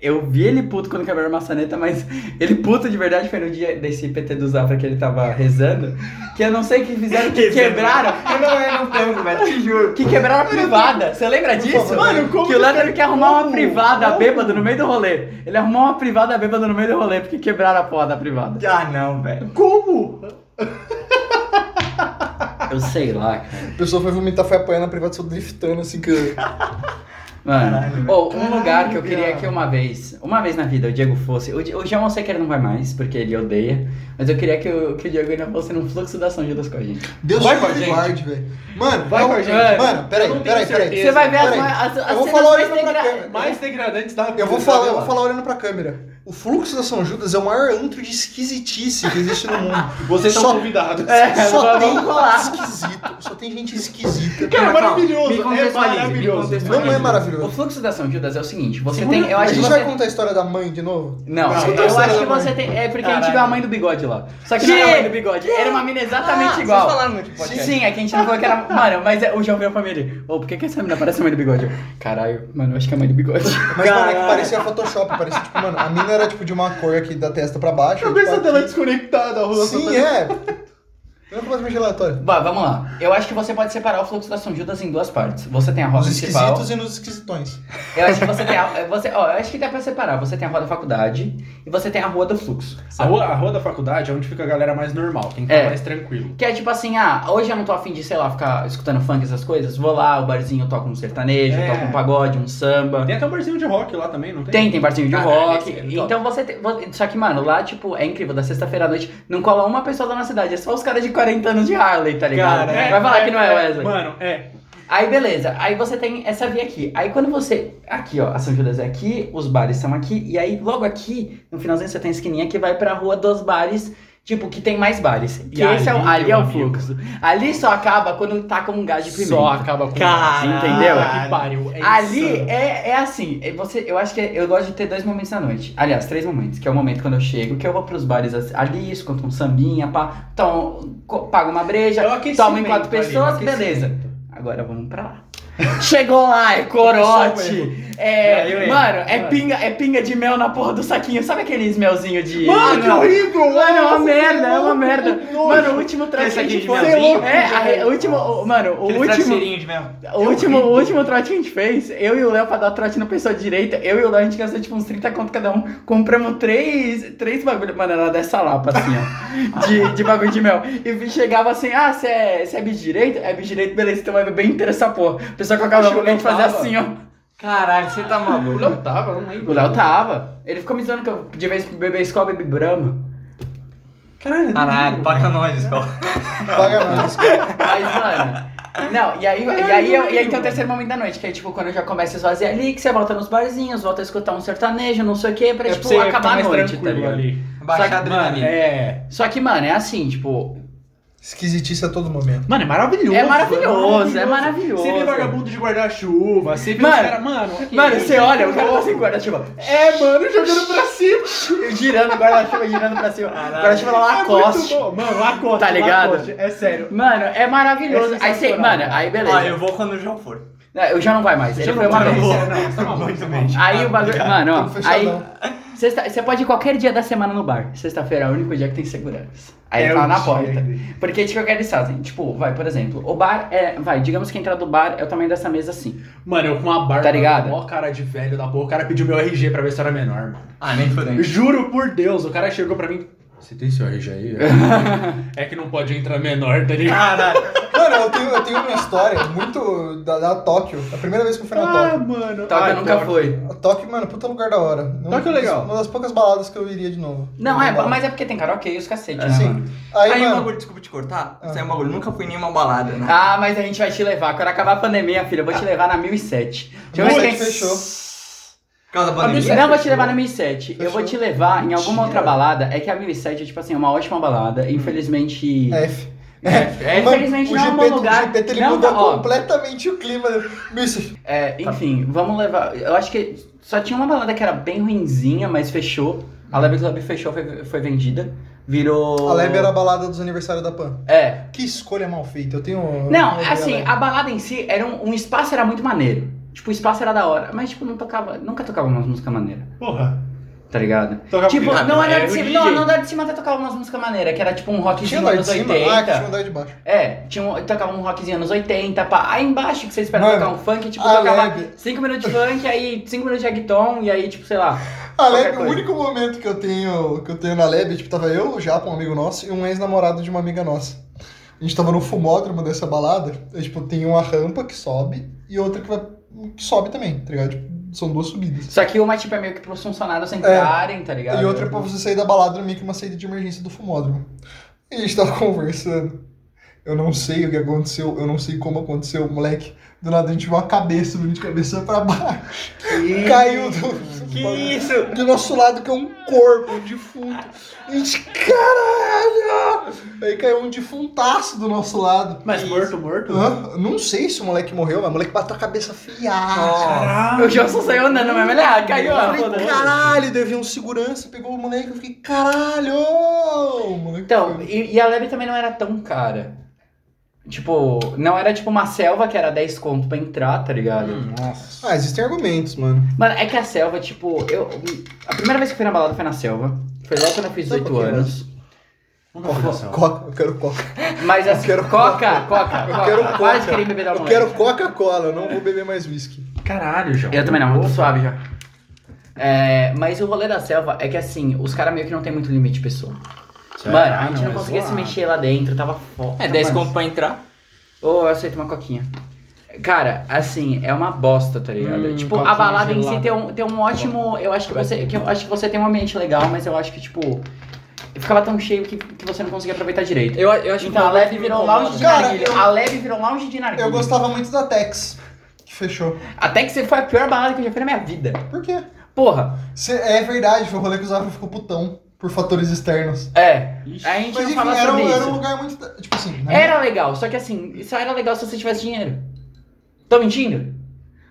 Speaker 2: Eu vi ele puto quando quebraram a maçaneta, mas <laughs> ele puto de verdade foi no dia desse PT do Zafra que ele tava rezando. Que eu não sei o que fizeram,
Speaker 4: <laughs>
Speaker 2: que quebraram.
Speaker 4: é Eu não, eu não tanto, velho, te juro.
Speaker 2: Que quebraram a privada. Você lembra disso?
Speaker 5: favor.
Speaker 2: Mano, como que o Léo teve que arrumar uma privada bêbada no meio do rolê. Ele arrumou uma privada bêbada no meio do rolê, porque quebraram a porra da privada.
Speaker 4: Ah, não, velho.
Speaker 10: Como?
Speaker 2: Eu sei lá, cara.
Speaker 5: a pessoa foi vomitar, foi apanhando na privada, só driftando assim que.
Speaker 2: Mano, Ô, um lugar que eu queria que uma vez, uma vez na vida, o Diego fosse. O, Di- o João eu sei que ele não vai mais, porque ele odeia. Mas eu queria que o, que o Diego ainda fosse num fluxo da São Judas com a gente.
Speaker 5: Deus
Speaker 10: Vai
Speaker 5: te
Speaker 10: com a gente.
Speaker 5: guarde, velho. Mano,
Speaker 10: Vai
Speaker 5: eu-
Speaker 10: com a
Speaker 2: gente.
Speaker 5: Mano,
Speaker 10: Eu
Speaker 5: peraí, peraí,
Speaker 10: não tenho
Speaker 5: peraí.
Speaker 10: certeza.
Speaker 2: Você vai ver as,
Speaker 5: Peraí.
Speaker 2: ma- as, as
Speaker 5: Eu vou
Speaker 2: cenas
Speaker 5: falar
Speaker 2: mais tá?
Speaker 5: olhando pra
Speaker 2: degra-
Speaker 5: câmera.
Speaker 10: Mais degradante da
Speaker 5: Eu vou falar, eu vou falar olhando pra câmera. O fluxo da São Judas é o maior antro de esquisitice que existe no
Speaker 10: <laughs>
Speaker 5: mundo.
Speaker 10: Vocês são
Speaker 5: Só-
Speaker 10: convidados.
Speaker 2: É,
Speaker 5: Só tem
Speaker 2: vamos lá.
Speaker 5: esquisito, só tem gente esquisita.
Speaker 10: Cara, é
Speaker 2: Calma,
Speaker 10: maravilhoso.
Speaker 2: me
Speaker 10: É
Speaker 2: contextualize, me
Speaker 10: maravilhoso.
Speaker 2: contextualize.
Speaker 5: Não é
Speaker 2: O
Speaker 5: maravilhoso.
Speaker 2: fluxo da São Judas é o seguinte, você
Speaker 5: Segura-
Speaker 2: tem. Eu acho
Speaker 5: a
Speaker 2: que
Speaker 5: gente
Speaker 2: você
Speaker 5: vai contar a história da mãe de novo?
Speaker 2: Não,
Speaker 10: Não,
Speaker 2: eu,
Speaker 10: escuta a
Speaker 2: acho
Speaker 5: história
Speaker 2: que
Speaker 5: da mãe.
Speaker 2: você tem. É porque a gente
Speaker 4: Caralho.
Speaker 2: viu a mãe do bigode lá. Só que não era a mãe do bigode, era uma mina exatamente
Speaker 9: Ah,
Speaker 2: igual.
Speaker 4: Vocês falaram no último podcast.
Speaker 2: Sim, é que a gente não falou que era. Mano, mas é, o João veio pra mim ele. Ô, por que, que essa mina parece a mãe do bigode? Eu, Caralho, mano, eu acho que é a mãe do bigode.
Speaker 5: Mas, mano, é que parecia Photoshop, parecia tipo, mano, a mina era tipo de uma cor aqui da testa pra baixo. tipo,
Speaker 10: A cabeça
Speaker 5: aqui.
Speaker 10: dela é desconectada, a rola
Speaker 5: Sim, é. Não é completamente relatório.
Speaker 2: Bah, vamos lá. Eu acho que você pode separar o fluxo da São Judas em duas partes. Você tem a roda
Speaker 5: Nos
Speaker 2: principal.
Speaker 5: esquisitos e nos esquisitões.
Speaker 2: Eu acho que você tem a. é, Você, ó, eu acho que dá pra separar. Você tem a roda da faculdade e você tem a rua do fluxo.
Speaker 10: A rua, a rua da faculdade é onde fica a galera mais normal, quem tá
Speaker 2: É.
Speaker 10: mais tranquilo.
Speaker 2: Que é tipo assim, ah, hoje eu não tô afim de, sei lá, ficar escutando funk, essas coisas. Vou lá, o barzinho toca um sertanejo,
Speaker 10: É.
Speaker 2: toca um pagode, um samba.
Speaker 10: Tem até um barzinho de rock lá também, não tem?
Speaker 2: Tem, tem barzinho de
Speaker 10: Caralho,
Speaker 2: rock.
Speaker 10: esse é legal.
Speaker 2: então você tem. vo- Só que, mano, lá, tipo, é incrível. Da sexta-feira à noite, não cola uma pessoa lá na cidade. É só os caras de 40 anos de Harley, tá ligado?
Speaker 4: Cara, é,
Speaker 2: Vai falar que não é Wesley.
Speaker 10: Mano, é.
Speaker 2: Aí, beleza. Aí você tem essa via aqui. Aí quando você. Aqui, ó, a São Judas é aqui, os bares são aqui. E aí, logo aqui, no finalzinho, você tem a esquininha que vai pra rua dos bares. Tipo, que tem mais bares. Que
Speaker 10: E
Speaker 2: esse é o,
Speaker 10: ali,
Speaker 2: ali é o
Speaker 10: meu amigo.
Speaker 2: fluxo. Ali só acaba quando tá com um gás de pimenta.
Speaker 10: Só acaba com
Speaker 4: Caralho.
Speaker 2: Entendeu?
Speaker 10: Que pariu. É
Speaker 2: Ali
Speaker 10: insano.
Speaker 2: é, é assim, é você, eu acho que eu gosto de ter dois momentos na noite. Aliás, três momentos, que é o momento quando eu chego, que eu vou pros bares assim, ali, escuto um sambinha, pá, tom, co- pago uma breja,
Speaker 10: É o aquecimento
Speaker 2: tomo em quatro
Speaker 10: ali,
Speaker 2: pessoas,
Speaker 10: aquecimento.
Speaker 2: beleza. Agora vamos pra lá. <laughs> Chegou lá, é corote. É,
Speaker 4: Não, eu erro.
Speaker 2: mano, é
Speaker 4: Mano.
Speaker 2: pinga, é pinga de mel na porra do saquinho. Sabe aqueles melzinho de.
Speaker 10: Mano, que
Speaker 2: Ah, não.
Speaker 10: horrível!
Speaker 2: Mano, é uma
Speaker 10: Nossa,
Speaker 2: merda, é uma
Speaker 10: que
Speaker 2: merda.
Speaker 10: nojo.
Speaker 2: Mano, o último trote que a
Speaker 4: saquinho
Speaker 2: gente
Speaker 4: de
Speaker 2: fez.
Speaker 4: melzinho?
Speaker 2: É, a- o último. o- Mano, o
Speaker 4: Aquele
Speaker 2: último.
Speaker 4: traseirinho de mesmo.
Speaker 2: O último, o último trote que a gente fez, eu e o Léo pra dar trote na pessoa direita, eu e o Léo a gente gastou tipo uns 30 conto cada um. Compramos três, três bagulho. Mano, era dessa lapa assim, <laughs> ó. De, de bagulho de mel. E chegava assim, ah, você é, cê é direito? É direito, beleza, então vai bem inteiro essa porra. O pessoal colocava
Speaker 10: Acho
Speaker 2: o
Speaker 10: que o
Speaker 2: bagulho e a gente
Speaker 10: Léo
Speaker 2: fazia
Speaker 10: tava.
Speaker 2: assim, ó.
Speaker 4: Caralho, você tá
Speaker 10: O
Speaker 4: maluco.
Speaker 10: Léo tava, não lembro.
Speaker 2: O Léo tava. Ele ficou me dizendo que eu de vez beber escola, bebi brama.
Speaker 10: Caralho.
Speaker 4: Caralho, paga nós, escola.
Speaker 5: Paga mais.
Speaker 2: Mas, mano. Não, e aí, e aí, eu- e aí tem o terceiro momento da noite, que é tipo quando eu já começo a esvaziar ali, que você volta nos barzinhos, volta a escutar um sertanejo, não sei o quê, pra
Speaker 10: É pra
Speaker 2: tipo
Speaker 10: você
Speaker 2: acabar
Speaker 10: acabar
Speaker 2: a noite, tá ligado?
Speaker 10: ali.
Speaker 4: Baixar a
Speaker 10: Mano,
Speaker 4: adrenalina.
Speaker 10: é.
Speaker 2: Só que, mano, é assim, tipo.
Speaker 5: esquisitice a todo momento.
Speaker 10: Mano, é maravilhoso.
Speaker 2: É maravilhoso, é maravilhoso.
Speaker 10: Você vê vagabundo de guarda-chuva, você vê
Speaker 2: Mano,
Speaker 10: os caras. Mano,
Speaker 2: Mano,
Speaker 10: que
Speaker 2: <laughs> você olha, o cara tá
Speaker 10: louco.
Speaker 2: sem guarda-chuva. É, mano, jogando pra cima. Girando o guarda-chuva, girando pra cima. Guarda-chuva lá,
Speaker 10: É muito
Speaker 2: Lacoste.
Speaker 10: bom. Mano, Lacoste.
Speaker 2: Tá ligado?
Speaker 10: Lacoste, é sério.
Speaker 2: Mano, é maravilhoso.
Speaker 10: É
Speaker 2: aí você,
Speaker 10: sensacional.
Speaker 2: mano, aí beleza.
Speaker 4: É.
Speaker 9: Ah, eu vou quando o João for.
Speaker 2: Não, eu já não vai mais. Ele
Speaker 10: Já
Speaker 2: foi uma
Speaker 10: não,
Speaker 2: vez.
Speaker 10: não, não, tá maluco, tá
Speaker 2: <laughs>
Speaker 10: maluco.
Speaker 2: Aí o bagulho. Mano, ó.
Speaker 5: Tudo
Speaker 2: Aí.
Speaker 5: fechadão.
Speaker 2: sexta- Você pode ir qualquer dia da semana no bar. Sexta-feira é o único dia que tem segurança. Aí ele
Speaker 10: É
Speaker 2: tá
Speaker 10: o
Speaker 2: na
Speaker 10: dia
Speaker 2: porta.
Speaker 10: dele.
Speaker 2: Porque tipo, o que eles fazem? Tipo, vai, por exemplo, o bar é. Vai, digamos que a entrada do bar é o tamanho dessa mesa assim.
Speaker 10: Mano, eu com uma barba.
Speaker 2: Tá ligado?
Speaker 10: Mó cara de velho da porra. O cara pediu meu RG pra ver se eu era menor, mano.
Speaker 9: Ah, nem fudendo.
Speaker 10: Juro por Deus, o cara chegou pra mim. Você tem seu RG
Speaker 2: <laughs>
Speaker 10: aí? é que não pode entrar menor, tá
Speaker 2: Ah,
Speaker 10: ligado?
Speaker 9: Caralho.
Speaker 5: Mano, eu tenho, eu tenho uma história muito da, da Tóquio. A primeira vez que eu fui na
Speaker 10: Ah,
Speaker 5: Tóquio.
Speaker 10: mano.
Speaker 2: Tal que
Speaker 10: Ai,
Speaker 2: eu nunca
Speaker 10: Tóquio.
Speaker 2: foi.
Speaker 5: A Tóquio, mano, puta lugar da hora. Um-
Speaker 10: Tóquio é legal.
Speaker 5: Uma das poucas baladas que eu iria de novo.
Speaker 2: Não, é,
Speaker 5: Balada.
Speaker 2: mas é porque tem karaokê e os cacete, né?
Speaker 5: Ah, Sim.
Speaker 2: mano?
Speaker 5: Aí,
Speaker 9: Aí, um
Speaker 5: mano,
Speaker 9: bagulho, desculpa te cortar.
Speaker 4: Ah.
Speaker 9: Isso aí é um bagulho. Nunca fui em nenhuma balada, né?
Speaker 2: Ah, mas a gente vai te levar. Quando acabar a pandemia, filha, eu vou te levar na 1007. Deixa eu ver
Speaker 5: Putz,
Speaker 2: se tem-
Speaker 5: fechou.
Speaker 9: Por causa da pandemia.
Speaker 2: Eu Não vou te levar na 1007. Eu
Speaker 5: Fechou.
Speaker 2: vou te levar em alguma
Speaker 5: Mentira. Hum.
Speaker 2: outra balada. É que a 1007 é, tipo assim, uma ótima balada. Infelizmente.
Speaker 5: F.
Speaker 2: É,
Speaker 5: Mano,
Speaker 2: infelizmente
Speaker 5: o
Speaker 2: não é um
Speaker 5: GPT
Speaker 2: bom lugar.
Speaker 5: O GPT ele
Speaker 2: Não,
Speaker 5: mudou
Speaker 2: ó,
Speaker 5: completamente Tá. o clima. Isso,
Speaker 2: é, enfim, vamos levar. Eu acho que só tinha uma balada que era bem ruinzinha, mas fechou. A Lab Club fechou, foi, foi vendida. Virou.
Speaker 5: a Leb era a balada dos aniversários da Pan.
Speaker 2: É,
Speaker 5: Que escolha mal feita. Eu tenho.
Speaker 2: Não,
Speaker 5: eu tenho
Speaker 2: assim,
Speaker 5: a Leb.
Speaker 2: a balada em si era um, um espaço era muito maneiro. Tipo, o espaço era da hora, mas tipo, não tocava, nunca tocava umas músicas maneiras,
Speaker 10: Porra.
Speaker 2: tá ligado?
Speaker 10: Tocava
Speaker 2: tipo,
Speaker 10: pirata,
Speaker 2: não
Speaker 10: era
Speaker 2: era
Speaker 10: É o
Speaker 2: de cima,
Speaker 10: DJ.
Speaker 2: não, não era de cima até tocava umas músicas maneiras, que era tipo um
Speaker 5: Tinha
Speaker 2: rockzinho
Speaker 5: andar de
Speaker 2: anos
Speaker 5: cima? Ah, que tinha
Speaker 2: 80.
Speaker 5: andar de baixo.
Speaker 2: É, tinha um, tocava um rockzinho anos 80, pá. Aí embaixo que você espera
Speaker 5: Mano,
Speaker 2: tocar um funk, tipo,
Speaker 5: a
Speaker 2: tocava
Speaker 5: Lab-
Speaker 2: 5 minutos de funk, aí 5 minutos de reggaeton, e aí, tipo, sei lá.
Speaker 5: A Leb,
Speaker 2: Qualquer
Speaker 5: o
Speaker 2: coisa.
Speaker 5: único momento que eu tenho que eu tenho na Leb, tipo, tava eu, o Japa, um amigo nosso, e um ex-namorado de uma amiga nossa. A gente tava no fumódromo dessa balada, e, tipo, tem uma rampa que sobe e outra que, vai, que sobe também, tá ligado? Tipo, são duas subidas.
Speaker 2: Só que uma, tipo, é meio que pros funcionários entrarem, tá ligado?
Speaker 5: E outra é pra você sair da balada no meio que uma saída de emergência do fumódromo. E a gente tava <laughs> conversando. Eu não sei o que aconteceu, eu não sei como aconteceu, moleque. Do nada a gente viu uma cabeça vindo de cabeça pra baixo. Caiu <laughs> do.
Speaker 9: Que isso?
Speaker 5: Do nosso lado que é um corpo, um defunto. A gente, caralho! Aí caiu um defuntaço do nosso lado.
Speaker 10: Mas morto, morto?
Speaker 5: Hã? Não sei se o moleque morreu, mas o moleque bateu a cabeça fiada.
Speaker 2: <laughs> O Johnson saiu andando mesmo, ele, ah, caiu,
Speaker 5: Eu
Speaker 2: ó.
Speaker 5: falei, caralho, devia um segurança, pegou o moleque, eu fiquei, caralho! O moleque
Speaker 2: Então,
Speaker 5: foi-
Speaker 2: e, e a Leb também não era tão cara. Tipo, não era tipo uma selva que era 10 conto pra entrar, tá ligado?
Speaker 10: Nossa.
Speaker 5: Ah, existem argumentos, mano.
Speaker 2: Mano, é que a selva, tipo, eu. A primeira vez que eu fui na balada foi na selva. Foi logo quando eu fiz
Speaker 5: Sabe
Speaker 2: 18
Speaker 5: qual que é?
Speaker 2: anos.
Speaker 10: é
Speaker 5: Coca, eu quero coca.
Speaker 2: Mas assim,
Speaker 5: quero
Speaker 2: coca, coca, coca.
Speaker 5: Eu quero coca.
Speaker 2: Quase queria beber da
Speaker 5: Eu
Speaker 2: mão.
Speaker 5: quero Coca-Cola, eu não vou beber mais whisky.
Speaker 10: Caralho, João.
Speaker 2: Eu também não, eu tô suave já. É, mas o rolê da selva é que assim, os caras meio que não tem muito limite, de pessoa. Mano, a gente não, conseguia se mexer lá dentro, tava foda.
Speaker 4: Ah, É 10 conto pra entrar.
Speaker 2: Ou eu aceito uma coquinha. Cara, assim, é uma bosta, tá ligado?
Speaker 10: Hum,
Speaker 2: tipo, a
Speaker 10: coquinha
Speaker 2: balada em si
Speaker 10: gelada.
Speaker 2: tem um, tem um ótimo. Eu acho que você. que eu acho que você tem um ambiente legal, mas eu acho que, tipo. Ficava tão cheio que, que você não conseguia aproveitar direito.
Speaker 4: Eu, eu acho que
Speaker 2: então a Leve virou um lounge de
Speaker 5: incomoda. Cara,
Speaker 2: narguilha.
Speaker 5: eu-
Speaker 2: A Leve virou um lounge de narguilha.
Speaker 5: Eu gostava muito da Tex, que fechou.
Speaker 2: Até que você foi a pior balada que eu já fui na minha vida.
Speaker 5: Por quê?
Speaker 2: Porra,
Speaker 5: Cê- é verdade, foi o rolê que o Zafra ficou putão por fatores externos.
Speaker 2: é. A gente
Speaker 5: Mas
Speaker 2: não
Speaker 5: enfim,
Speaker 2: fala
Speaker 5: era, um-
Speaker 2: sobre
Speaker 5: era um
Speaker 2: isso.
Speaker 5: lugar muito. Tipo assim, né?
Speaker 2: Era legal, só que assim, só era legal se você tivesse dinheiro. Tô mentindo?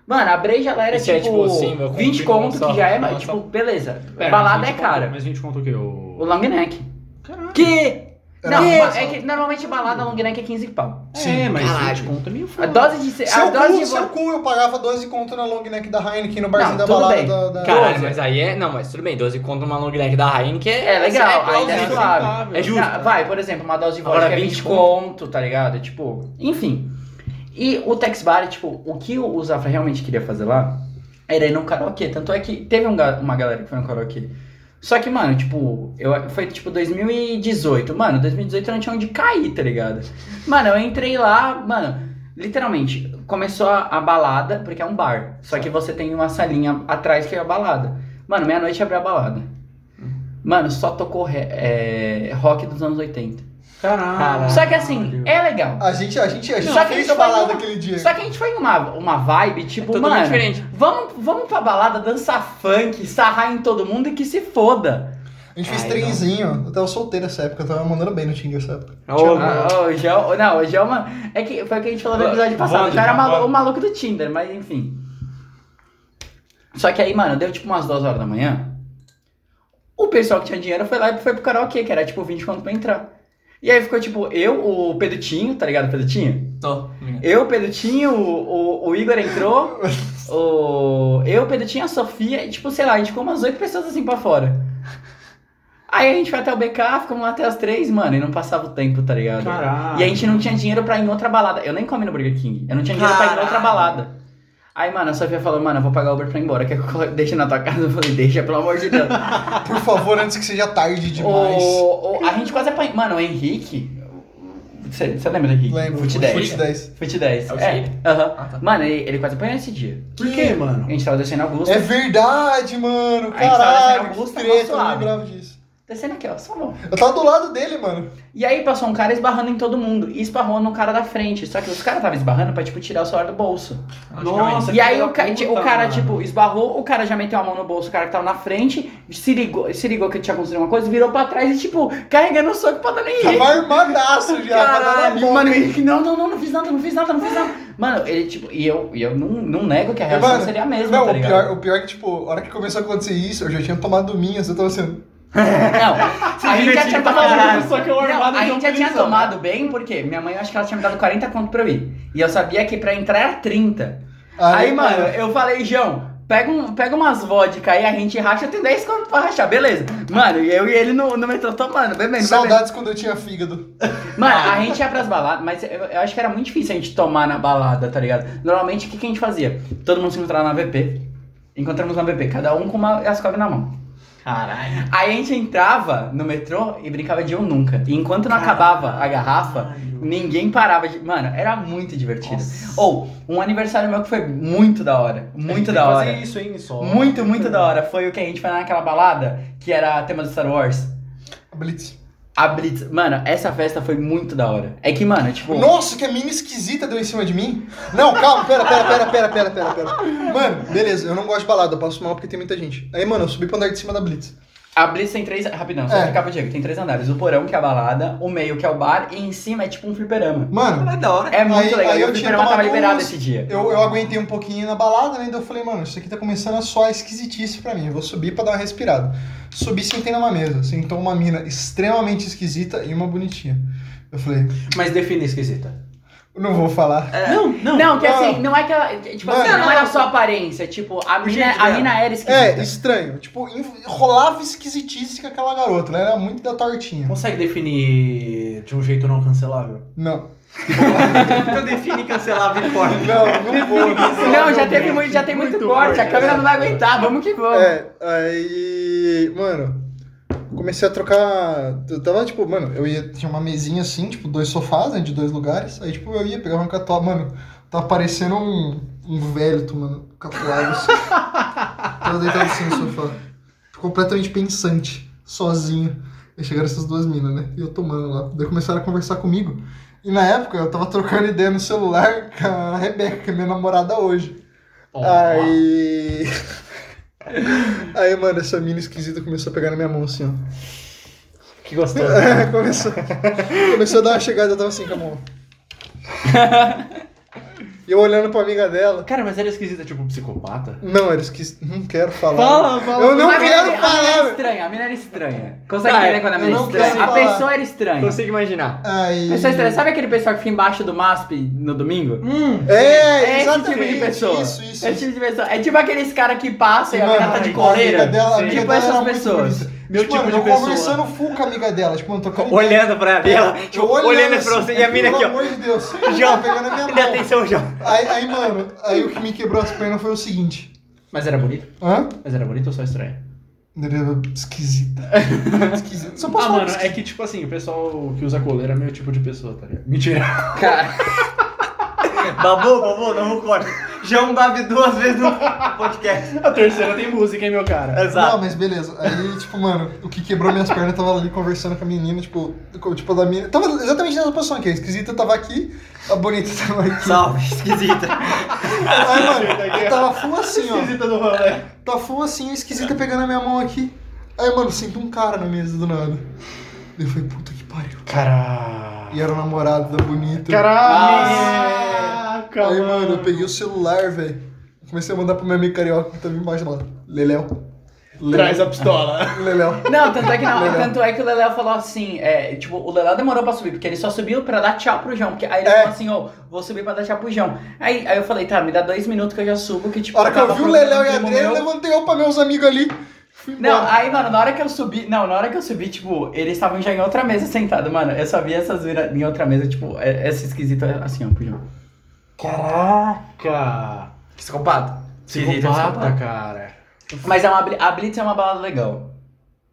Speaker 2: Mano, a breja ela era
Speaker 4: Isso é,
Speaker 2: tipo,
Speaker 4: tipo, sim, eu
Speaker 2: 20
Speaker 4: confirmo,
Speaker 2: conto, que
Speaker 4: só-
Speaker 2: já é,
Speaker 4: só-
Speaker 2: mas tipo, beleza. balada é cara.
Speaker 10: Mas a gente conta o quê?
Speaker 2: O
Speaker 10: O...
Speaker 2: long neck.
Speaker 10: Caralho.
Speaker 2: Que?
Speaker 5: Era
Speaker 2: Não,
Speaker 5: massa.
Speaker 2: é que normalmente balada long neck é 15 pau.
Speaker 10: É, mas
Speaker 2: Caralho.
Speaker 10: 20 conto é meio
Speaker 2: A
Speaker 10: foda.
Speaker 2: dose de. A
Speaker 5: Seu,
Speaker 2: dose
Speaker 5: cu,
Speaker 2: de.
Speaker 5: seu cu, eu pagava 12 conto na long neck da Heineken no barzinho
Speaker 2: Não,
Speaker 5: da
Speaker 2: tudo
Speaker 5: balada
Speaker 2: bem.
Speaker 5: da. da-
Speaker 4: Caralho, mas aí é. Não, mas tudo bem, 12 conto uma long neck da Heineken
Speaker 2: É legal, ainda é
Speaker 4: plausível.
Speaker 2: suave.
Speaker 4: É justo.
Speaker 2: Não, vai, por exemplo, uma dose de vodka
Speaker 4: Agora
Speaker 2: é 20
Speaker 4: 20
Speaker 2: conto, tá ligado? Tipo, enfim. E o Tex Bar, tipo, o que o Zafra realmente queria fazer lá era ir num karaokê. Tanto é que teve um ga- uma galera que foi no karaokê. Só que, mano, tipo, eu, foi tipo 2018. Mano, 2018 eu não tinha onde cair, tá ligado? Mano, eu entrei lá, mano, literalmente, começou a, a balada, porque é um bar. Só que você tem uma salinha atrás que é a balada. Mano, meia-noite abriu a balada. Mano, só tocou re- é, rock dos anos 80.
Speaker 10: Caralho.
Speaker 2: Só que assim, é legal.
Speaker 5: A gente, a gente, a gente
Speaker 2: Só que a
Speaker 5: fez
Speaker 2: gente
Speaker 5: a
Speaker 2: vai
Speaker 5: balada
Speaker 2: numa-
Speaker 5: aquele dia.
Speaker 2: Só que a gente foi em uma, uma vibe, tipo,
Speaker 4: É Totalmente
Speaker 2: mano,
Speaker 4: diferente.
Speaker 2: Vamos, vamos pra balada dançar funk, sarrar em todo mundo e que se foda.
Speaker 5: A gente fez
Speaker 4: Ai,
Speaker 5: trenzinho. Eu tava solteiro nessa época, eu tava mandando bem no Tinder nessa época.
Speaker 4: Ô,
Speaker 2: Ah, hoje é, o- não, hoje é uma. É que foi o que a gente falou no episódio passado.
Speaker 9: Vamos,
Speaker 2: Já era malu-
Speaker 9: vamos.
Speaker 2: o maluco do Tinder, mas enfim. Só que aí, mano, deu tipo umas duas horas da manhã. O pessoal que tinha dinheiro foi lá e foi pro karaokê, que era tipo 20 quanto pra entrar. E aí ficou tipo eu, o Pedutinho, tá ligado, Pedutinho?
Speaker 9: Tô.
Speaker 2: Eu, o Pedutinho, o, o, o Igor entrou, o, eu, o Pedutinho, a Sofia, e tipo, sei lá, a gente ficou umas oito pessoas assim pra fora. Aí a gente foi até o BK, ficamos lá até as três, mano, e não passava o tempo, tá ligado?
Speaker 10: Caralho.
Speaker 2: E a gente não tinha dinheiro pra ir em outra balada. Eu nem comi no Burger King. Eu não tinha dinheiro pra ir em outra balada. Aí, mano, a Sofia falou, mano, eu vou pagar Uber pra ir embora. Quer que eu colo- <laughs> deixe na tua casa? Eu falei, deixa, pelo amor de Deus.
Speaker 5: Por favor, antes que seja tarde <laughs> demais.
Speaker 2: o, o- a gente quase apanhou. Mano, o Henrique. Você você lembra do Henrique?
Speaker 5: Lembro.
Speaker 2: Fute 10.
Speaker 5: Fute 10.
Speaker 2: Fute 10.
Speaker 9: É o
Speaker 2: É.
Speaker 9: Shape?
Speaker 2: aham.
Speaker 9: Ah, tá.
Speaker 2: Mano, ele, ele quase apanhou esse dia.
Speaker 10: Por quê,
Speaker 2: A
Speaker 10: mano?
Speaker 2: gente tava descendo Augusta.
Speaker 5: É verdade,
Speaker 2: A
Speaker 5: mano.
Speaker 2: gente assim, tava saindo
Speaker 5: Caralho,
Speaker 2: na
Speaker 5: que
Speaker 2: Augusta,
Speaker 5: treta, eu não
Speaker 2: um suave.
Speaker 5: lembrava disso.
Speaker 2: Descendo aqui, ó, só bom.
Speaker 5: Eu tava do lado dele, mano.
Speaker 2: <laughs> E aí passou um cara esbarrando em todo mundo. E esbarrou no cara da frente. Só que os caras estavam esbarrando pra, tipo, tirar o celular do bolso.
Speaker 10: Nossa,
Speaker 2: E aí
Speaker 10: filho
Speaker 2: o,
Speaker 10: da
Speaker 2: ca-
Speaker 10: puta,
Speaker 2: o cara,
Speaker 10: mano.
Speaker 2: tipo, esbarrou, o cara já meteu a mão no bolso, o cara que tava na frente, se ligou, se ligou que tinha acontecido uma coisa, virou pra trás e, tipo, carregando o soco pra dar nem
Speaker 5: Tava armadaço já. pra dar na
Speaker 2: Caralho,
Speaker 5: boca.
Speaker 2: mano, o Henrique, não, não, não, não fiz nada, não fiz nada, não fiz nada. Mano, ele, tipo, e eu, e eu não, não nego que a reação
Speaker 5: Mano,
Speaker 2: seria a mesma,
Speaker 5: Não,
Speaker 2: tá
Speaker 5: o,
Speaker 2: ligado?
Speaker 5: pior, o pior é que, tipo, a hora que começou a acontecer isso, eu já tinha tomado minhas, eu tava assim.
Speaker 2: <laughs> Não, a gente já tinha
Speaker 4: pra
Speaker 2: tomado.
Speaker 4: caralho.
Speaker 2: Só que eu
Speaker 4: armado
Speaker 2: não, a
Speaker 4: de
Speaker 2: gente já tinha
Speaker 4: opinião.
Speaker 2: tomado bem, porque minha mãe, eu acho que ela tinha me dado 40 conto pra eu ir. E eu sabia que pra entrar era 30. Aí, mano, eu falei, João, pega, um, pega umas vodka aí, a gente racha, eu tenho 10 conto pra rachar, beleza. Mano, e eu e ele no, no metrô tomando, bebendo,
Speaker 5: Saudades quando eu tinha fígado.
Speaker 2: bebendo. Mano, a gente ia pras baladas, mas eu, eu acho que era muito difícil a gente tomar na balada, tá ligado? Normalmente, o que, que a gente fazia? Todo mundo se encontrava na VP, encontramos na VP, cada um com uma Ascov na mão.
Speaker 4: Caralho.
Speaker 2: Aí a gente entrava no metrô e brincava de eu nunca. E enquanto não acabava a garrafa, ninguém parava de. Mano, era muito divertido. Ou, um aniversário meu que foi muito da hora. Muito da hora.
Speaker 10: Fazer isso, hein, só.
Speaker 2: Muito, muito da hora. Foi o que a gente foi naquela balada que era tema do Star Wars.
Speaker 5: Blitz.
Speaker 2: A Blitz. Mano, essa festa foi muito da hora. É que, mano, tipo.
Speaker 5: Nossa, que a mina esquisita deu em cima de mim. Não, calma, pera, pera, pera, pera, pera, pera, pera. Mano, beleza, eu não gosto de balada, eu passo mal porque tem muita gente. Aí, mano, eu subi pro andar de cima da Blitz.
Speaker 2: A Blitz tem três. Rapidão, só
Speaker 5: É.
Speaker 2: explicar pro Diego. Tem três andares: o porão, que é a balada, o meio, que é o bar, e em cima é tipo um fliperama.
Speaker 5: Mano,
Speaker 9: É da hora.
Speaker 2: É muito
Speaker 5: Aí-
Speaker 2: legal.
Speaker 5: aí
Speaker 2: e o
Speaker 5: eu tinha
Speaker 2: fliperama tava
Speaker 5: tomado
Speaker 2: liberado
Speaker 5: uns-
Speaker 2: esse dia.
Speaker 5: Eu, eu aguentei um pouquinho na balada, né? Então eu falei, mano, isso aqui tá começando a soar esquisitice pra mim. Eu vou subir pra dar uma respirada. Subi, sentei numa mesa. Sentou uma mina extremamente esquisita e uma bonitinha. Eu falei,
Speaker 10: Mas define esquisita.
Speaker 5: eu não vou falar.
Speaker 10: Não, não.
Speaker 2: Não, que
Speaker 5: Não.
Speaker 2: assim, não é que ela. Tipo
Speaker 5: Mano.
Speaker 2: assim, não, era só aparência. Tipo, a mina,
Speaker 9: jeito
Speaker 2: a
Speaker 9: dela.
Speaker 2: mina era esquisita.
Speaker 5: É, estranho. Tipo, en- rolava esquisitice com aquela garota. Ela era muito da tortinha.
Speaker 10: Consegue definir de um jeito não cancelável?
Speaker 5: Não.
Speaker 9: Eu defini cancelar a corte.
Speaker 5: Não, não vou. é
Speaker 2: Não, já teve muito, já tem muito, corte, a câmera não vai aguentar, vamos que vamos.
Speaker 5: né? É, aí, mano, comecei a trocar. Eu tava tipo, mano, eu ia. Tinha uma mesinha assim, tipo, dois sofás, né, de dois lugares. Aí, tipo, eu ia pegar um catuá. Mano, tava parecendo um, um velho tomando catuá. Assim. tava deitado assim no sofá. Completamente pensante, sozinho. Aí chegaram essas duas minas, né? E eu tomando lá. Daí começaram a conversar comigo. E na época eu tava trocando ideia no celular com a Rebeca, que é minha namorada hoje. Aí. <laughs> Aí, mano, essa mina esquisita começou a pegar na minha mão assim, ó.
Speaker 4: Que gostoso.
Speaker 5: <laughs> começou, começou a dar uma chegada, eu tava assim com a mão. E eu olhando pra amiga dela.
Speaker 10: Cara, mas ela é esquisita, tipo um psicopata?
Speaker 5: Não, era esquisita. Não quero falar.
Speaker 4: Fala, fala.
Speaker 5: Eu não
Speaker 2: a mina-
Speaker 5: quero
Speaker 2: a mina era
Speaker 5: falar!
Speaker 2: estranha, a mina era estranha. Consegue
Speaker 4: Tá,
Speaker 2: entender quando a mina
Speaker 5: eu
Speaker 2: é
Speaker 5: não
Speaker 2: estranha?
Speaker 5: quero
Speaker 2: A
Speaker 5: falar.
Speaker 2: pessoa era estranha.
Speaker 4: Consigo imanar.
Speaker 5: Aí.
Speaker 2: Pessoa é estranha. Sabe aquele pessoal que fica embaixo do MASP no domingo?
Speaker 5: É,
Speaker 2: É esse
Speaker 5: Hum, exatamente.
Speaker 2: tipo de pessoa.
Speaker 5: Isso, isso.
Speaker 2: É esse tipo de pessoa. É tipo aqueles caras que passam e a
Speaker 5: Mano,
Speaker 2: mina tá de
Speaker 5: a amiga
Speaker 2: coleira.
Speaker 5: dela- a amiga
Speaker 2: tipo
Speaker 5: dela era
Speaker 2: essas
Speaker 5: muito
Speaker 2: pessoas.
Speaker 5: bonita.
Speaker 4: Meu
Speaker 5: tipo,
Speaker 4: tipo
Speaker 5: mano,
Speaker 4: de
Speaker 5: eu
Speaker 4: pessoa.
Speaker 5: conversando full com a amiga dela, tipo, mano, tocando.
Speaker 4: Olhando pra ela, tipo, olhando, pra você e a mina aqui,
Speaker 5: assim, Pelo
Speaker 4: ó.
Speaker 5: amor de
Speaker 4: <laughs>
Speaker 5: Deus.
Speaker 4: João,
Speaker 5: tá pegando a minha
Speaker 4: Me dá
Speaker 5: mão.
Speaker 4: atenção, João.
Speaker 5: Aí, aí, mano, aí o que me quebrou as pernas foi o seguinte.
Speaker 10: Mas era bonita?
Speaker 5: Hã?
Speaker 10: Mas era bonita ou só estranha?
Speaker 4: <laughs>
Speaker 5: Esquisita. Esquisita. Só posso
Speaker 10: Ah,
Speaker 5: falar
Speaker 10: mano,
Speaker 5: que
Speaker 10: é que tipo assim, o pessoal que usa coleira é meu tipo de pessoa, tá ligado? Mentira.
Speaker 2: Cara,
Speaker 4: Babou, babou, não vou corte. João babe duas vezes no podcast.
Speaker 10: <laughs> A terceira tem música, hein, meu cara?
Speaker 4: Exato.
Speaker 5: Não, mas beleza. Aí, tipo, mano, o que quebrou minhas pernas, eu tava ali conversando com a menina, tipo, co- tipo da minha. Tava exatamente nessa posição aqui. A esquisita tava aqui, a bonita tava aqui.
Speaker 4: Salve, esquisita.
Speaker 5: Aí, mano, eu tava full assim, ó.
Speaker 10: do rolê.
Speaker 5: Tá full assim, a esquisita pegando a minha mão aqui. Aí, mano, senta um cara na mesa do nada. Eu falei, puta que pariu.
Speaker 10: Caralho.
Speaker 5: E era o namorado da bonita.
Speaker 10: Caraca,
Speaker 5: Aí, mano, eu peguei o celular, velho. Comecei a mandar pro meu amigo carioca que tava embaixo lá. Leléu. Leléu.
Speaker 10: Traz a pistola.
Speaker 5: <laughs> Leléu.
Speaker 2: Não, tanto é que, não,
Speaker 5: Legal.
Speaker 2: tanto é que o Leléo falou assim, é, tipo, o Leléo demorou pra subir, porque ele só subiu pra dar tchau pro João. Porque aí ele
Speaker 5: É.
Speaker 2: falou assim, ó, vou subir pra dar tchau pro João. Aí, aí eu falei, tá, me dá dois minutos que eu já subo, que tipo...
Speaker 5: A hora que eu
Speaker 2: tava
Speaker 5: vi o
Speaker 2: procurando
Speaker 5: Leléu e a
Speaker 2: primo
Speaker 5: Adriana, eu
Speaker 2: meu.
Speaker 5: levantei, opa, meus amigos ali. Fui
Speaker 2: Não,
Speaker 5: embora.
Speaker 2: aí, mano, na hora que eu subi. Não, na hora que eu subi, tipo, eles estavam já em outra mesa sentado, mano. Eu só vi essas vira em outra mesa, tipo, é- essa esquisita assim, ó, pro João.
Speaker 10: Caraca.
Speaker 4: Psicopata.
Speaker 10: Psicopata, cara.
Speaker 2: Mas é uma, bli- a Blitz é uma balada legal.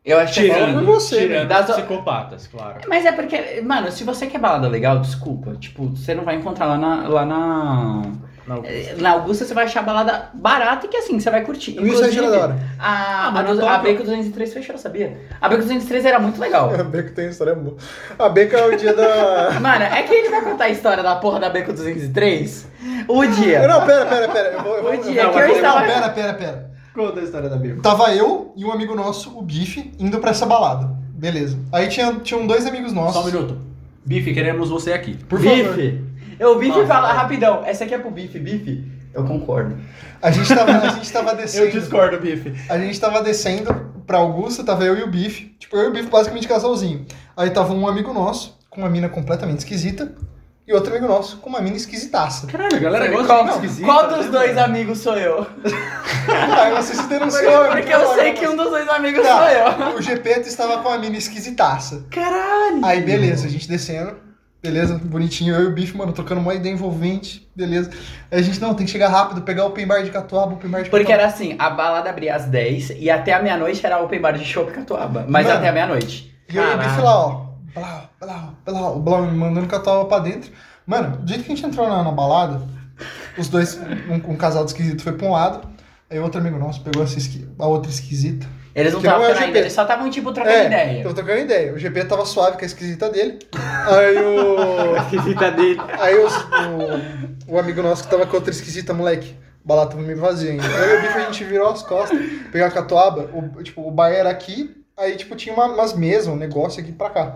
Speaker 2: Eu acho que é
Speaker 5: Tirando- você,
Speaker 10: tirando
Speaker 2: Das-
Speaker 10: psicopatas, claro.
Speaker 2: Mas é porque, mano, se você quer balada legal, desculpa. Tipo, você não vai encontrar lá na. Lá na...
Speaker 10: Na Augusta.
Speaker 2: eh, Na Augusta você vai achar a balada barata e que assim, você vai curtir.
Speaker 5: Eu me saí de lá da hora.
Speaker 2: a,
Speaker 10: Ah, mas
Speaker 2: a,
Speaker 10: na
Speaker 2: do- a
Speaker 10: Tóquio-
Speaker 2: Beco 203 fechou, sabia? A Beco 203 era muito
Speaker 5: <laughs>
Speaker 2: legal.
Speaker 5: A Beca tem história boa. A Beca é o dia da. <laughs>
Speaker 2: Mano, é que ele vai contar a história da porra da Beco 203 o dia.
Speaker 5: Não, pera, pera, pera. Eu vou, eu vou-
Speaker 2: O dia
Speaker 5: não,
Speaker 2: que eu
Speaker 5: não,
Speaker 2: estava-
Speaker 5: Pera, pera, pera.
Speaker 10: Conta a história da Bíblia.
Speaker 5: Tava eu e um amigo nosso, o Bife, indo pra essa balada. Beleza. Aí tinha, tinham dois amigos nossos.
Speaker 10: Só um minuto. Bife, queremos você aqui.
Speaker 5: Por favor.
Speaker 2: Bife. Eu vi que
Speaker 10: Nossa,
Speaker 2: fala
Speaker 10: cara.
Speaker 2: rapidão. Essa aqui é pro bife, bife. Eu concordo.
Speaker 5: A gente tava, a gente tava descendo.
Speaker 10: Eu discordo, Bife.
Speaker 5: <laughs> A gente tava descendo pra Augusta, tava eu e o Bife. Tipo, eu e o Bife basicamente casalzinho. Aí tava um amigo nosso, com uma mina completamente esquisita, e outro amigo nosso, com uma mina
Speaker 2: <laughs>
Speaker 5: esquisitaça.
Speaker 10: Caralho, a galera gosta de gente
Speaker 2: Qual,
Speaker 10: esquisita,
Speaker 2: qual
Speaker 10: né,
Speaker 2: dos
Speaker 10: mano?
Speaker 2: dois amigos sou eu?
Speaker 5: Aí você Ah, se denunciou. é muito
Speaker 2: Porque eu
Speaker 5: bom,
Speaker 2: sei
Speaker 5: né?
Speaker 2: que um dos dois amigos
Speaker 5: Tá.
Speaker 2: sou eu.
Speaker 5: O GP estava com a mina esquisitaça. Caralho! Aí, beleza, a gente descendo. Beleza, bonitinho. Eu e o bicho, mano, tocando uma ideia envolvente. Beleza. Aí a gente, não, tem que chegar rápido, pegar o open bar de Catuaba, o open bar de
Speaker 2: Porque
Speaker 5: Catuaba.
Speaker 2: era assim, a balada abria às 10 e até a meia-noite era open bar de chopp Catuaba. Mas
Speaker 5: Mano.
Speaker 2: até a meia-noite.
Speaker 5: E eu e o bicho
Speaker 4: Caralho.
Speaker 5: lá, ó. Blá, blá, blá, o Blau me mandando Catuaba pra dentro. Mano, do jeito que a gente entrou na, na balada, os dois, um, um casal de esquisito foi pra um lado. Aí outro amigo nosso pegou essa esqui- a outra esquisita.
Speaker 2: Eles não
Speaker 5: Que não
Speaker 2: estavam
Speaker 5: é o
Speaker 2: ficando ainda,
Speaker 5: GP.
Speaker 2: eles só estavam, tipo, trocando ideia.
Speaker 5: eu tô trocando ideia. O GP tava suave com a esquisita dele. Aí o.
Speaker 4: Esquisita dele.
Speaker 5: Aí os- o, o amigo nosso que tava com outra esquisita, moleque. Balada tava meio vazia ainda. Aí eu vi que a gente virou as costas, pegar a catuaba, o, tipo, o bar era aqui, aí tipo tinha uma- umas mesas, um negócio aqui pra cá.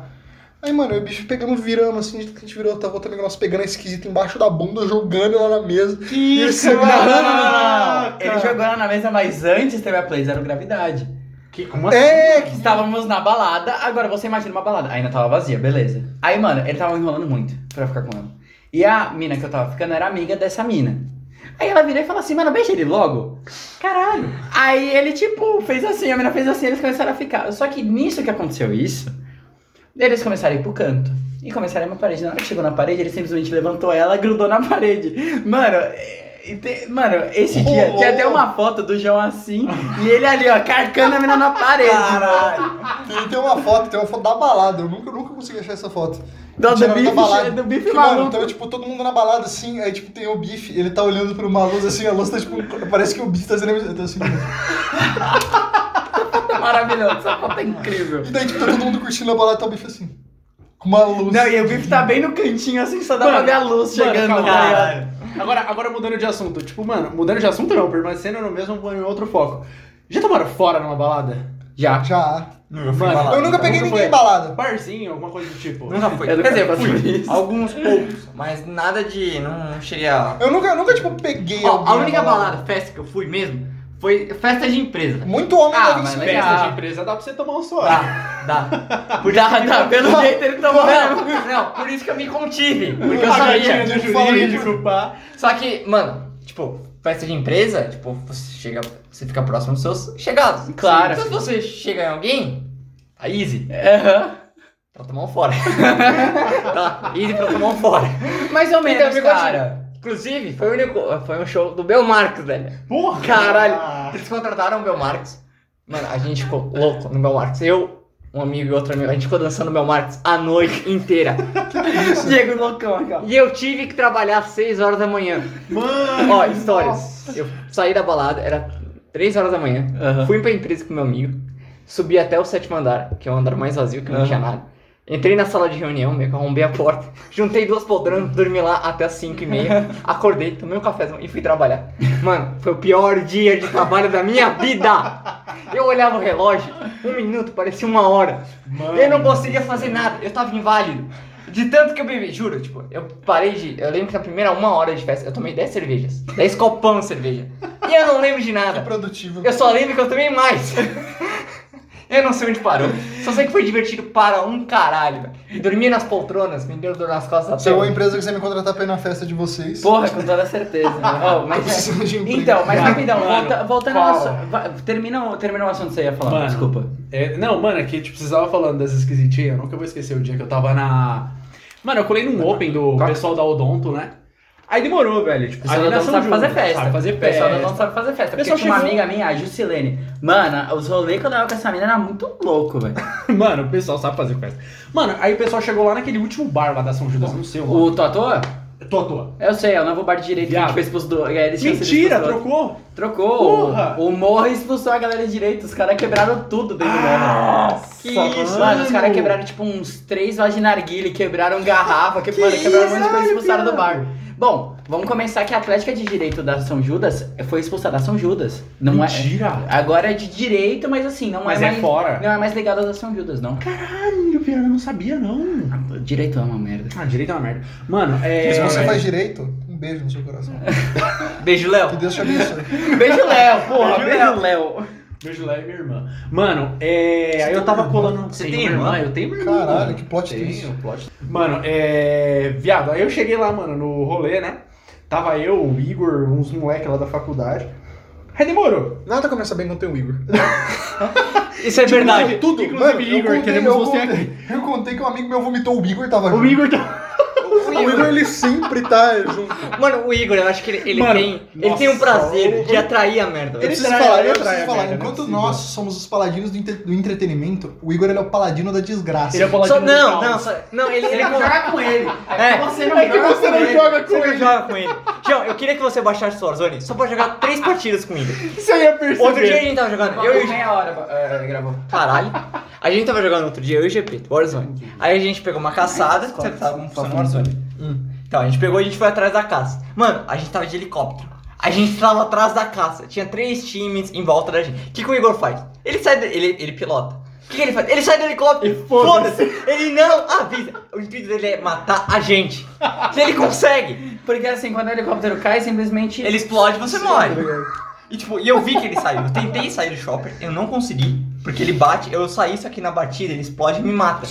Speaker 5: Aí, mano, eu e o bicho pegando, virando assim, de que a gente virou, tava outro amigo nosso pegando a esquisita embaixo da bunda, jogando ela na mesa.
Speaker 4: Que
Speaker 2: <laughs>
Speaker 5: Isso,
Speaker 2: Não, não, não, não, não, não.
Speaker 4: Caraca.
Speaker 2: Ele jogou ela na mesa, mas antes teve a Play Zero Gravidade.
Speaker 10: Que, como assim?
Speaker 5: É, que-
Speaker 2: Estávamos na balada, agora você imagina uma balada. Ainda tava vazia, beleza. Aí, mano, ele tava enrolando muito pra ficar com ela. E a mina que eu tava ficando era amiga dessa mina. Aí ela virou e falou assim, mano, beija ele logo. Caralho. Aí ele, tipo, fez assim, a mina fez assim, eles começaram a ficar. Só que nisso que aconteceu isso, eles começaram a ir pro canto. E começaram a ir pra parede. Na hora que chegou na parede, ele simplesmente levantou ela, grudou na parede. Mano, e te- mano, esse dia
Speaker 5: Rolou.
Speaker 2: tinha até uma foto do João assim e ele ali, ó, carcando a mina na parede.
Speaker 5: tem, tem uma foto, tem uma foto da balada. Eu nunca, eu nunca consegui achar essa foto.
Speaker 2: Do, do
Speaker 5: Tiraram da balada.
Speaker 2: bife, é do bife
Speaker 5: Porque, mano,
Speaker 2: maluco.
Speaker 5: tava, tipo, todo mundo na balada, assim, aí, tipo, tem o bife, ele tá olhando pra uma luz, assim, a luz tá, tipo, parece que o bife tá sendo... Tá assim,
Speaker 2: Tá <laughs> maravilhoso, essa foto é incrível.
Speaker 5: E daí, tipo, tá todo mundo curtindo a balada, tá o bife assim. Com uma luz.
Speaker 2: Não, e o bife tá bem no cantinho, assim, só dá pra
Speaker 10: Mano,
Speaker 2: ver a luz
Speaker 10: mano,
Speaker 2: chegando.
Speaker 10: calma,
Speaker 2: tá ligado?
Speaker 4: Caralho.
Speaker 10: Agora, agora mudando de assunto. Tipo, mano, mudando de assunto não, permanecendo no mesmo em outro foco. Já tomaram fora numa balada?
Speaker 2: Já.
Speaker 5: Já.
Speaker 4: Nunca fui
Speaker 10: Mano,
Speaker 4: balada.
Speaker 5: Eu nunca peguei
Speaker 10: Nunca
Speaker 5: ninguém
Speaker 10: foi.
Speaker 5: em balada.
Speaker 10: Barzinho, alguma coisa do tipo.
Speaker 4: Nunca fui.
Speaker 2: Eu
Speaker 4: Quer
Speaker 2: nunca
Speaker 4: dizer,
Speaker 2: fui.
Speaker 4: fui. Alguns poucos, mas nada de. Não, não cheguei a.
Speaker 5: Eu nunca, eu nunca tipo, peguei
Speaker 4: Ó,
Speaker 5: alguém
Speaker 4: a
Speaker 5: na
Speaker 4: única balada, festa que eu fui mesmo, foi festa de empresa.
Speaker 5: Muito homem
Speaker 2: Ah,
Speaker 5: deve
Speaker 2: mas
Speaker 5: ser.
Speaker 10: Festa
Speaker 2: legal.
Speaker 10: de empresa dá pra você tomar um só.
Speaker 4: Ah,
Speaker 10: <laughs>
Speaker 4: Dá, dá. Por
Speaker 2: Já, tá,
Speaker 4: <laughs>
Speaker 2: pelo jeito ele tomou.
Speaker 4: Não, não, por isso que eu me contive. Porque eu
Speaker 10: Ah,
Speaker 4: sabia.
Speaker 10: gatinho do
Speaker 5: Fala aí,
Speaker 10: jurídico, pá.
Speaker 4: Só que, mano, tipo, festa de empresa, tipo, você chega. Você fica próximo dos seus chegados.
Speaker 2: Claro. É.
Speaker 4: Então, se você chega em alguém, tá easy.
Speaker 2: Aham.
Speaker 4: Pra tomar um fora. <laughs> tá, easy pra tomar um fora.
Speaker 2: Mais ou menos,
Speaker 4: Então, me conte- <laughs>
Speaker 2: cara.
Speaker 4: Inclusive, foi o único. Foi um show do Belmarcos, velho.
Speaker 10: Porra!
Speaker 4: Caralho, eles contrataram o Belmarcos. Mano, a gente ficou louco no Belmarcos. Eu, um amigo e outro amigo, a gente ficou dançando no Belmarcos a noite inteira.
Speaker 2: Diego loucão aqui, ó.
Speaker 4: E eu tive que trabalhar às 6 horas da manhã.
Speaker 10: Mano!
Speaker 4: Ó, histórias. Eu saí da balada, era 3 horas da manhã.
Speaker 2: Aham.
Speaker 4: Fui pra empresa com meu amigo. Subi até o sétimo andar, que é o andar mais vazio, que não
Speaker 2: Aham.
Speaker 4: tinha nada. Entrei na sala de reunião, meio que arrombei a porta. <laughs> Juntei duas poltronas, dormi lá até as 5 e meia. Acordei, tomei um cafezão e fui trabalhar. Mano, foi o pior dia de trabalho da minha vida. Eu olhava o relógio, um minuto parecia uma hora. Eu não conseguia fazer nada, eu tava inválido. De tanto que eu bebi, juro, tipo, eu parei de. Eu lembro que na primeira uma hora de festa eu tomei 10 cervejas, 10 copão de cerveja. E eu não lembro de
Speaker 5: É
Speaker 4: nada.
Speaker 5: produtivo.
Speaker 4: Eu só lembro que eu tomei mais. <laughs> Eu não sei onde parou. Só sei que foi divertido para um caralho, velho. E dormia nas poltronas, me deu dor nas costas
Speaker 5: Se é
Speaker 4: até.
Speaker 5: uma
Speaker 4: hoje.
Speaker 5: empresa que você me contratar pra ir na festa de vocês.
Speaker 2: Porra, com toda certeza. né? Ó, mas-
Speaker 5: Eu preciso de emprego.
Speaker 2: então, mas
Speaker 10: Cara,
Speaker 2: rapidão,
Speaker 10: mano,
Speaker 2: volta, voltando
Speaker 10: qual?
Speaker 2: ao assu- vai- termina, o- termina o assunto que você ia falar,
Speaker 10: Mano.
Speaker 2: desculpa.
Speaker 10: É, não, mano, é que tipo, vocês estavam falando das esquisitinhas, eu nunca vou esquecer o dia que eu tava na. Mano, eu colei
Speaker 2: Tá.
Speaker 10: num open do pessoal da Odonto, né? Aí demorou, velho. Tipo,
Speaker 2: O pessoal
Speaker 10: ali na
Speaker 2: não
Speaker 10: São
Speaker 2: sabe
Speaker 10: João,
Speaker 2: fazer festa.
Speaker 10: Sabe fazer
Speaker 2: O pessoal
Speaker 10: festa.
Speaker 2: não sabe fazer festa. Porque
Speaker 10: Pessoal
Speaker 2: tinha uma
Speaker 10: chegou-
Speaker 2: amiga minha, a Jusilene. Mano, os rolês que eu dava com essa mina era muito louco, velho.
Speaker 10: <laughs> Mano, o pessoal sabe fazer festa. Mano, aí o pessoal chegou lá naquele último bar lá da São Judas, não sei o
Speaker 2: O
Speaker 10: nome.
Speaker 2: Totó?
Speaker 10: Tô à toa.
Speaker 2: Eu sei, é o novo bar de direito que a
Speaker 10: Viado.
Speaker 2: gente foi expulso do. é, eles tinham sido
Speaker 10: Mentira,
Speaker 2: expulsos do-
Speaker 10: trocou?
Speaker 2: Trocou!
Speaker 10: Porra!
Speaker 2: O, o Morro expulsou a galera de direito, os caras quebraram tudo dentro do
Speaker 10: Ah,
Speaker 2: ano.
Speaker 10: Nossa,
Speaker 2: Que isso, mano, os caras quebraram tipo uns três vasos de narguile, quebraram garrafa, que, mano, quebraram um monte de coisa e expulsaram do bar. Bom, vamos começar que a Atlética de Direito da São Judas foi expulsada da São Judas. Não
Speaker 10: Mentira.
Speaker 2: é. Agora é de direito, mas assim, não
Speaker 10: Mas
Speaker 2: é,
Speaker 10: é
Speaker 2: mais.
Speaker 10: fora.
Speaker 2: Não é mais ligada da São Judas, não.
Speaker 10: Caralho, Piara, eu não sabia, não.
Speaker 2: Direito é uma merda.
Speaker 10: Ah, direito é uma merda. Mano, é.
Speaker 5: Se você
Speaker 10: velho,
Speaker 5: faz direito, um beijo no seu coração.
Speaker 4: Beijo,
Speaker 5: Que
Speaker 4: Léo.
Speaker 5: Deus te abençoe.
Speaker 2: Beijo, Léo, porra,
Speaker 10: Beijo,
Speaker 2: beijo, Léo.
Speaker 10: Beijo lá e minha irmã. Mano, é. aí eu tava colando.
Speaker 4: Você
Speaker 10: Tenho
Speaker 4: tem
Speaker 10: uma
Speaker 4: irmã?
Speaker 10: Eu tenho uma irmã.
Speaker 5: Caralho,
Speaker 10: mano.
Speaker 5: que plot twist.
Speaker 2: um
Speaker 10: Tenho, plot. Mano, é. Viado, aí eu cheguei lá, mano, no rolê, né? Tava eu, o Igor, uns moleques lá da faculdade. Aí demorou.
Speaker 5: Nada começa bem quando tem o Igor.
Speaker 4: Isso
Speaker 10: Tipo,
Speaker 4: é verdade.
Speaker 5: Tudo,
Speaker 10: Inclusive,
Speaker 5: mano, eu
Speaker 10: Igor,
Speaker 5: contei,
Speaker 10: queremos
Speaker 5: eu
Speaker 10: você
Speaker 5: <laughs> contei, Eu contei que um amigo meu vomitou, o Igor tava
Speaker 10: O
Speaker 5: junto.
Speaker 10: Igor tá.
Speaker 5: <laughs> O Igor, ele sempre tá junto.
Speaker 4: Mano, o Igor, eu acho que ele, ele
Speaker 10: Mano,
Speaker 4: tem. Ele tem um
Speaker 10: nossa,
Speaker 4: prazer de atrair a merda.
Speaker 5: Eu
Speaker 4: velho.
Speaker 5: preciso
Speaker 10: trai,
Speaker 5: falar,
Speaker 10: ele
Speaker 5: eu
Speaker 10: trai
Speaker 5: preciso
Speaker 10: a
Speaker 5: falar.
Speaker 10: merda, não é
Speaker 5: Enquanto
Speaker 10: possível.
Speaker 5: nós somos os paladinos do, entre- do entretenimento, o Igor ele é o paladino da desgraça.
Speaker 10: Ele é o paladino
Speaker 4: Só,
Speaker 10: do
Speaker 4: não,
Speaker 10: caos.
Speaker 4: não, só, não, ele, ele
Speaker 2: joga com ele.
Speaker 4: É.
Speaker 2: você não joga
Speaker 10: você não joga
Speaker 4: Você não joga com ele. Tião, eu queria que você baixasse o Warzone só pra jogar três partidas com ele.
Speaker 10: Você ia perceber.
Speaker 4: Outro dia a gente tava jogando. Eu e o G-
Speaker 2: meia hora eh, gravou.
Speaker 4: Caralho. A gente tava jogando outro dia, eu e o GP, Warzone. Aí a gente pegou uma caçada. Você tava como funciona o Warzone? Hum. Então, a gente pegou e a gente foi atrás da caça. Mano, a gente tava de helicóptero. A gente tava atrás da caça. Tinha três times em volta da gente. O que, que o Igor faz? Ele sai do, ele, ele pilota. O que, que ele faz? Ele sai do helicóptero. Foda-se. ele não avisa. O intuito dele é matar a <laughs> gente. Se ele consegue,
Speaker 2: Porque assim, quando o helicóptero cai, simplesmente.
Speaker 4: ele explode e você morre. E tipo, e eu vi que ele saiu. Eu tentei sair do shopper, eu não consegui, porque ele bate, eu saí isso aqui na batida, ele explode e me mata.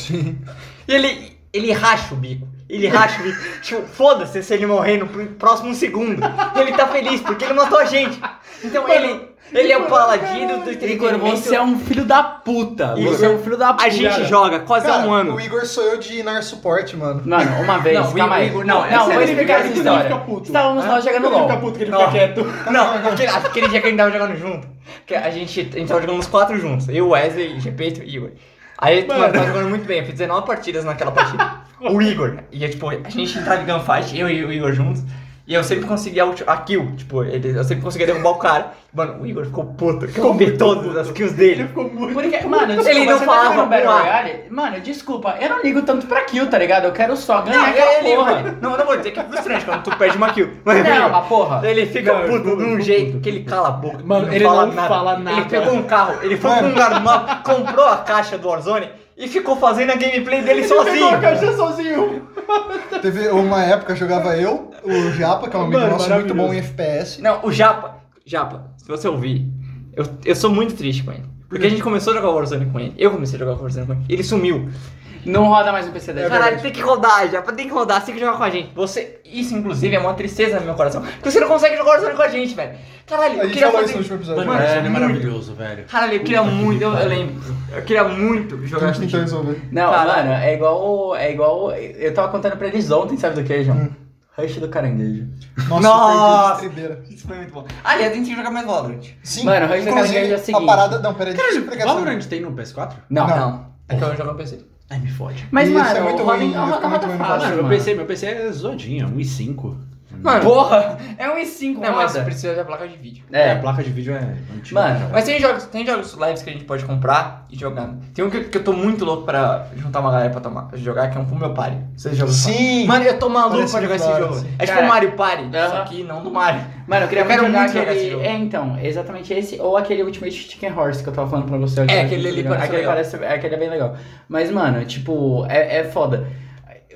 Speaker 4: E ele ele racha o bico. Ele racha o bico. Tipo, foda-se se ele morrer no pr- próximo segundo. Ele tá feliz porque ele matou a gente. Então ele ele é o paladino do
Speaker 2: Igor, você é
Speaker 4: entretenimento.
Speaker 2: um filho da puta.
Speaker 4: Igor,
Speaker 2: Você é um filho da puta.
Speaker 4: A gente joga quase há
Speaker 5: Cara,
Speaker 4: um ano.
Speaker 5: o Igor sou eu de inar suporte, mano.
Speaker 2: Mano, uma vez,
Speaker 4: Não, o
Speaker 2: calma aí.
Speaker 4: Igor- não, essa
Speaker 2: não,
Speaker 4: é
Speaker 2: vou
Speaker 4: a
Speaker 2: explicar
Speaker 10: verdade
Speaker 2: essa
Speaker 10: que ele
Speaker 2: história.
Speaker 10: fica puto.
Speaker 2: Estávamos nós jogando
Speaker 10: Ele fica
Speaker 2: LOL.
Speaker 10: puto que ele fica quieto.
Speaker 4: Não, aquele, aquele dia que a gente tava jogando junto. Que a gente, a gente tava jogando os quatro juntos. Eu, Wesley, GP e Igor. Aí, tipo, mano, tava jogando muito bem. Eu fiz 19 partidas naquela partida. o Igor. E, é, tipo, a gente entrava em gunfight, eu e o Igor juntos. E eu sempre conseguia a, ulti- a kill. Tipo, ele- eu sempre conseguia derrubar o cara. Mano, o Igor ficou puto. que Eu roubei todas as kills dele.
Speaker 2: Porque, mano, desculpa,
Speaker 4: Ele não
Speaker 2: você tá jogando
Speaker 4: falava
Speaker 2: Battle
Speaker 4: um A.
Speaker 2: Royale? Mano, desculpa, eu não ligo tanto pra kill, tá ligado? Eu quero só ganhar
Speaker 4: Não,
Speaker 2: aquela
Speaker 4: ele, é
Speaker 2: porra.
Speaker 4: mano, não, eu não vou dizer que é frustrante quando tu perde uma kill. Mas,
Speaker 2: Não,
Speaker 4: Igor,
Speaker 2: mas porra.
Speaker 4: Ele fica
Speaker 10: Não,
Speaker 4: puto
Speaker 10: eu
Speaker 4: de um
Speaker 10: fico
Speaker 4: jeito
Speaker 10: puto.
Speaker 4: que ele cala a boca.
Speaker 10: Mano, ele não fala
Speaker 4: Ele
Speaker 10: nada.
Speaker 4: pegou um carro, ele foi pra um lugar mal, comprou a caixa do Warzone e ficou fazendo a gameplay dele sozinho.
Speaker 10: Pegou a caixa sozinho.
Speaker 5: Teve uma época jogava eu, o Japa, que é um amigo
Speaker 10: Mano,
Speaker 5: nosso muito bom
Speaker 10: maravilhoso.
Speaker 5: em FPS.
Speaker 4: Não, o Japa. Japa, se você ouvir, eu, eu sou muito triste com ele.
Speaker 10: Hum.
Speaker 4: Porque a gente começou a jogar Warzone com ele. Eu comecei a jogar Warzone com ele. Ele sumiu.
Speaker 2: Não roda mais o PC dele.
Speaker 4: Caralho, tem que rodar, Japa, tem que rodar, tem que jogar com a gente. É Você. Isso, inclusive, é uma tristeza no meu coração. Porque você não consegue jogar Warzone com a gente, velho. Caralho,
Speaker 5: A
Speaker 4: eu
Speaker 5: gente
Speaker 4: queria
Speaker 5: falou
Speaker 4: fazer.
Speaker 5: isso no último episódio.
Speaker 10: Mano,
Speaker 4: Mano,
Speaker 10: é, ele é
Speaker 4: muito.
Speaker 10: maravilhoso, velho.
Speaker 4: Caralho, eu queria muito, eu, eu lembro. Eu queria muito
Speaker 5: a
Speaker 4: jogar
Speaker 5: gente tentou resolver.
Speaker 2: Não,
Speaker 4: Caralho.
Speaker 2: mano, é igual. o- É igual. Eu tava contando pra eles ontem, sabe do que, João?
Speaker 5: Hum.
Speaker 2: Rush do caranguejo.
Speaker 5: Nossa,
Speaker 4: Nossa.
Speaker 5: eu perdi de estribeira.
Speaker 4: Isso foi muito bom. Ah, Aliás, a gente tem que jogar mais Valorant.
Speaker 5: Sim,
Speaker 2: Mano, Rage da
Speaker 5: inclusive,
Speaker 2: Caranguejo é o seguinte.
Speaker 5: a parada... Não, peraí, deixa eu explicar essa-
Speaker 10: Valorant tem no PS4?
Speaker 2: Não.
Speaker 5: Não.
Speaker 4: É que eu jogo no PC.
Speaker 10: Ai, me fode.
Speaker 2: Mas,
Speaker 5: Isso é
Speaker 2: mano,
Speaker 5: muito
Speaker 2: roda,
Speaker 5: ruim,
Speaker 2: roda, roda
Speaker 5: fica muito ruim no
Speaker 2: fácil,
Speaker 10: Mano, meu
Speaker 2: mano.
Speaker 10: PC, meu PC é zodinho, 1.5.
Speaker 4: Mano,
Speaker 2: Porra!
Speaker 4: é um i5,
Speaker 2: Não,
Speaker 4: Não,
Speaker 2: mas
Speaker 4: mas precisa da placa de vídeo.
Speaker 2: É.
Speaker 10: a placa de vídeo é antiga.
Speaker 2: Mano,
Speaker 10: já.
Speaker 4: Mas tem jogos, tem jogos lives que a gente pode comprar e jogar. Tem um que, que eu tô muito louco pra juntar uma galera pra tomar, pra jogar, que é um Full Meu Party. Vocês jogam só?
Speaker 5: Sim!
Speaker 4: Mano, eu tô maluco
Speaker 5: Parece
Speaker 4: pra jogar esse
Speaker 5: claro,
Speaker 4: jogo.
Speaker 5: assim.
Speaker 4: É tipo
Speaker 2: Cara,
Speaker 4: o Mario Party,
Speaker 2: aham.
Speaker 4: só que não do Mario.
Speaker 2: Mano, eu queria
Speaker 4: Eu quero
Speaker 2: muito jogar
Speaker 4: muito jogar
Speaker 2: aquele.
Speaker 4: esse jogo.
Speaker 2: É, então, exatamente esse ou aquele Ultimate Chicken Horse que eu tava falando pra você.
Speaker 4: É, aquele ali parece
Speaker 2: aquele
Speaker 4: legal.
Speaker 2: parece Aquele é bem legal. Mas, mano, tipo, é, é foda.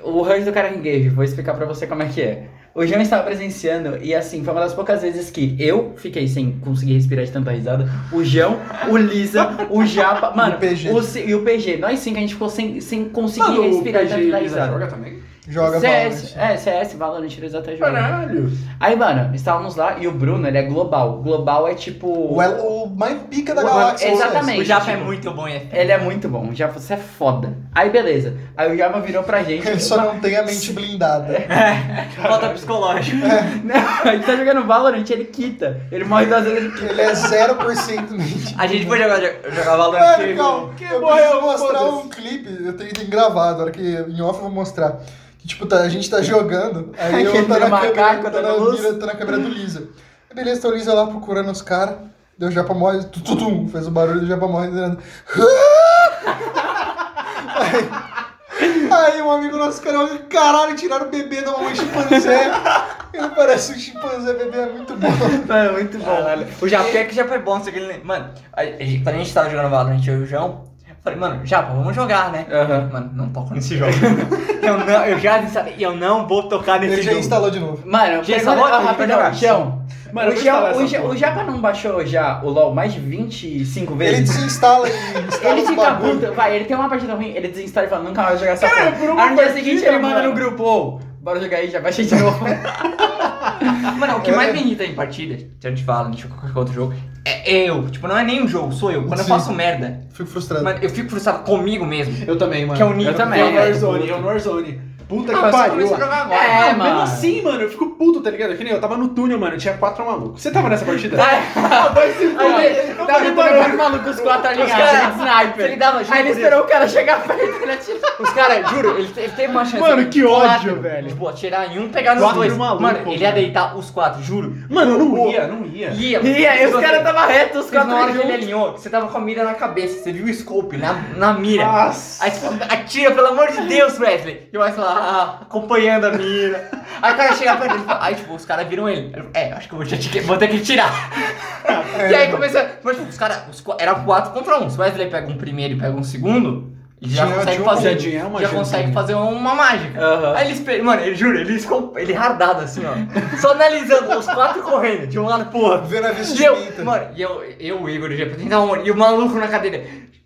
Speaker 2: O rush do Karen Game, vou explicar pra você como é que é. O Jean estava presenciando e, assim, foi uma das poucas vezes que eu fiquei sem conseguir respirar de tanta risada. O João, o Lisa, o Japa, mano,
Speaker 5: PG.
Speaker 2: o C- e o PG. Nós sim que a gente ficou sem, sem conseguir
Speaker 10: Mano, o
Speaker 2: respirar de
Speaker 10: PG
Speaker 2: tanta
Speaker 10: Lisa
Speaker 2: risada.
Speaker 10: joga também?
Speaker 5: Joga né,
Speaker 2: CS,
Speaker 5: Valorant.
Speaker 2: é, CS, Valorant, eles até jogam.
Speaker 10: Caralho!
Speaker 2: Aí, mano, estávamos lá e o Bruno, ele é global. Global é tipo.
Speaker 5: O, elo- o mais pica da
Speaker 2: O-
Speaker 5: galáxia.
Speaker 2: exatamente.
Speaker 4: O Japa é
Speaker 2: tipo,
Speaker 4: muito bom em FPS.
Speaker 2: Ele é muito bom, o Japa, você é foda. Aí, beleza. Aí o Japa virou pra
Speaker 5: <laughs>
Speaker 2: gente.
Speaker 5: Ele <laughs> só não tem a mente blindada.
Speaker 4: Falta psicológico.
Speaker 2: Não, a gente tá jogando Valorant, ele quita. Ele morre duas vezes, ele quita.
Speaker 5: Ele é 0% mente.
Speaker 4: A gente pode jogar, jogar Valorant. tipo,
Speaker 5: Mano,
Speaker 4: com-
Speaker 5: calma, eu preciso mostrar um clipe, eu tenho, tenho gravado, a hora que em off eu vou mostrar. Que tipo, tá- a gente tá jogando,
Speaker 2: <laughs>
Speaker 5: aí eu
Speaker 2: Aquele
Speaker 5: tô na,
Speaker 2: macaco
Speaker 5: câmera, tô,
Speaker 2: dando
Speaker 5: na
Speaker 2: luz.
Speaker 5: mira, tô na câmera do Lisa. Aí Beleza, tá o Lisa lá procurando os caras, deu japa morre, tu, tu, tum, fez o barulho do japa morre. né? aí, <laughs> aí um amigo nosso cara, olha, caralho, tiraram o bebê da mamãe chimpanzé. Ele parece um chimpanzé, bebê é muito bom.
Speaker 2: Mano, muito bom.
Speaker 4: O Japa, pior que o Japa é bom, só que ele... Mano, a, a gente- quando a gente tava jogando Valorant, eu e o João, eu falei, mano, Japa, vamos jogar, né?
Speaker 2: Aham.
Speaker 4: Mano, não toco nesse jogo. eu, não, eu já disse, eu não vou tocar nesse
Speaker 5: Ele já
Speaker 4: jogo.
Speaker 5: instalou de novo.
Speaker 2: Mano,
Speaker 4: Gente,
Speaker 2: pergunta-
Speaker 4: só-
Speaker 2: ó, rapidão,
Speaker 4: perdão.
Speaker 2: Chão.
Speaker 10: Mano, eu
Speaker 2: o,
Speaker 10: vou
Speaker 2: Chão
Speaker 10: instalar essa
Speaker 2: o, Ja-
Speaker 10: porra.
Speaker 2: o Japa não baixou já o LOL mais de 25
Speaker 5: Ele
Speaker 2: vezes? <laughs>
Speaker 5: desinstala e instala
Speaker 2: Ele
Speaker 5: os
Speaker 2: fica
Speaker 5: bagulho.
Speaker 2: puto, vai, ele tem uma partida ruim, ele desinstala e fala, nunca mais vou jogar essa
Speaker 10: Cara,
Speaker 2: porra.
Speaker 10: por uma
Speaker 2: Aí no dia
Speaker 10: partida,
Speaker 2: seguinte ele manda
Speaker 10: mano.
Speaker 2: no grupo, ô, bora jogar aí, já baixei de novo. <laughs>
Speaker 4: Ah, Mano, é o que
Speaker 5: É.
Speaker 4: mais me irrita em partida, se a gente fala, de qualquer outro jogo, é eu. Tipo, não é nem um jogo, sou eu. Quando
Speaker 5: Sim.
Speaker 4: eu faço merda,
Speaker 5: Fico frustrado.
Speaker 4: mano, eu fico frustrado comigo mesmo.
Speaker 10: Eu um também, mano.
Speaker 4: Que é o nível.
Speaker 2: Eu também,
Speaker 10: Eu no
Speaker 2: é,
Speaker 10: Warzone, eu no Warzone. Puta que
Speaker 4: Ah, você
Speaker 10: pariu.
Speaker 4: começou a jogar agora.
Speaker 2: É,
Speaker 10: Ah,
Speaker 2: mano.
Speaker 10: Mesmo assim, mano, eu fico puto, tá ligado? Que nem eu tava no túnel, mano, tinha quatro malucos. Você tava nessa partida? Vai se
Speaker 2: Aí,
Speaker 10: fuder.
Speaker 2: tá
Speaker 10: Tá
Speaker 2: me
Speaker 10: reparando?
Speaker 2: dois malucos quatro
Speaker 4: cara-
Speaker 2: alinhados, de sniper.
Speaker 4: ele dava-
Speaker 2: Aí ele esperou o cara chegar perto, ele atirou.
Speaker 4: Os caras, juro, ele, te- ele teve uma chance.
Speaker 10: Mano, que
Speaker 4: Quatro,
Speaker 10: ódio, velho.
Speaker 4: Tipo, atirar em um, pegar nos
Speaker 10: Quatro
Speaker 4: dois.
Speaker 10: maluco,
Speaker 4: mano, ele ia
Speaker 10: mano.
Speaker 4: deitar os quatro, juro.
Speaker 10: Mano, não ia, não ia.
Speaker 4: Ia,
Speaker 2: E aí os caras tava reto, os
Speaker 4: Teve uma hora
Speaker 2: quatro
Speaker 4: que ele
Speaker 2: juntos.
Speaker 4: alinhou, você tava com a mira na cabeça, você viu o scope na, na mira.
Speaker 10: Nossa.
Speaker 4: Aí você fala, atira, pelo amor de Deus, Wesley! E o Wesley lá, ah, acompanhando a mira. Aí o cara chega perto dele e fala, aí tipo, os caras viram ele. Ele falou, É, acho que eu vou, te- te- vou ter que tirar. e aí começa, mas tipo, os caras, os qu- era 4 contra 1. Se o Wesley pega um primeiro e pega um segundo, ele já
Speaker 5: Tinha-
Speaker 4: consegue
Speaker 5: tinha
Speaker 4: fazer, um,
Speaker 10: uma- tinha uma
Speaker 4: já
Speaker 10: chance,
Speaker 4: consegue
Speaker 10: né?
Speaker 4: fazer uma mágica.
Speaker 2: Aham.
Speaker 4: Aí ele, espe- mano, ele juro, ele, escom- ele hardado assim, ó. Só analisando os quatro correndo, de um lado pro outro.
Speaker 5: Vendo a
Speaker 4: E eu,
Speaker 10: né?
Speaker 5: vestimenta.
Speaker 4: mano, e eu, eu, o Igor, o GP, tentar um, e o maluco na cadeira.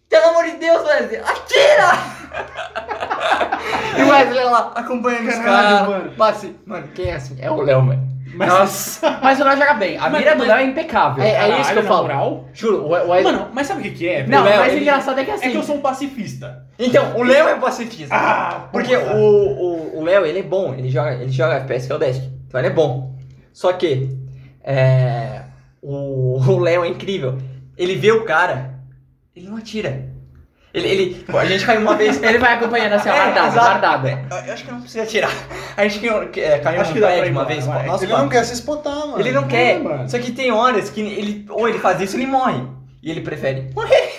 Speaker 4: Pelo amor de Deus, Wesley, atira!
Speaker 10: <laughs>
Speaker 4: e o Wesley lá, acompanhando os
Speaker 10: Caralho,
Speaker 4: caras.
Speaker 10: mano.
Speaker 4: Passe. Mano, quem é assim? É o Léo, mano.
Speaker 2: Nossa. Mas o Léo joga bem, a mira do Léo é impecável.
Speaker 4: É, é isso que eu
Speaker 10: na
Speaker 4: falo.
Speaker 10: moral?
Speaker 4: Juro, o, o Wesley.
Speaker 10: Mano, mas sabe o que que é?
Speaker 2: Não,
Speaker 4: o Léo,
Speaker 2: mas o
Speaker 4: ele-
Speaker 2: engraçado é que
Speaker 10: É que eu
Speaker 2: assim...
Speaker 10: sou um pacifista.
Speaker 4: então, o Léo é pacifista.
Speaker 10: Ah,
Speaker 4: porque
Speaker 10: porra.
Speaker 4: o, o, o Léo, ele é bom, ele joga, ele joga FPS que é o Desk. Então ele é bom. Só que, é, o, o Léo é incrível. Ele vê o cara, ele não atira. Ele, ele, a gente caiu uma vez.
Speaker 2: Ele vai acompanhando <laughs> assim, ó,
Speaker 4: É,
Speaker 2: guardado,
Speaker 4: exato.
Speaker 2: guardado.
Speaker 4: Eu, eu acho que não precisa tirar. A gente caiu, é, caiu
Speaker 10: Acho
Speaker 4: num
Speaker 10: que dá pra
Speaker 4: prédio
Speaker 10: ir
Speaker 4: uma
Speaker 10: embora,
Speaker 4: vez.
Speaker 10: vai.
Speaker 4: nossa,
Speaker 5: Ele não quer se espotar, mano.
Speaker 4: ele não quer.
Speaker 10: Não, mano.
Speaker 4: Só que tem horas que ele. Ou ele faz isso, ele morre. E ele prefere morrer.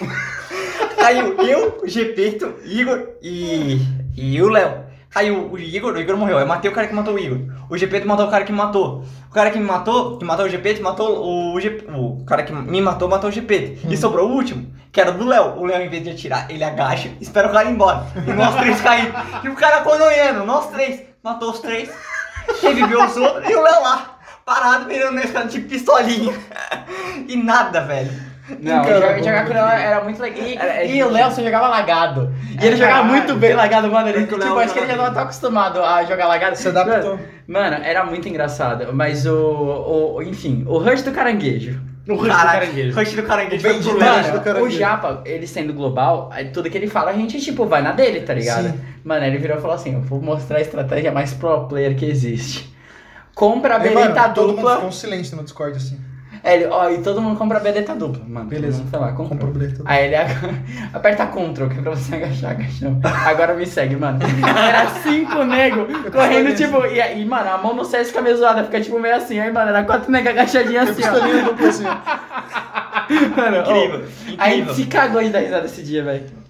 Speaker 4: Caiu eu, o Gepeto, Igor e. E o Léo. Caiu o Igor, o Igor morreu. Eu matei o cara que matou o Igor. O Gepeto matou o cara que me matou. O cara que me matou, que matou o Gepeto, matou o G... O cara que me matou, matou o Gepeto. E sobrou o último, que era o do Léo. O Léo, em vez de atirar, ele agacha, espera o cara ir embora. E nós três caímos. E o cara coronhando, nós três. Matou os três. Reviveu os outros e o Léo lá, parado, mirando nesse cara de pistolinha. E nada, velho.
Speaker 2: Não,
Speaker 5: Cara,
Speaker 2: jogar,
Speaker 5: bom,
Speaker 2: jogar com o Léo
Speaker 5: bom.
Speaker 2: era muito legal. E,
Speaker 4: Era-
Speaker 2: e o Léo só jogava lagado. E
Speaker 4: É,
Speaker 2: ele jogava
Speaker 4: caralho.
Speaker 2: muito bem lagado, mano. Ele,
Speaker 4: Porque É o
Speaker 2: tipo,
Speaker 4: Léo
Speaker 2: acho que ele já
Speaker 4: joga
Speaker 2: tava
Speaker 4: bem.
Speaker 2: tão acostumado a jogar lagado.
Speaker 5: Se adaptou.
Speaker 2: Mano, era muito engraçado. Mas o. o- enfim, o Rush do caranguejo.
Speaker 10: O rush do
Speaker 4: Caralho,
Speaker 10: caranguejo.
Speaker 4: rush do caranguejo.
Speaker 5: O bendito
Speaker 4: foi pro Léo.
Speaker 5: Rush do
Speaker 2: Mano,
Speaker 5: Caranguejo.
Speaker 2: o Japa, ele sendo global, aí tudo que ele fala, a gente, tipo, vai na dele, tá ligado?
Speaker 5: Sim.
Speaker 2: Mano, ele virou e falou assim: eu vou mostrar a estratégia mais pro player que existe. Compra a
Speaker 5: Aí, mano,
Speaker 2: bereta
Speaker 5: todo mundo
Speaker 2: dupla.
Speaker 5: ficou um silêncio no Discord, assim.
Speaker 2: É, ele, ó, e todo mundo compra a bilheta dupla, mano.
Speaker 5: Beleza.
Speaker 2: Todo mundo, sei lá,
Speaker 5: Com
Speaker 2: comprou.
Speaker 5: problema.
Speaker 2: Aí ele agora- <laughs> aperta Ctrl, que é pra você agachar, agachão. Agora me segue, mano. Era cinco nego correndo, tipo, e, aí, mano, a mão no CS fica meio zoada, fica tipo meio assim. Aí, mano, era quatro nego agachadinhos
Speaker 5: Eu
Speaker 2: assim, ó.
Speaker 5: pistolinho duplo assim.
Speaker 2: Mano, ó,
Speaker 4: Incrível,
Speaker 2: Aí a gente
Speaker 4: incrível.
Speaker 2: se cagou de dar risada esse dia, velho.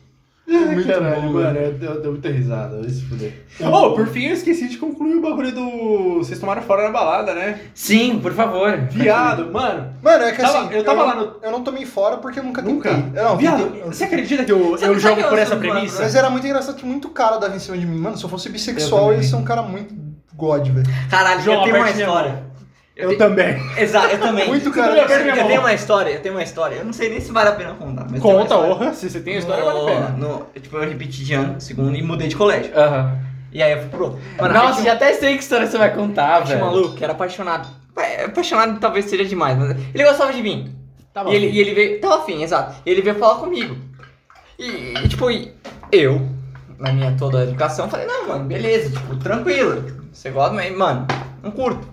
Speaker 5: Muito
Speaker 10: Caralho,
Speaker 5: bom,
Speaker 10: mano, eu deu, deu muita risada, vai se fuder. Oh, por fim eu esqueci de concluir o bagulho do. Vocês tomaram fora na balada, né?
Speaker 2: Sim, por favor.
Speaker 10: Viado, mano.
Speaker 5: Mano, é que
Speaker 10: Tava-
Speaker 5: assim.
Speaker 10: eu tava
Speaker 5: não-
Speaker 10: lá no-
Speaker 5: Eu não tomei fora porque eu nunca
Speaker 10: Nunca.
Speaker 5: tentei. Eu não,
Speaker 10: Viado,
Speaker 5: tentei-
Speaker 10: você acredita que eu, eu
Speaker 4: sabe
Speaker 10: jogo
Speaker 4: que
Speaker 10: por
Speaker 4: eu
Speaker 10: essa
Speaker 4: sou do
Speaker 10: premissa?
Speaker 5: Mas era muito engraçado que muito cara dava em cima de mim. Mano, se eu fosse
Speaker 10: Eu
Speaker 5: bissexual,
Speaker 10: também.
Speaker 5: eu ia ser um cara muito god, velho.
Speaker 4: Caralho,
Speaker 10: João,
Speaker 4: eu tenho uma
Speaker 10: aperte minha
Speaker 4: história.
Speaker 10: Eu também.
Speaker 4: Exato, eu também.
Speaker 5: Muito
Speaker 4: eu,
Speaker 5: cara.
Speaker 10: Aperte
Speaker 4: eu,
Speaker 10: minha
Speaker 4: eu
Speaker 10: mão.
Speaker 4: tenho uma história, eu tenho uma história. Eu não sei nem se vale a pena contar. mas tem uma
Speaker 10: Conta,
Speaker 4: história.
Speaker 10: honra. Se você tem a história,
Speaker 4: No-
Speaker 10: vale a pena.
Speaker 4: no- eu, tipo, eu repeti de ano, segundo, e mudei de colégio.
Speaker 2: Aham.
Speaker 4: E aí eu fui pro outro. Mano, eu
Speaker 2: Nossa,
Speaker 4: tinha
Speaker 2: já até sei que história você vai contar,
Speaker 4: um
Speaker 2: velho.
Speaker 4: maluco que era apaixonado. Pa- Apaixonado talvez seja demais, mas ele gostava de mim.
Speaker 2: Tá
Speaker 4: E ele, e ele veio. Tava afim, exato. E ele veio falar comigo. E, e, tipo, e eu, na minha toda a educação, falei, não, mano, beleza, tipo, tranquilo. Você gosta, mas, mano, não curto.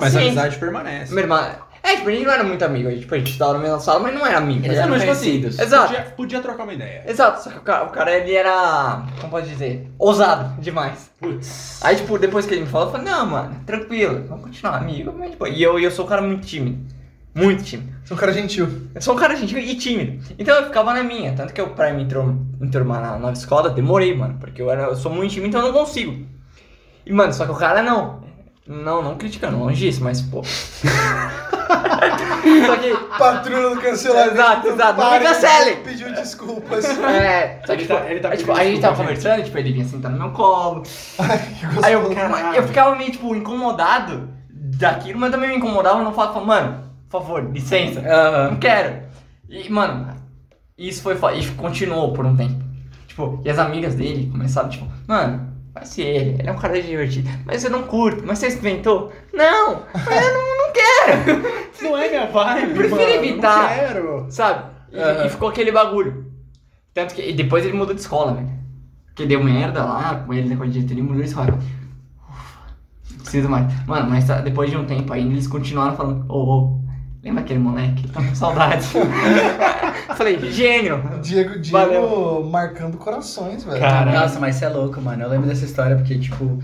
Speaker 10: Mas a
Speaker 4: Assim,
Speaker 10: amizade permanece.
Speaker 4: Minha irmã. É, tipo, a gente não era muito amigo. a gente, Tipo, a gente estava na mesma sala, mas não era amigo.
Speaker 2: Eles
Speaker 4: mas
Speaker 2: eram
Speaker 4: era um conhecido.
Speaker 2: conhecidos.
Speaker 4: Exato.
Speaker 10: Podia, podia trocar uma ideia.
Speaker 4: Exato, só que o cara, o cara, ele era, como pode dizer, ousado demais.
Speaker 10: Putz.
Speaker 4: Aí, tipo, depois que ele me falou, eu falei, não, mano, tranquilo, vamos continuar amigo. Mas, tipo, e eu, e eu sou um cara muito tímido, muito tímido.
Speaker 5: Você é um cara gentil.
Speaker 4: Eu sou um cara gentil e tímido. Então eu ficava na minha, tanto que eu, pra me entor- enturmar na nova escola, demorei, mano, porque eu, era, eu sou muito tímido, então eu não consigo. E, mano, só que o cara não, não, não criticando, longe disso, mas,
Speaker 10: <laughs>
Speaker 4: pô... só que...
Speaker 5: Patrulha do cancelamento.
Speaker 4: Exato, exato. Não me
Speaker 5: Parem de
Speaker 4: cancelem.
Speaker 5: <laughs> Pediu desculpas.
Speaker 4: É, só que,
Speaker 10: Ele
Speaker 4: tipo,
Speaker 10: tá- ele tá
Speaker 4: aí, tipo,
Speaker 10: pedindo
Speaker 4: aí a gente tava
Speaker 10: desculpa, gente.
Speaker 4: conversando, tipo, ele vinha sentar no meu colo.
Speaker 5: Que
Speaker 4: Aí eu,
Speaker 5: gostoso.
Speaker 4: eu ficava meio, tipo, incomodado daquilo, mas também me incomodava no fato, falava, mano, por favor, licença,
Speaker 2: Aham.
Speaker 4: não quero. E, mano, isso foi foda, e continuou por um tempo. Tipo, e as amigas dele começaram, tipo, mano, vai ser ele, ele é um cara divertido, mas eu não curto, mas você experimentou? Não, mas eu não, não quero,
Speaker 10: Não é minha vibe,
Speaker 4: Eu prefiro
Speaker 10: mano,
Speaker 4: evitar.
Speaker 10: Não quero.
Speaker 4: sabe? E,
Speaker 2: Aham.
Speaker 4: e ficou aquele bagulho. Tanto que, e depois ele mudou de escola, velho. Porque deu merda lá com ele, com ele mudou de escola. Preciso mais. Mano, mas tá- depois de um tempo ainda, eles continuaram falando, ô, ô, lembra aquele moleque? Tá com <laughs> saudade. Falei, gênio.
Speaker 5: Diego, Diego
Speaker 4: Valeu.
Speaker 5: marcando corações, velho.
Speaker 2: Nossa, mas você é louco, mano. Eu lembro dessa história porque, tipo.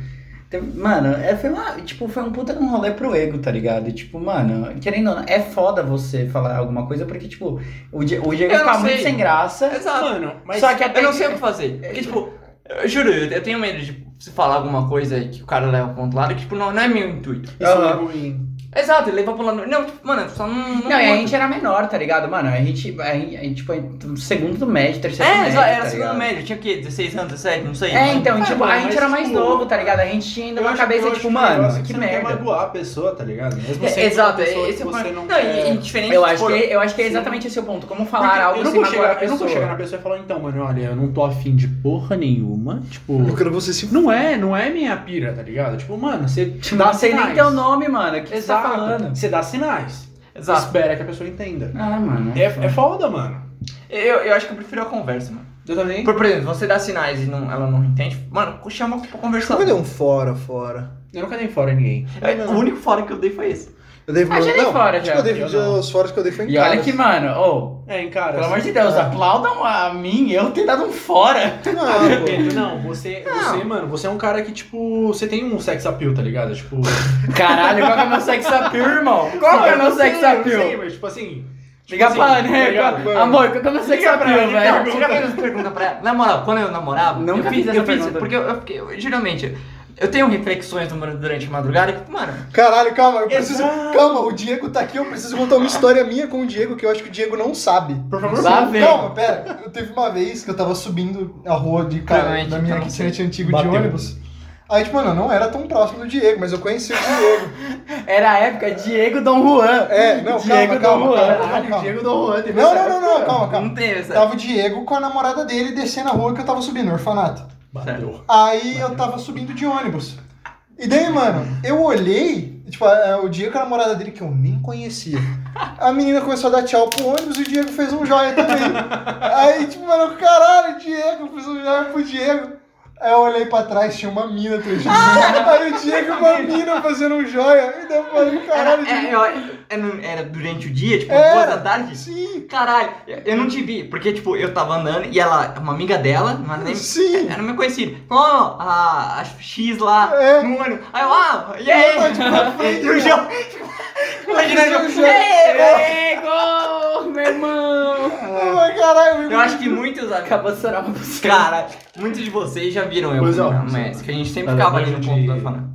Speaker 2: teve- Mano, é, foi, uma, tipo, foi um puta de um rolê pro ego, tá ligado? E, tipo, mano, querendo ou não, é foda você falar alguma coisa porque, tipo, o, Die- o Diego
Speaker 4: Eu
Speaker 2: fica
Speaker 4: não sei.
Speaker 2: muito sem graça.
Speaker 4: Exato.
Speaker 10: Mano, mas.
Speaker 2: só que até.
Speaker 4: eu não sei o que fazer. Porque, tipo, eu juro, eu, eu tenho medo de tipo, se falar alguma coisa que o cara leva pro outro lado, que, tipo, não, não é meu intuito.
Speaker 10: Isso é
Speaker 2: Aham.
Speaker 10: ruim.
Speaker 4: Exato, ele leva pro lado. Não, tipo, mano, só não. Não,
Speaker 2: Não, e a
Speaker 4: curto.
Speaker 2: gente era menor, tá ligado? Mano, a gente, a gente, a gente tipo, no segundo do médio, terceiro do
Speaker 4: É,
Speaker 2: médio.
Speaker 4: exato, era
Speaker 2: tá
Speaker 4: segundo
Speaker 2: ligado?
Speaker 4: médio, tinha o quê? 16 anos, 17, não sei.
Speaker 2: É, então,
Speaker 10: Ah,
Speaker 2: tipo,
Speaker 10: mano,
Speaker 2: a gente
Speaker 10: mas,
Speaker 2: era mais
Speaker 10: tipo,
Speaker 2: novo, tá ligado? A gente tinha ainda
Speaker 10: Eu
Speaker 2: uma
Speaker 10: acho-
Speaker 2: cabeça,
Speaker 10: eu
Speaker 2: tipo,
Speaker 10: acho que o
Speaker 2: mano,
Speaker 10: negócio é
Speaker 2: que
Speaker 10: você Não quer
Speaker 2: merda.
Speaker 10: magoar a pessoa, tá ligado? Mesmo
Speaker 4: É,
Speaker 10: sendo
Speaker 4: exato,
Speaker 10: uma
Speaker 4: é,
Speaker 10: pessoa
Speaker 4: esse é o
Speaker 10: que você
Speaker 4: ponto.
Speaker 10: não,
Speaker 4: Não,
Speaker 10: quer...
Speaker 4: e, e diferente
Speaker 2: Eu
Speaker 4: de,
Speaker 2: acho,
Speaker 4: tipo,
Speaker 2: que, eu acho que é
Speaker 4: Sim.
Speaker 2: exatamente esse o ponto. Como
Speaker 10: Porque
Speaker 2: falar algo
Speaker 10: eu não
Speaker 2: sem
Speaker 10: vou
Speaker 2: magoar a
Speaker 10: chegar, Eu não vou
Speaker 2: pessoa.
Speaker 10: chegar na pessoa e falar, então, mano, olha, eu não tô afim de porra nenhuma. Tipo,
Speaker 5: Eu quero você se
Speaker 10: não é, não é minha pira, tá ligado? Tipo, mano, você dá
Speaker 2: Não sei nem
Speaker 10: sinais.
Speaker 2: teu nome, mano. O que você tá
Speaker 10: Exato.
Speaker 2: falando?
Speaker 10: Você dá sinais.
Speaker 4: Exato.
Speaker 10: Espera que a pessoa entenda.
Speaker 2: Ah, mano.
Speaker 10: É, é foda, mano.
Speaker 4: Eu, eu acho que eu prefiro a conversa, mano.
Speaker 10: Eu também.
Speaker 4: Por, por exemplo, você dá sinais e não, ela não entende, mano, chama pra conversar.
Speaker 5: Eu dei um fora, fora.
Speaker 10: Eu nunca dei fora ninguém.
Speaker 4: É, o único fora que eu dei foi esse.
Speaker 5: Eu dei
Speaker 2: Ah, já dei
Speaker 5: não,
Speaker 2: fora,
Speaker 5: acho
Speaker 2: já.
Speaker 5: que eu dei-
Speaker 2: Eu
Speaker 5: já-
Speaker 2: não.
Speaker 5: Os foras que eu dei foi em
Speaker 2: E olha
Speaker 5: caras.
Speaker 2: que, mano, ô,
Speaker 10: É, hein, cara.
Speaker 2: pelo amor de Deus,
Speaker 5: É.
Speaker 2: aplaudam a mim eu ter dado um fora.
Speaker 5: Não, Ah,
Speaker 10: <laughs>
Speaker 5: pô.
Speaker 10: Pedro, não, você, você, mano, você é um cara que, tipo, você tem um sex appeal, tá ligado? Tipo.
Speaker 2: Caralho, qual que é meu sex appeal, irmão? <laughs> Qual que é
Speaker 10: eu
Speaker 2: meu
Speaker 10: não sei,
Speaker 2: sex
Speaker 10: eu não sei,
Speaker 2: appeal?
Speaker 10: mas, tipo assim. tipo
Speaker 2: Liga
Speaker 10: assim,
Speaker 2: pra
Speaker 10: tá
Speaker 2: né?
Speaker 10: ligado?
Speaker 2: qual- Amor, qual que é meu sex
Speaker 10: Liga pra
Speaker 2: appeal,
Speaker 10: ela,
Speaker 2: velho?
Speaker 4: Não, você já fez essa pergunta pra ela? Na moral, quando eu namorava,
Speaker 2: Nunca
Speaker 4: eu
Speaker 2: fiz
Speaker 4: fiz,
Speaker 2: essa
Speaker 4: eu fiz
Speaker 2: pergunta.
Speaker 4: porque eu, eu fiquei, eu- geralmente, eu tenho reflexões no- durante a madrugada que, mano,
Speaker 5: Caralho, calma, eu preciso.
Speaker 10: Exato.
Speaker 5: Calma, o Diego tá aqui, eu preciso contar uma história minha com o Diego que eu acho que o Diego não sabe.
Speaker 10: Por favor,
Speaker 2: Lá
Speaker 5: Não,
Speaker 2: vem.
Speaker 5: Calma, pera. Eu teve uma vez que eu tava subindo a rua de cara
Speaker 4: Provavelmente,
Speaker 5: da minha
Speaker 4: então,
Speaker 5: kitnet antigo de
Speaker 10: bateu.
Speaker 5: ônibus. Aí, tipo, mano, eu não era tão próximo do Diego, mas eu conheci o Diego.
Speaker 2: Era a época Diego Dom Juan. <laughs>
Speaker 5: É, não,
Speaker 2: Diego
Speaker 5: calma, calma,
Speaker 2: Dom Juan.
Speaker 5: calma, calma, calma.
Speaker 10: Diego Dom Juan.
Speaker 5: Não, não, não, não, calma,
Speaker 4: não
Speaker 5: calma.
Speaker 4: tem essa.
Speaker 5: Tava o Diego com a namorada dele descendo a rua que eu tava subindo, no orfanato.
Speaker 10: Bateu.
Speaker 5: Aí eu tava subindo de ônibus. E daí, mano, eu olhei, tipo, é, o Diego, a namorada dele, que eu nem conhecia. A menina começou a dar tchau pro ônibus e o Diego fez um joia também. Aí, tipo, mano, caralho, Diego, eu fiz um joia pro Diego. Aí eu olhei pra trás, tinha uma mina
Speaker 4: <laughs>
Speaker 5: trejando. Aí o Diego com a mina fazendo um joia. E daí eu falei, caralho,
Speaker 4: Era, é,
Speaker 5: Diego.
Speaker 4: eu- é, não- era durante o dia, tipo,
Speaker 5: Era.
Speaker 4: duas da tarde?
Speaker 5: Sim,
Speaker 4: Caralho, eu não te vi, porque, tipo, eu tava andando e ela, uma amiga dela, não era nem.
Speaker 5: sim.
Speaker 4: Era meu conhecido. Ó, a, a X lá
Speaker 5: É.
Speaker 4: no ônibus. Aí eu, ah, e aí?
Speaker 5: Tá de pra frente,
Speaker 4: <laughs> E o João. Imagina o João. "Ei,
Speaker 2: Gol, meu irmão!
Speaker 5: Eu falei, caralho,
Speaker 4: Eu acho que muitos amigos.
Speaker 2: Acabou de chorar pra você.
Speaker 4: Cara, muitos de vocês já viram eu
Speaker 10: Pois é,
Speaker 4: na
Speaker 10: sim.
Speaker 4: Mask, que a gente sempre
Speaker 10: Mas
Speaker 4: ficava
Speaker 10: eu
Speaker 4: ali no
Speaker 10: gosto
Speaker 4: ponto
Speaker 10: de-
Speaker 4: da fama.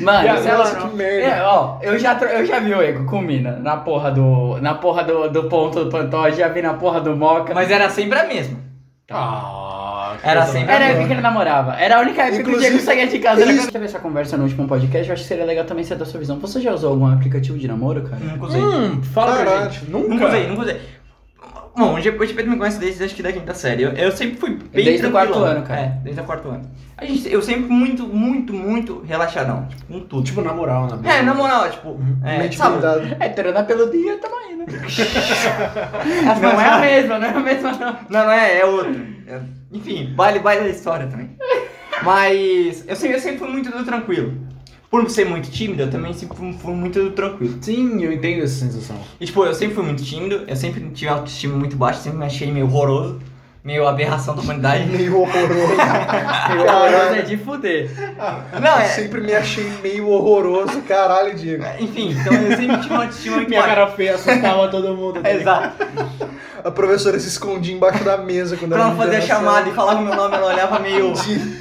Speaker 2: Mano,
Speaker 10: E
Speaker 2: sei
Speaker 10: agora,
Speaker 2: lá,
Speaker 5: que
Speaker 2: não.
Speaker 5: merda.
Speaker 2: É, ó, eu já, tro- eu já vi o Ego com mina na porra do. Na porra do, do ponto do Pantó, já vi na porra do Moca.
Speaker 4: Mas era sempre a mesma.
Speaker 10: Tá. Ah, que
Speaker 4: Era
Speaker 10: coisa
Speaker 4: sempre a
Speaker 2: Era a
Speaker 4: mesma.
Speaker 2: época que ele namorava. Era a única época que o
Speaker 5: Inclusive,
Speaker 2: Diego saía de casa. Era
Speaker 5: isso-
Speaker 2: quando teve essa conversa no último podcast, eu acho que seria legal também você dar sua visão. Você já usou algum aplicativo de namoro, cara?
Speaker 4: Nunca usei.
Speaker 10: Hum, fala pra
Speaker 5: Caralho.
Speaker 10: gente.
Speaker 4: Nunca
Speaker 10: Nunca.
Speaker 4: usei, nunca usei. Bom, o G- o GP me conhece desde acho que da quinta série. Eu, eu sempre fui bem
Speaker 2: Desde o quarto
Speaker 4: tranquilão.
Speaker 2: ano, cara.
Speaker 4: É, desde o quarto ano. A gente, eu sempre muito, muito, muito relaxadão. Tipo, com tudo.
Speaker 10: Tipo, na moral, na
Speaker 4: é, na moral, tipo,
Speaker 10: Hum.
Speaker 4: é,
Speaker 5: Mente
Speaker 4: sabe?
Speaker 5: blindada.
Speaker 2: É, treinar pelo dia, tamo aí, né?
Speaker 10: <laughs>
Speaker 2: não
Speaker 10: ah,
Speaker 2: é a mesma, não é a mesma, não.
Speaker 4: Não, não é, é outro. É- enfim, baile, baile da história também. Mas eu sempre, eu sempre fui muito do tranquilo. Por ser muito tímido, eu também sempre fui, fui muito do tranquilo.
Speaker 10: Sim, eu entendo essa sensação.
Speaker 4: E tipo, eu sempre fui muito tímido, eu sempre tive autoestima muito baixa, sempre me achei meio horroroso, meio aberração da
Speaker 10: <laughs>
Speaker 4: humanidade.
Speaker 5: Meio horroroso.
Speaker 2: Horroroso é
Speaker 5: Caralho.
Speaker 2: de fuder.
Speaker 4: Não,
Speaker 5: Eu
Speaker 4: é.
Speaker 5: sempre me achei meio horroroso, caralho, Diego.
Speaker 4: Enfim, então eu sempre tive uma autoestima muito
Speaker 10: <laughs> Minha
Speaker 4: baixa.
Speaker 10: cara é feia assustava todo mundo. tá
Speaker 4: Exato.
Speaker 5: A professora se escondia embaixo da mesa quando
Speaker 4: Pra
Speaker 5: ela
Speaker 4: ela fazer a chamada e falar o meu nome, ela olhava meio.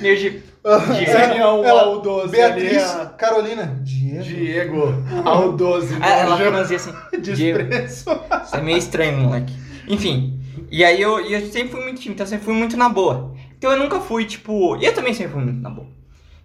Speaker 4: meio de.
Speaker 10: <laughs>
Speaker 5: Ela,
Speaker 10: Seria É o
Speaker 5: ela-
Speaker 10: Aldoze
Speaker 5: Beatriz,
Speaker 10: ali, a-
Speaker 5: Carolina, Diego.
Speaker 10: Diego, ao 12.
Speaker 4: Ah,
Speaker 2: É,
Speaker 4: Ela franzia assim.
Speaker 10: <laughs> Desprezo.
Speaker 4: Isso é meio estranho, moleque. Enfim. E aí eu, e eu sempre fui muito tímido, então eu sempre fui muito na boa. Então eu nunca fui, tipo. E eu também sempre fui muito na boa.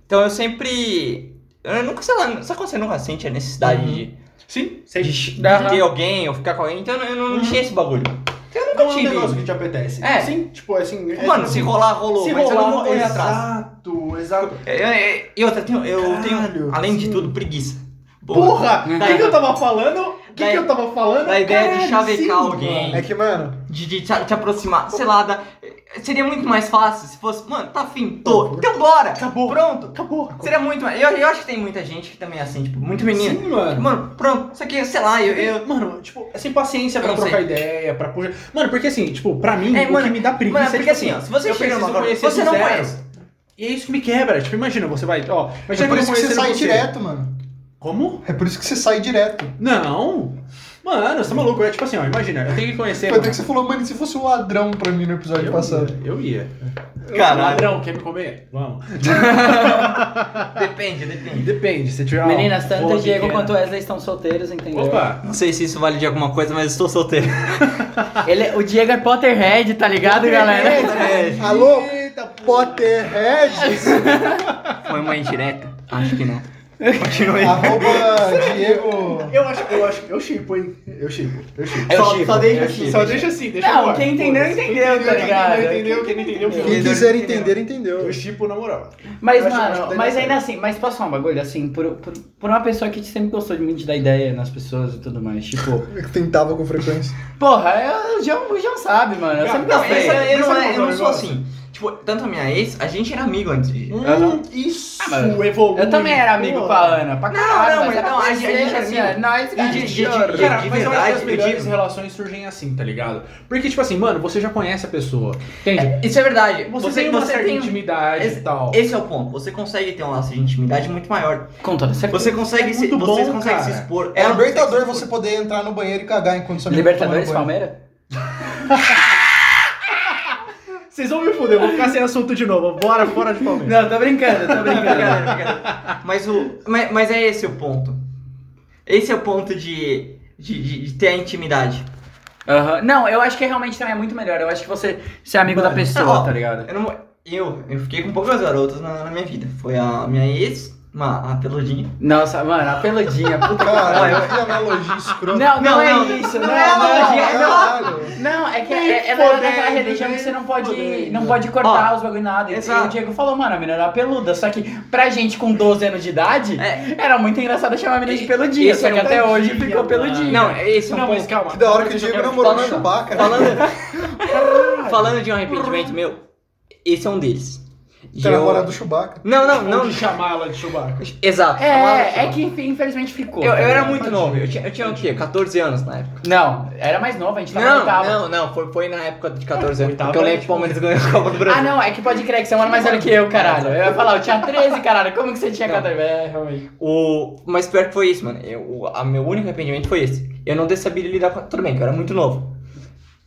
Speaker 4: Então eu sempre. Eu nunca, sei lá, sabe quando você nunca sente a necessidade
Speaker 10: Uhum.
Speaker 4: de,
Speaker 10: Sim, sei.
Speaker 4: de, ch- de
Speaker 2: Aham.
Speaker 4: ter alguém ou ficar com alguém? Então eu, não- eu não tinha esse bagulho. Então eu nunca
Speaker 10: Não é um
Speaker 4: tive.
Speaker 10: negócio que te apetece.
Speaker 4: É.
Speaker 10: Sim, tipo, assim... é-
Speaker 4: Mano, se rolar, rolou.
Speaker 10: Se
Speaker 4: mas eu não vou
Speaker 10: rolar,
Speaker 4: correr atrás.
Speaker 10: exato, exato.
Speaker 4: É, é, é, E outra, eu tenho, eu
Speaker 10: Caralho,
Speaker 4: tenho, além de
Speaker 10: sim.
Speaker 4: tudo, preguiça. Boa.
Speaker 10: Porra! O que, que eu tava falando? O que,
Speaker 4: Da-
Speaker 10: que eu tava falando?
Speaker 4: da ideia de
Speaker 10: Caralho,
Speaker 4: chavecar
Speaker 10: sim,
Speaker 4: alguém.
Speaker 5: É que, mano,
Speaker 4: De, de te, te aproximar, sei lá, da- seria muito mais fácil se fosse, mano, tá afim,
Speaker 10: Uhum.
Speaker 4: tô, então bora,
Speaker 10: Acabou.
Speaker 4: pronto.
Speaker 10: Acabou.
Speaker 4: Seria muito mais, eu, eu acho que tem muita gente que também é assim, tipo, muito menino.
Speaker 10: Sim, mano.
Speaker 4: Mano, pronto, isso aqui, sei lá, eu... eu
Speaker 10: Mano, tipo, é sem paciência pra
Speaker 4: Eu não
Speaker 10: trocar
Speaker 4: sei.
Speaker 10: ideia, pra puxar. Mano, porque assim, tipo, pra mim,
Speaker 4: É,
Speaker 10: o
Speaker 4: mano,
Speaker 10: que me dá preguiça
Speaker 4: mano,
Speaker 10: é
Speaker 4: porque
Speaker 10: tipo
Speaker 4: assim, ó, se você
Speaker 10: eu
Speaker 4: chega numa
Speaker 10: preciso
Speaker 4: roda,
Speaker 10: conhecer
Speaker 4: você
Speaker 10: do
Speaker 4: não
Speaker 10: zero.
Speaker 4: conhece.
Speaker 10: E é isso que me quebra. Tipo, imagina, você vai, ó,
Speaker 5: é
Speaker 10: imagina eu
Speaker 5: por isso que
Speaker 10: conhecendo
Speaker 5: você sai direto, mano.
Speaker 10: Como?
Speaker 5: É por isso que você sai direto.
Speaker 10: Não. Mano, você tá maluco? É tipo assim, ó, imagina, eu tenho que conhecer.
Speaker 5: Foi até
Speaker 10: mano.
Speaker 5: que você falou, mano, e se fosse um ladrão pra mim no episódio
Speaker 10: Eu
Speaker 5: passado.
Speaker 10: ia, eu ia.
Speaker 4: Caralho,
Speaker 10: Ladrão, quer me comer? Vamos.
Speaker 4: depende, depende.
Speaker 10: Depende, se tiver. uma
Speaker 2: Meninas, tanto
Speaker 10: boa
Speaker 2: o Diego
Speaker 10: pequena.
Speaker 2: quanto o Wesley estão solteiros, entendeu?
Speaker 10: Opa!
Speaker 4: Não sei se isso vale de alguma coisa, mas estou solteiro.
Speaker 2: Ele, é- o Diego é Potterhead, tá ligado, galera?
Speaker 4: É,
Speaker 5: Alô, é, Potterhead,
Speaker 4: <laughs> foi uma indireta? Acho que não.
Speaker 5: arroba Diego...
Speaker 10: Eu acho, eu acho, eu chipo, hein? Eu chipo, eu chipo.
Speaker 2: Eu
Speaker 4: só,
Speaker 2: chipo,
Speaker 4: só deixa
Speaker 2: eu
Speaker 4: assim.
Speaker 2: chipo.
Speaker 10: Só deixa assim, deixa
Speaker 2: Não,
Speaker 10: no ar.
Speaker 2: quem entendeu,
Speaker 10: Foda-se.
Speaker 2: entendeu, tá ligado?
Speaker 10: Quem entendeu, quem não entendeu, quem não
Speaker 5: Quem
Speaker 10: entendeu.
Speaker 5: quiser entender, entendeu.
Speaker 10: Eu chipo na moral.
Speaker 2: Mas,
Speaker 10: Eu acho- eu acho
Speaker 2: mano,
Speaker 10: que
Speaker 2: mas
Speaker 10: daí
Speaker 2: ainda assim, mas posso falar um bagulho? Assim, por, por, por uma pessoa que sempre gostou de mim de dar ideia nas pessoas e tudo mais, tipo...
Speaker 5: Eu Tentava com frequência.
Speaker 2: porra, eu, o, João, o João sabe, mano, eu
Speaker 10: Não,
Speaker 2: sempre
Speaker 4: <laughs> Não,
Speaker 10: Mas
Speaker 2: gostei.
Speaker 4: essa-
Speaker 10: sabe-
Speaker 4: eu,
Speaker 10: mas
Speaker 4: não,
Speaker 10: sabe
Speaker 4: é- eu
Speaker 10: qual
Speaker 4: não
Speaker 10: é o
Speaker 4: sou
Speaker 10: negócio?
Speaker 4: assim. Tipo, tanto a minha ex, a gente era amigo antes de.
Speaker 5: Hum,
Speaker 2: Aham.
Speaker 10: isso
Speaker 2: Ah, mas-
Speaker 10: é volúvel.
Speaker 2: Eu também era amigo com a Ana, pra
Speaker 4: Não,
Speaker 2: caralho.
Speaker 4: não, mas
Speaker 2: era
Speaker 4: não, a gente- a gente
Speaker 2: parceiro,
Speaker 4: é
Speaker 2: assim,
Speaker 4: amigo.
Speaker 2: ó, Nós,
Speaker 4: E
Speaker 2: cara,
Speaker 4: de- de-
Speaker 2: de
Speaker 4: de-
Speaker 2: ouro.
Speaker 10: Cara,
Speaker 4: de
Speaker 10: mas eu acho que as
Speaker 4: verdade, eu
Speaker 10: melhores
Speaker 4: digo-
Speaker 10: relações surgem assim, tá ligado? Porque, tipo assim, mano, você já conhece a pessoa, entende?
Speaker 4: Isso é verdade.
Speaker 10: Você, tem uma certa
Speaker 4: tem-
Speaker 10: intimidade
Speaker 4: Esse-
Speaker 10: e tal.
Speaker 4: Esse é o ponto. Você consegue ter um laço de intimidade muito maior.
Speaker 2: Com toda certeza.
Speaker 4: Você consegue
Speaker 10: É
Speaker 4: se,
Speaker 10: muito
Speaker 4: vocês
Speaker 10: bom,
Speaker 4: conseguem
Speaker 10: cara.
Speaker 4: se expor.
Speaker 5: É
Speaker 4: Ela
Speaker 5: libertador
Speaker 4: consegue se
Speaker 5: você
Speaker 4: expor.
Speaker 5: poder entrar no banheiro e cagar enquanto sua amiga tá
Speaker 2: Libertadores,
Speaker 5: tomando banho.
Speaker 2: Palmeiras?
Speaker 10: Vocês vão me fuder, eu vou ficar sem assunto de novo. Bora fora de Palmeiras.
Speaker 2: Não, tô brincando, tô brincando.
Speaker 4: Brincadeira, brincadeira. <laughs> mas, o, mas, mas é esse o ponto. Esse é o ponto de, de, de- de ter a intimidade.
Speaker 2: Aham. Não, eu acho que realmente também é muito melhor. Eu acho que você ser amigo da pessoa,
Speaker 4: ó,
Speaker 2: tá ligado?
Speaker 4: Eu, não- eu, eu fiquei com poucas garotas na, na minha vida. Foi a minha ex, uma, a peludinha.
Speaker 2: Nossa, mano, a peludinha, puta que pariu.
Speaker 5: Caralho, que analogia escrota.
Speaker 2: Não, não,
Speaker 4: Não,
Speaker 2: é
Speaker 4: não.
Speaker 2: isso, não,
Speaker 4: Não,
Speaker 2: é analogia. é não,
Speaker 5: Caralho.
Speaker 2: não, é que é, ela era daquela religião que você não pode, não pode cortar os bagulho e nada. E
Speaker 4: Exato.
Speaker 2: o Diego falou, mano, a menina era peluda. Só que pra gente com 12 anos de idade,
Speaker 4: É.
Speaker 2: era muito engraçado chamar a menina de peludinha.
Speaker 4: Esse
Speaker 2: Só que
Speaker 4: era um
Speaker 2: até hoje
Speaker 10: peludinha,
Speaker 2: ficou
Speaker 10: mano.
Speaker 2: peludinha.
Speaker 4: Não, esse é um
Speaker 10: Não,
Speaker 4: ponto.
Speaker 10: mas calma.
Speaker 4: Tá
Speaker 5: Que da hora que o
Speaker 10: Eu só
Speaker 5: Diego
Speaker 10: quero
Speaker 5: namorou né? na
Speaker 4: falar só-
Speaker 5: Chewbacca.
Speaker 4: Falando, falando de um arrependimento meu, esse é um deles. E
Speaker 5: Tá
Speaker 4: eu-
Speaker 5: namorado do Chewbacca.
Speaker 4: Não, não,
Speaker 10: Não
Speaker 4: não.
Speaker 10: de chamar ela de Chewbacca.
Speaker 4: Exato. chamava
Speaker 2: É, é
Speaker 4: Chewbacca.
Speaker 2: que inf- infelizmente ficou.
Speaker 4: Eu, eu
Speaker 2: tá
Speaker 4: era
Speaker 2: ligado?
Speaker 4: muito novo, eu tinha, eu tinha o quê? 14 anos na época.
Speaker 2: Não, era mais novo, a gente tava na
Speaker 4: Não,
Speaker 2: oitava.
Speaker 4: não, não, foi, foi na época de 14 anos.
Speaker 10: oitava
Speaker 4: Porque eu
Speaker 10: era
Speaker 4: lembro que o Palmeiras ganhou a Copa do
Speaker 2: Ah,
Speaker 4: Brasil.
Speaker 2: não, é que pode crer que você é um ano mais velho que eu, caralho. Eu ia falar, eu tinha 13, caralho. Como que você tinha
Speaker 4: Não.
Speaker 2: 14? É, realmente.
Speaker 4: O, mas pior que foi isso, mano. Eu, o a- meu único arrependimento foi esse. Eu não sabia lidar com. Tudo bem, que eu era muito novo.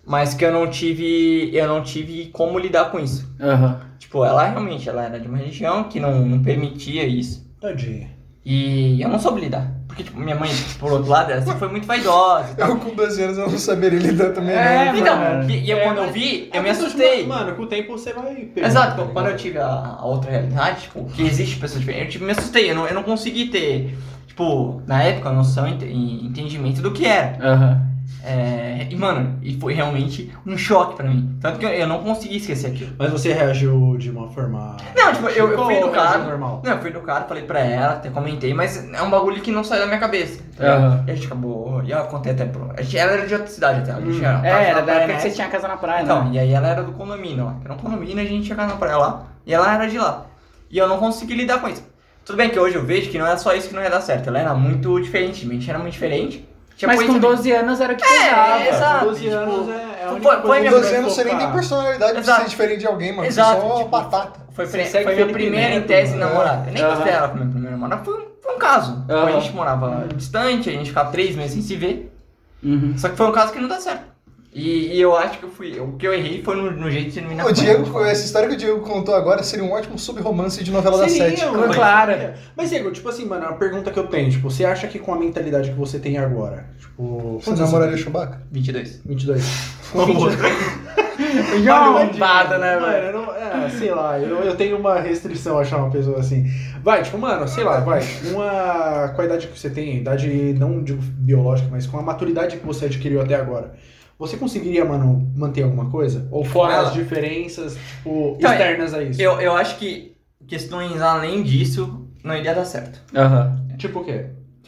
Speaker 4: Mas que eu não tive. Eu não tive como lidar com isso.
Speaker 2: Aham.
Speaker 4: Tipo, ela realmente ela era de uma religião que não, não permitia isso.
Speaker 10: Tadinha.
Speaker 4: E eu não soube lidar. Porque, tipo, minha mãe, por outro lado, ela sempre foi muito vaidosa e tal.
Speaker 5: Eu com 12 anos eu não saberia lidar também.
Speaker 2: É,
Speaker 5: não.
Speaker 4: Então,
Speaker 2: mano.
Speaker 4: e, e eu,
Speaker 10: É,
Speaker 4: quando eu
Speaker 10: mas-
Speaker 4: vi, eu me assustei.
Speaker 10: Mano, com o tempo você vai.
Speaker 4: Exato,
Speaker 10: tá
Speaker 4: então, quando eu tive a, a outra realidade, tipo, que existe pessoas diferentes, eu tipo, me assustei, eu não, eu não consegui ter, tipo, na época, noção e ente- e entendimento do que era.
Speaker 2: Aham.
Speaker 4: É, e, mano, e foi realmente um choque pra mim. Tanto que eu, eu não consegui esquecer aquilo.
Speaker 10: Mas você reagiu de uma forma.
Speaker 4: Não, tipo, eu, eu fui
Speaker 10: Ou reagiu
Speaker 4: educado.
Speaker 10: normal.
Speaker 4: Não, eu fui educado, falei pra ela, até comentei, mas é um bagulho que não sai da minha cabeça. tá ligado?
Speaker 2: Aham.
Speaker 4: E a gente acabou, e ela contei até pro. A gente, ela era de outra cidade até. A gente
Speaker 10: Hum.
Speaker 4: era,
Speaker 2: É, era da
Speaker 4: praia,
Speaker 2: época
Speaker 4: né?
Speaker 2: que você tinha casa na praia,
Speaker 4: Então,
Speaker 2: né?
Speaker 4: e aí ela era do condomínio lá. que Era um condomínio, a gente ia na praia lá. E ela era de lá. E eu não consegui lidar com isso. Tudo bem que hoje eu vejo que não era só isso que não ia dar certo. Ela era muito diferente. A gente era muito diferente. Tinha
Speaker 2: Mas
Speaker 4: coisa-
Speaker 2: com 12 anos era o que
Speaker 4: É,
Speaker 2: pegava.
Speaker 4: exato.
Speaker 10: 12
Speaker 4: tipo,
Speaker 10: anos é. é a
Speaker 4: foi-
Speaker 10: única
Speaker 4: foi
Speaker 10: coisa
Speaker 4: a
Speaker 5: Com
Speaker 10: que
Speaker 4: minha
Speaker 10: você
Speaker 5: 12
Speaker 10: vai
Speaker 5: anos você nem tem
Speaker 10: focar.
Speaker 5: personalidade pra
Speaker 4: Exato.
Speaker 5: ser diferente de alguém, mano. Você é
Speaker 4: Exato,
Speaker 5: só uma
Speaker 4: tipo-
Speaker 5: batata.
Speaker 4: Foi,
Speaker 2: Você
Speaker 4: pre-
Speaker 2: segue
Speaker 4: foi minha
Speaker 2: Felipe
Speaker 4: primeira, em
Speaker 2: Neto,
Speaker 4: tese,
Speaker 2: né?
Speaker 4: namorada. Eu nem
Speaker 2: Aham.
Speaker 4: gostei dela como minha primeira namorada. Foi, um- foi um caso.
Speaker 2: Aham.
Speaker 4: A gente morava distante, a gente ficava três meses sem se ver.
Speaker 2: Uhum.
Speaker 4: Só que foi um caso que não dá certo. E, e eu acho que eu fui. O que eu errei foi no, no jeito de não me
Speaker 5: O
Speaker 4: namorar.
Speaker 5: Diego, essa história que o Diego contou agora seria um ótimo sub-romance de novela da
Speaker 10: Seria, um
Speaker 5: sete.
Speaker 10: mano,
Speaker 2: Mas- Claro.
Speaker 10: Mas, Igor, tipo assim, mano, a pergunta que eu tenho, tipo, você acha que com a mentalidade que você tem agora, tipo...
Speaker 5: Você
Speaker 10: quantos
Speaker 5: namoraria
Speaker 10: anos
Speaker 5: Chewbacca?
Speaker 4: 22.
Speaker 10: você tem? 22.
Speaker 5: um
Speaker 4: é
Speaker 2: E uma
Speaker 4: um
Speaker 2: lombada, né,
Speaker 10: é Mano,
Speaker 2: velho?
Speaker 10: eu não- é, sei lá, eu, eu tenho uma restrição a achar uma pessoa assim. Vai, tipo, mano, sei lá, vai. Uma qualidade que você tem, idade não digo biológica, mas com a maturidade que você adquiriu até agora. Você conseguiria, mano, manter alguma coisa? Ou fora
Speaker 4: Ela-
Speaker 10: as diferenças, tipo,
Speaker 4: Então,
Speaker 10: externas a isso?
Speaker 4: Eu, eu acho que questões além disso não iria dar certo.
Speaker 2: Aham.
Speaker 10: Tipo o quê?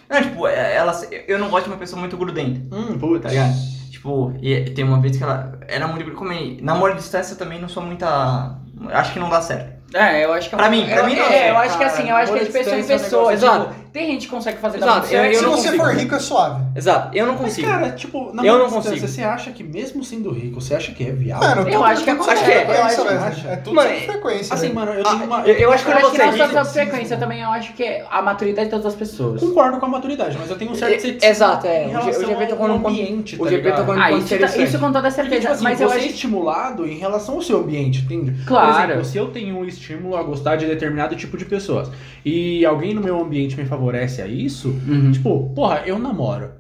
Speaker 4: Não, tipo, é- ela, eu não gosto de uma pessoa muito grudenta,
Speaker 10: Hum, puta.
Speaker 4: tá ligado? Tipo, e tem uma vez que ela era muito grudenta. Como é- namoro de distância eu também não sou muita. Acho que não dá certo.
Speaker 2: É, eu acho que é
Speaker 4: Pra
Speaker 2: uma-
Speaker 4: mim, pra
Speaker 2: eu-
Speaker 4: mim não,
Speaker 2: É, eu
Speaker 4: cara.
Speaker 2: acho que assim, eu acho que é de
Speaker 10: Namoro à
Speaker 2: pessoa em
Speaker 10: distância
Speaker 2: pessoa.
Speaker 4: é um negócio-
Speaker 2: tipo, tem gente que consegue fazer
Speaker 4: Exato,
Speaker 2: dar muito
Speaker 4: eu-
Speaker 2: certo.
Speaker 5: Se
Speaker 4: não
Speaker 5: você
Speaker 4: consigo.
Speaker 5: for rico, é suave.
Speaker 4: Exato, eu não
Speaker 10: Mas,
Speaker 4: consigo.
Speaker 10: cara, tipo, na
Speaker 4: Eu
Speaker 10: maior
Speaker 4: não
Speaker 10: distância,
Speaker 4: consigo.
Speaker 10: Você acha que mesmo sendo rico, você acha que é viável?
Speaker 5: Mano,
Speaker 2: Eu
Speaker 5: tudo-
Speaker 2: acho que
Speaker 5: tudo
Speaker 2: acontece,
Speaker 5: sobre
Speaker 4: eu
Speaker 5: frequência,
Speaker 10: acho.
Speaker 5: velho. É tudo
Speaker 4: Mano,
Speaker 5: sobre frequência, né?
Speaker 10: assim,
Speaker 5: velho.
Speaker 10: mano, eu
Speaker 4: Ah,
Speaker 10: tenho uma...
Speaker 4: eu, eu acho que
Speaker 2: Eu
Speaker 4: quando
Speaker 2: acho que
Speaker 4: você é
Speaker 2: não só
Speaker 4: rico.
Speaker 2: sua frequência também, eu acho que é a maturidade de todas as pessoas.
Speaker 10: Concordo com a maturidade, mas eu tenho um certo
Speaker 4: É,
Speaker 10: ceticismo
Speaker 4: exato, é.
Speaker 10: em
Speaker 4: O G- o
Speaker 10: relação
Speaker 4: GP tocou
Speaker 10: ao
Speaker 4: num ponto-
Speaker 10: ambiente,
Speaker 4: o
Speaker 10: tá
Speaker 4: GP
Speaker 10: ligado?
Speaker 4: tocou num
Speaker 2: Ah,
Speaker 4: ponto
Speaker 2: isso, tá-
Speaker 4: interessante.
Speaker 2: isso com toda
Speaker 10: Porque, tipo
Speaker 2: certeza,
Speaker 10: assim,
Speaker 2: mas
Speaker 10: você
Speaker 2: eu
Speaker 10: é
Speaker 2: acho
Speaker 10: estimulado em relação ao seu ambiente, entende?
Speaker 2: Claro.
Speaker 10: Por exemplo, se eu tenho um estímulo a gostar de determinado tipo de pessoas e alguém no meu ambiente me favorece a isso,
Speaker 2: Uhum.
Speaker 10: tipo, porra, eu namoro.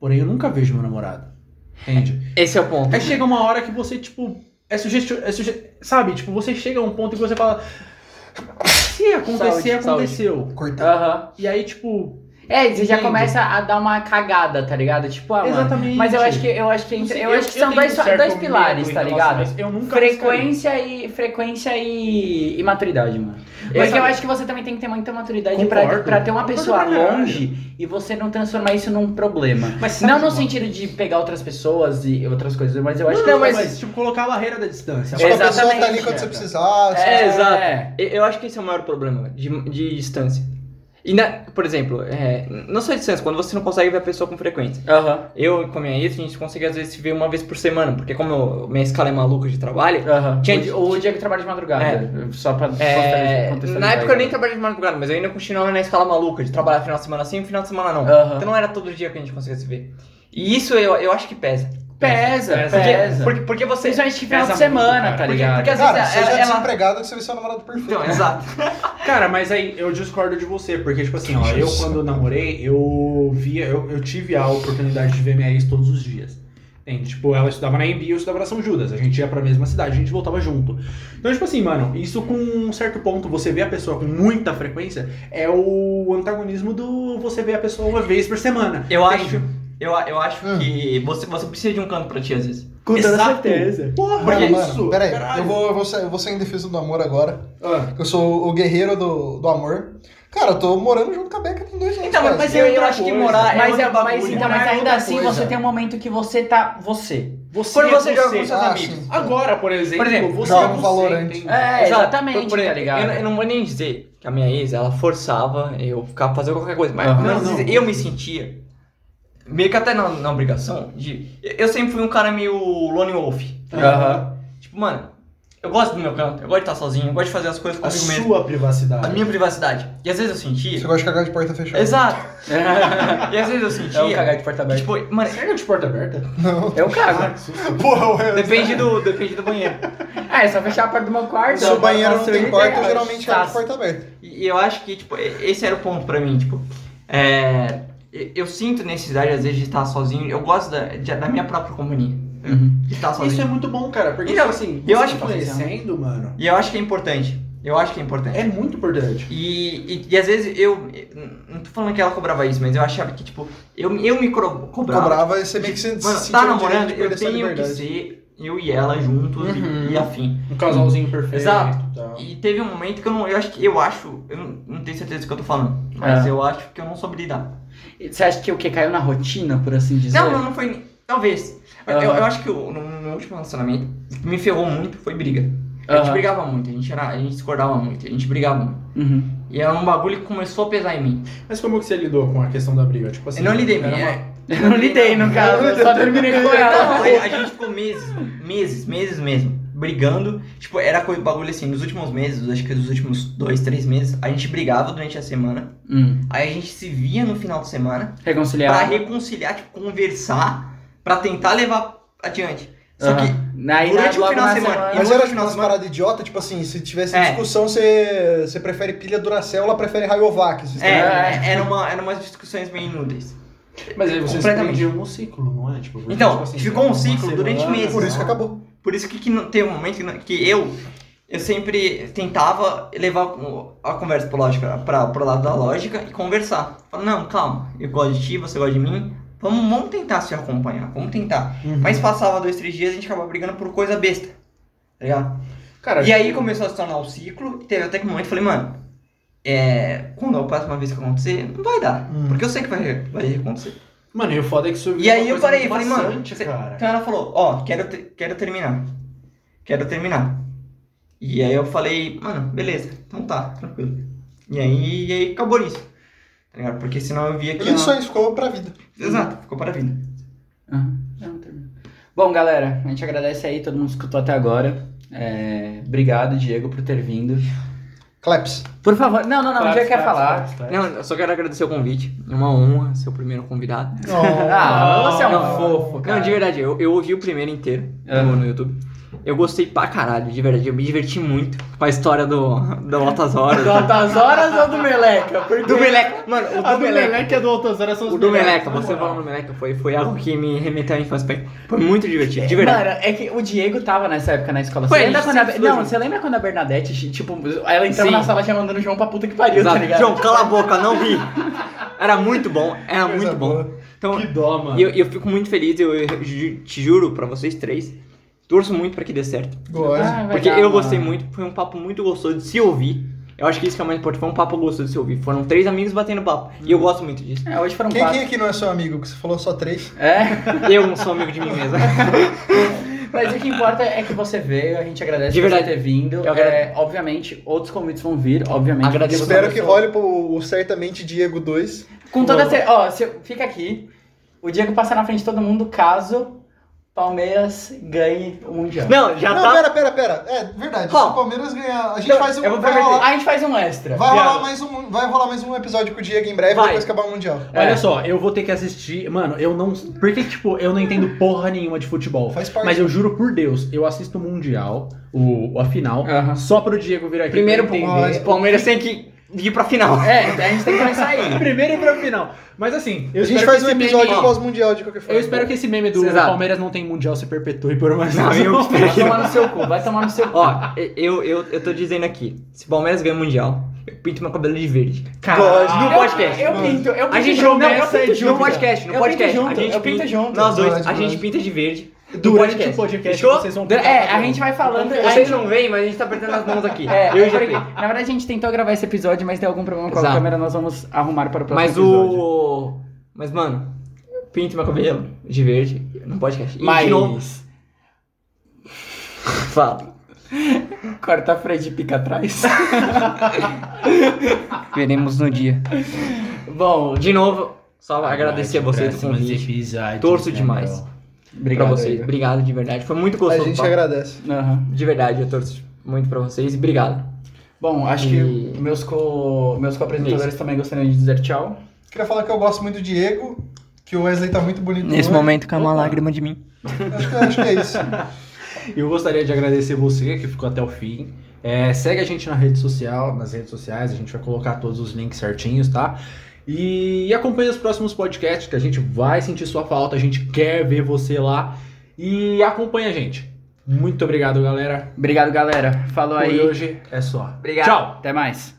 Speaker 10: Porém, eu nunca vejo meu namorado. Entende?
Speaker 4: Esse é o ponto.
Speaker 10: Aí chega uma hora que você, tipo, é sugestão. É suge... Sabe, tipo, você chega a um ponto em que você fala. Se acontecer,
Speaker 2: Saúde,
Speaker 10: aconteceu.
Speaker 5: Cortar.
Speaker 2: Aham.
Speaker 10: E aí, tipo.
Speaker 2: É, você já
Speaker 10: Entende?
Speaker 2: começa a dar uma cagada, tá ligado? Tipo, ah, mano.
Speaker 10: exatamente.
Speaker 2: Mas eu acho que eu acho que,
Speaker 10: Não sei,
Speaker 2: eu acho que são
Speaker 10: tenho
Speaker 2: dois,
Speaker 10: um certo
Speaker 2: dois pilares,
Speaker 10: medo em
Speaker 2: tá
Speaker 10: relação a
Speaker 2: ligado?
Speaker 10: isso. Eu nunca
Speaker 2: Frequência e frequência e, e maturidade, mano. Porque
Speaker 10: sabe-
Speaker 2: eu acho que você também tem que ter muita maturidade pra,
Speaker 10: Concordo.
Speaker 2: pra ter uma
Speaker 10: Concordo
Speaker 2: pessoa
Speaker 10: pra caralho.
Speaker 2: longe e você não transformar isso num problema.
Speaker 10: Mas sabe,
Speaker 2: Não no
Speaker 10: mano?
Speaker 2: sentido de pegar outras pessoas e outras coisas, mas É. eu acho
Speaker 10: Não,
Speaker 2: que. é
Speaker 10: não, mas, tipo, colocar a barreira da distância.
Speaker 5: Tipo, a pessoa tá ali
Speaker 2: exatamente,
Speaker 5: quando você
Speaker 10: cara.
Speaker 5: precisar.
Speaker 2: É,
Speaker 5: sabe?
Speaker 4: exato.
Speaker 2: é.
Speaker 4: Eu- Eu acho que esse é o maior problema de, de distância. E na- por exemplo, é, não só distância, quando você não consegue ver a pessoa com frequência.
Speaker 2: Aham,
Speaker 4: Eu com a minha ex, a gente consegue às vezes se ver uma vez por semana, porque como eu- minha escala é maluca de trabalho,
Speaker 2: aham.
Speaker 4: Tinha-
Speaker 2: O Di- O Diego trabalha de madrugada. Só pra
Speaker 4: é,
Speaker 2: contextualizar.
Speaker 4: na época eu nem trabalhava de madrugada, mas eu ainda continuava na escala maluca de trabalhar final de semana sim e final de semana não.
Speaker 2: Aham.
Speaker 4: Então não era todo dia que a gente conseguia se ver. E isso eu, eu acho que pesa.
Speaker 2: Pesa,
Speaker 4: Porque,
Speaker 2: pesa.
Speaker 4: Porque, porque você.
Speaker 2: Principalmente que final
Speaker 4: pesa
Speaker 2: de semana,
Speaker 4: muito, cara.
Speaker 2: tá
Speaker 4: Porque-
Speaker 2: ligado?
Speaker 4: Porque, às
Speaker 5: Cara,
Speaker 4: vezes
Speaker 5: seja
Speaker 4: ela- ela-
Speaker 5: desempregado que você vai ser o namorado perfeito.
Speaker 4: Então, exato.
Speaker 10: Cara, mas aí eu discordo de você, porque, tipo assim, ó, eu quando namorei, eu via, eu, eu tive a oportunidade de ver minha ex todos os dias. Entende? Tipo, ela estudava na Embi, eu estudava na São Judas. A gente ia pra mesma cidade, a gente voltava junto. Então, tipo assim, mano, isso com um certo ponto, você vê a pessoa com muita frequência, é o antagonismo do você ver a pessoa uma vez por semana.
Speaker 4: Eu
Speaker 10: Entende?
Speaker 4: acho Eu, a- eu acho que você, você precisa de um canto pra ti às vezes.
Speaker 13: Com toda
Speaker 14: Exato.
Speaker 13: certeza.
Speaker 14: Porra,
Speaker 5: Mano,
Speaker 14: é
Speaker 5: mano,
Speaker 14: isso?
Speaker 5: peraí,
Speaker 14: Caralho.
Speaker 5: eu vou, eu, vou ser, eu vou ser em defesa do amor agora.
Speaker 14: Ah.
Speaker 5: Eu sou o guerreiro do, do amor. Cara, eu tô morando junto com a Beca tem dois anos.
Speaker 4: Então, mas,
Speaker 5: quase.
Speaker 4: eu, eu
Speaker 14: outra
Speaker 4: acho que
Speaker 14: coisa.
Speaker 4: morar
Speaker 2: Mas,
Speaker 4: é,
Speaker 2: é-
Speaker 4: outra
Speaker 2: mas
Speaker 4: bagulho.
Speaker 2: então,
Speaker 14: Não,
Speaker 2: mas
Speaker 14: é
Speaker 2: ainda
Speaker 14: outra
Speaker 2: assim
Speaker 14: coisa.
Speaker 2: você tem um momento que você tá você.
Speaker 14: Você
Speaker 4: Quando
Speaker 14: é
Speaker 4: você joga com
Speaker 14: você.
Speaker 4: seus
Speaker 5: Ah,
Speaker 4: amigos.
Speaker 5: sim.
Speaker 14: Agora, por exemplo,
Speaker 4: Por exemplo,
Speaker 14: você
Speaker 5: joga
Speaker 14: é
Speaker 5: um
Speaker 14: você,
Speaker 5: Valorant.
Speaker 14: entende?
Speaker 2: É,
Speaker 4: Exato.
Speaker 2: exatamente,
Speaker 4: Por- por
Speaker 2: tá
Speaker 4: exemplo,
Speaker 2: ligado?
Speaker 4: Eu, não- eu não vou nem dizer que a minha ex, ela forçava eu ficar fazer qualquer coisa, mas
Speaker 2: Aham.
Speaker 4: mas
Speaker 14: Não, não.
Speaker 4: eu me sentia meio que até na, na obrigação de. Eu eu sempre fui um cara meio Lone Wolf. tá
Speaker 2: <laughs>
Speaker 4: ligado?
Speaker 2: Aham.
Speaker 4: Tipo, mano, eu gosto do meu canto, eu gosto de estar sozinho, eu gosto de fazer as coisas
Speaker 14: A
Speaker 4: comigo mesmo.
Speaker 14: sua privacidade.
Speaker 4: A minha privacidade. E às vezes eu
Speaker 5: Você
Speaker 4: sentia.
Speaker 5: gosta de cagar de porta fechada.
Speaker 4: Exato. E às vezes
Speaker 2: É
Speaker 4: eu
Speaker 2: um cagar
Speaker 4: sentia.
Speaker 2: de porta
Speaker 4: que,
Speaker 2: aberta.
Speaker 4: tipo, mano,
Speaker 14: Será de porta aberta?
Speaker 2: Eu cago.
Speaker 5: Porra, ué.
Speaker 4: depende do, depende do banheiro.
Speaker 2: Ah, é só fechar a porta do meu quarto.
Speaker 4: Então,
Speaker 5: Se o banheiro não
Speaker 2: Nossa,
Speaker 5: tem
Speaker 2: eu-
Speaker 5: porta, eu geralmente
Speaker 2: Tá.
Speaker 5: cago de porta aberta.
Speaker 4: E eu acho que, tipo, e- esse era o ponto pra mim, tipo, é, eu eu sinto necessidade, às vezes, de estar sozinho, eu gosto da, de- da minha própria companhia, né?
Speaker 2: Uhum.
Speaker 4: de estar sozinho.
Speaker 14: Isso é muito bom, cara, porque
Speaker 4: Então,
Speaker 14: tipo assim,
Speaker 4: eu né?
Speaker 14: você
Speaker 4: acho que-
Speaker 14: conhecendo, mano,
Speaker 4: E eu acho que é importante, eu acho que é importante.
Speaker 14: é muito importante.
Speaker 4: E, e, e às vezes eu, eu não tô falando que ela cobrava isso, mas eu achava que, tipo, eu, eu me cro- cobrava.
Speaker 5: Cobrava e você meio que se
Speaker 4: Mano,
Speaker 5: sentia
Speaker 4: tá
Speaker 5: no direito
Speaker 4: namorando,
Speaker 5: de
Speaker 4: eu
Speaker 5: perder sua
Speaker 4: tenho que
Speaker 5: liberdade.
Speaker 4: ser eu e ela juntos e-
Speaker 14: Uhum.
Speaker 4: e afim.
Speaker 14: Um casalzinho perfeito.
Speaker 4: Exato.
Speaker 14: tal.
Speaker 4: E teve um momento que eu não, eu acho que, eu acho, eu não, não tenho certeza do que eu tô falando, mas
Speaker 2: É.
Speaker 4: eu acho que eu não soube lidar.
Speaker 2: Você acha que o que caiu na rotina, por assim dizer?
Speaker 4: Não, não, não foi. nem- Talvez. Eu,
Speaker 2: Aham.
Speaker 4: eu acho que o- no, no meu último relacionamento, o que me ferrou muito foi briga. A gente
Speaker 2: Aham.
Speaker 4: brigava muito, a gente, era, a gente discordava muito, a gente brigava muito. <laughs>
Speaker 2: Uhum.
Speaker 4: E era um bagulho que começou a pesar em mim.
Speaker 14: Mas como que você lidou com a questão da briga? Tipo assim,
Speaker 4: eu não lidei
Speaker 14: era
Speaker 4: bem.
Speaker 14: uma-
Speaker 2: <laughs>
Speaker 4: é.
Speaker 2: Eu não lidei, no caso. Eu só terminei com
Speaker 4: Não,
Speaker 2: ela.
Speaker 4: a, a gente ficou meses, meses, meses mesmo, brigando. Tipo, era coisa, bagulho assim, nos últimos meses, acho que nos últimos dois, três meses, a gente brigava durante a semana.
Speaker 2: Hum.
Speaker 4: Aí a gente se via no final de semana pra
Speaker 2: Reconciliar.
Speaker 4: reconciliar, tipo, conversar, pra tentar levar adiante. Só
Speaker 2: Aham.
Speaker 4: que
Speaker 2: Aí, na-
Speaker 4: durante o
Speaker 2: logo
Speaker 4: final
Speaker 2: na
Speaker 4: de semana,
Speaker 5: Mas
Speaker 4: Eu
Speaker 5: era
Speaker 4: acho
Speaker 5: tipo
Speaker 4: que
Speaker 5: umas
Speaker 4: nós-
Speaker 5: paradas idiota, tipo assim, se tivesse
Speaker 4: É.
Speaker 5: discussão, você, você prefere pilha Duracell, ela prefere Rayovac. esses
Speaker 4: É,
Speaker 5: caras.
Speaker 4: é, era uma, eram umas discussões meio inúteis.
Speaker 14: Mas aí vocês
Speaker 4: Completamente.
Speaker 14: perdiam um ciclo, não é? Tipo, porque,
Speaker 4: Então,
Speaker 14: tipo assim,
Speaker 4: ficou um
Speaker 14: uma
Speaker 4: ciclo durante
Speaker 14: semana, né?
Speaker 4: meses.
Speaker 5: Por isso que
Speaker 14: tal.
Speaker 5: acabou.
Speaker 4: Por isso que, que não, teve um momento que, não- que eu, eu sempre tentava levar o- a conversa pro, lógica, pra, pro lado da lógica e conversar. Falar, não, calma, eu gosto de ti, você gosta de mim, vamos, vamos tentar se acompanhar, vamos tentar.
Speaker 14: Uhum.
Speaker 4: Mas passava dois, três dias a gente acabava brigando por coisa besta, tá ligado?
Speaker 14: Cara,
Speaker 4: E aí começou a se tornar um ciclo, e teve até que um momento eu falei, mano, é, quando a próxima vez que acontecer, não vai dar,
Speaker 14: Hum.
Speaker 4: porque eu sei que vai, vai acontecer.
Speaker 14: Mano, e o foda é que isso
Speaker 4: E aí eu parei, falei, mano, você-
Speaker 14: cara.
Speaker 4: então ela falou, ó, quero, ter- quero terminar. Quero terminar. E aí eu falei, mano, beleza, então tá, tranquilo. E aí, e aí acabou isso. Tá ligado? Porque senão eu via que. ela-
Speaker 5: Lições, ficou pra vida.
Speaker 4: Exato, ficou para a vida.
Speaker 2: Aham. Não, termina. Bom, galera, a gente agradece aí, todo mundo que escutou até agora. É, Obrigado, Diego, por ter vindo.
Speaker 5: Claps.
Speaker 2: Por favor, não, não, não, o
Speaker 14: Claps,
Speaker 2: Diego quer
Speaker 14: claps,
Speaker 2: falar.
Speaker 14: claps, claps.
Speaker 4: Não, eu só quero agradecer o convite. É uma honra ser o primeiro convidado.
Speaker 2: Ah, você é um
Speaker 4: Não.
Speaker 2: fofo, cara.
Speaker 4: Não, de verdade, eu, eu ouvi o primeiro inteiro
Speaker 2: Ah.
Speaker 4: no, no YouTube. Eu gostei pra caralho, de verdade. Eu me diverti muito com a história do, do
Speaker 2: <laughs>
Speaker 4: Altas Horas.
Speaker 2: Do Altas Horas ou do Meleca? Porque...
Speaker 4: do Meleca. Mano, o
Speaker 10: A
Speaker 4: do
Speaker 10: do
Speaker 4: Meleca.
Speaker 10: Meleca e a do Altazara são os
Speaker 4: O do
Speaker 10: melhores.
Speaker 4: Meleca, você falando do Meleca foi, foi algo que me remeteu à infância. bem. Foi muito divertido, de verdade.
Speaker 2: Mano, é que o Diego tava nessa época na escola.
Speaker 4: Foi,
Speaker 2: você lembra
Speaker 4: a gente
Speaker 2: quando a...
Speaker 4: sempre foi
Speaker 2: Não,
Speaker 4: junto.
Speaker 2: você lembra quando a Bernadette, tipo, ela entrava
Speaker 4: Sim.
Speaker 2: na sala já mandando o João pra puta que pariu, tá
Speaker 4: Exato.
Speaker 2: ligado?
Speaker 4: João, cala a boca, não ri. Era muito bom, era
Speaker 5: Coisa
Speaker 4: muito bom.
Speaker 5: boa.
Speaker 4: Então,
Speaker 10: Que dó, mano.
Speaker 4: e eu, e eu fico muito feliz, eu, eu ju- te juro pra vocês três, torço muito pra que dê certo.
Speaker 5: Gosto.
Speaker 2: Ah, vai
Speaker 4: Porque
Speaker 2: dar,
Speaker 4: eu gostei
Speaker 2: mano.
Speaker 4: muito, foi um papo muito gostoso de se ouvir. Eu acho que isso que é o mais importante, foi um papo gostoso de se ouvir. Foram três amigos batendo papo, e eu gosto muito disso.
Speaker 2: É, hoje foram
Speaker 5: Quem,
Speaker 2: quatro.
Speaker 5: quem aqui não é seu amigo? Que você falou só três.
Speaker 2: É,
Speaker 4: Eu não sou amigo de mim mesmo. <laughs>
Speaker 2: mas o que importa é que você veio, a gente agradece
Speaker 4: De
Speaker 2: por você
Speaker 4: verdade.
Speaker 2: ter vindo.
Speaker 4: Eu agrade-
Speaker 2: É, obviamente, outros convites vão vir, obviamente.
Speaker 4: Agradeço
Speaker 2: porque
Speaker 5: Espero
Speaker 10: um
Speaker 2: você
Speaker 5: que
Speaker 2: é uma pessoa-
Speaker 5: role pro certamente Diego 2.
Speaker 2: Com toda certeza. Ó, se eu- fica aqui. O Diego passa na frente de todo mundo caso Palmeiras ganhe o Mundial.
Speaker 4: Não, já
Speaker 5: não,
Speaker 4: tá.
Speaker 5: pera, pera, pera. É verdade.
Speaker 4: Qual?
Speaker 5: Se o Palmeiras ganhar, a gente
Speaker 2: Não,
Speaker 5: faz um.
Speaker 2: Então, eu vou
Speaker 5: Vai
Speaker 2: prometer.
Speaker 5: rolar,
Speaker 2: A gente faz um extra.
Speaker 5: vai,
Speaker 10: Viado.
Speaker 5: rolar mais um, vai rolar mais um episódio com o Diego em breve,
Speaker 4: Vai.
Speaker 5: depois que acabar o Mundial.
Speaker 10: Olha
Speaker 2: É.
Speaker 10: só, eu vou ter que assistir. Mano, eu não. Porque, tipo, eu não entendo porra nenhuma de futebol.
Speaker 5: Faz parte.
Speaker 10: Mas eu juro por Deus, eu assisto o Mundial, o, a final,
Speaker 2: Aham.
Speaker 10: só pro Diego vir aqui.
Speaker 4: Primeiro
Speaker 10: pra
Speaker 4: ponto,
Speaker 10: entender.
Speaker 4: o Palmeiras tem que ir pra final.
Speaker 2: É, a gente tem que começar aí.
Speaker 10: <laughs> Primeiro e pra final. Mas assim, eu
Speaker 5: a gente
Speaker 10: espero
Speaker 5: faz
Speaker 10: que
Speaker 5: um
Speaker 10: esse
Speaker 5: episódio
Speaker 10: meme-
Speaker 5: pós-mundial de qualquer forma.
Speaker 10: Eu espero que esse meme do
Speaker 4: Exato.
Speaker 10: Palmeiras não tem Mundial se perpetue por mais
Speaker 4: Não, eu
Speaker 10: razão.
Speaker 4: espero <laughs>
Speaker 2: Vai tomar no seu cu, vai tomar no seu cu.
Speaker 4: Ó, eu, eu, eu tô dizendo aqui, se o Palmeiras ganha o Mundial, Eu pinto meu cabelo de verde.
Speaker 15: Caralho.
Speaker 4: No podcast.
Speaker 2: Eu pinto, eu pinto.
Speaker 4: a gente
Speaker 2: junto, eu
Speaker 4: começa
Speaker 2: pinto
Speaker 4: no
Speaker 10: um
Speaker 2: junto.
Speaker 4: podcast, no
Speaker 2: Eu
Speaker 4: podcast.
Speaker 2: pinto junto,
Speaker 4: a gente
Speaker 2: eu pinto
Speaker 4: pinta
Speaker 2: junto.
Speaker 4: Nós dois,
Speaker 5: Verdade,
Speaker 4: a gente
Speaker 5: verdade.
Speaker 4: pinta de verde. do
Speaker 15: Durante
Speaker 10: um
Speaker 4: podcast.
Speaker 15: o podcast,
Speaker 4: Fechou?
Speaker 15: vocês vão pintar
Speaker 2: É, a
Speaker 15: cabelo.
Speaker 2: gente vai falando. a
Speaker 4: Vocês
Speaker 2: gente-
Speaker 4: não veem, mas a gente tá apertando as mãos aqui.
Speaker 2: É,
Speaker 4: eu
Speaker 2: eu
Speaker 4: e o
Speaker 2: falei,
Speaker 4: GP.
Speaker 2: na verdade a gente tentou gravar esse episódio, mas tem algum problema com a
Speaker 4: Exato.
Speaker 2: câmera, nós vamos arrumar para o próximo
Speaker 4: Mas
Speaker 2: episódio.
Speaker 4: o. Mas, mano, eu pinto meu cabelo de verde no podcast. E
Speaker 2: Mas-
Speaker 4: de novo. Fala.
Speaker 2: Corta a frente e pica <laughs> atrás.
Speaker 4: Veremos no dia.
Speaker 2: Bom,
Speaker 4: De novo, só agradecer a vocês
Speaker 10: um
Speaker 4: do convite. Torço
Speaker 10: né,
Speaker 4: demais.
Speaker 2: obrigado.
Speaker 4: pra vocês.
Speaker 2: Igor.
Speaker 4: Obrigado de verdade. Foi muito
Speaker 5: A
Speaker 4: gostoso.
Speaker 5: gente
Speaker 4: o papo.
Speaker 5: agradece.
Speaker 2: Aham.
Speaker 4: De verdade, eu torço muito pra vocês. e Obrigado.
Speaker 2: Bom, acho
Speaker 4: E-
Speaker 2: que meus co meus co-apresentadores também gostariam de dizer tchau.
Speaker 5: Queria falar que eu gosto muito do Diego, que o Wesley tá muito bonito. hoje.
Speaker 4: caiu uma lágrima de mim.
Speaker 5: Acho que, acho que é isso.
Speaker 10: Eu gostaria de agradecer você que ficou até o fim. É, segue a gente na rede social, nas redes sociais, a gente vai colocar todos os links certinhos, tá? E acompanhe os próximos podcasts que a gente vai sentir sua falta, a gente quer ver você lá e acompanha a gente. Muito obrigado, galera.
Speaker 2: Obrigado, galera. Falou
Speaker 10: Por
Speaker 2: aí.
Speaker 10: hoje é só.
Speaker 9: Obrigado.
Speaker 10: Tchau.
Speaker 2: Até mais.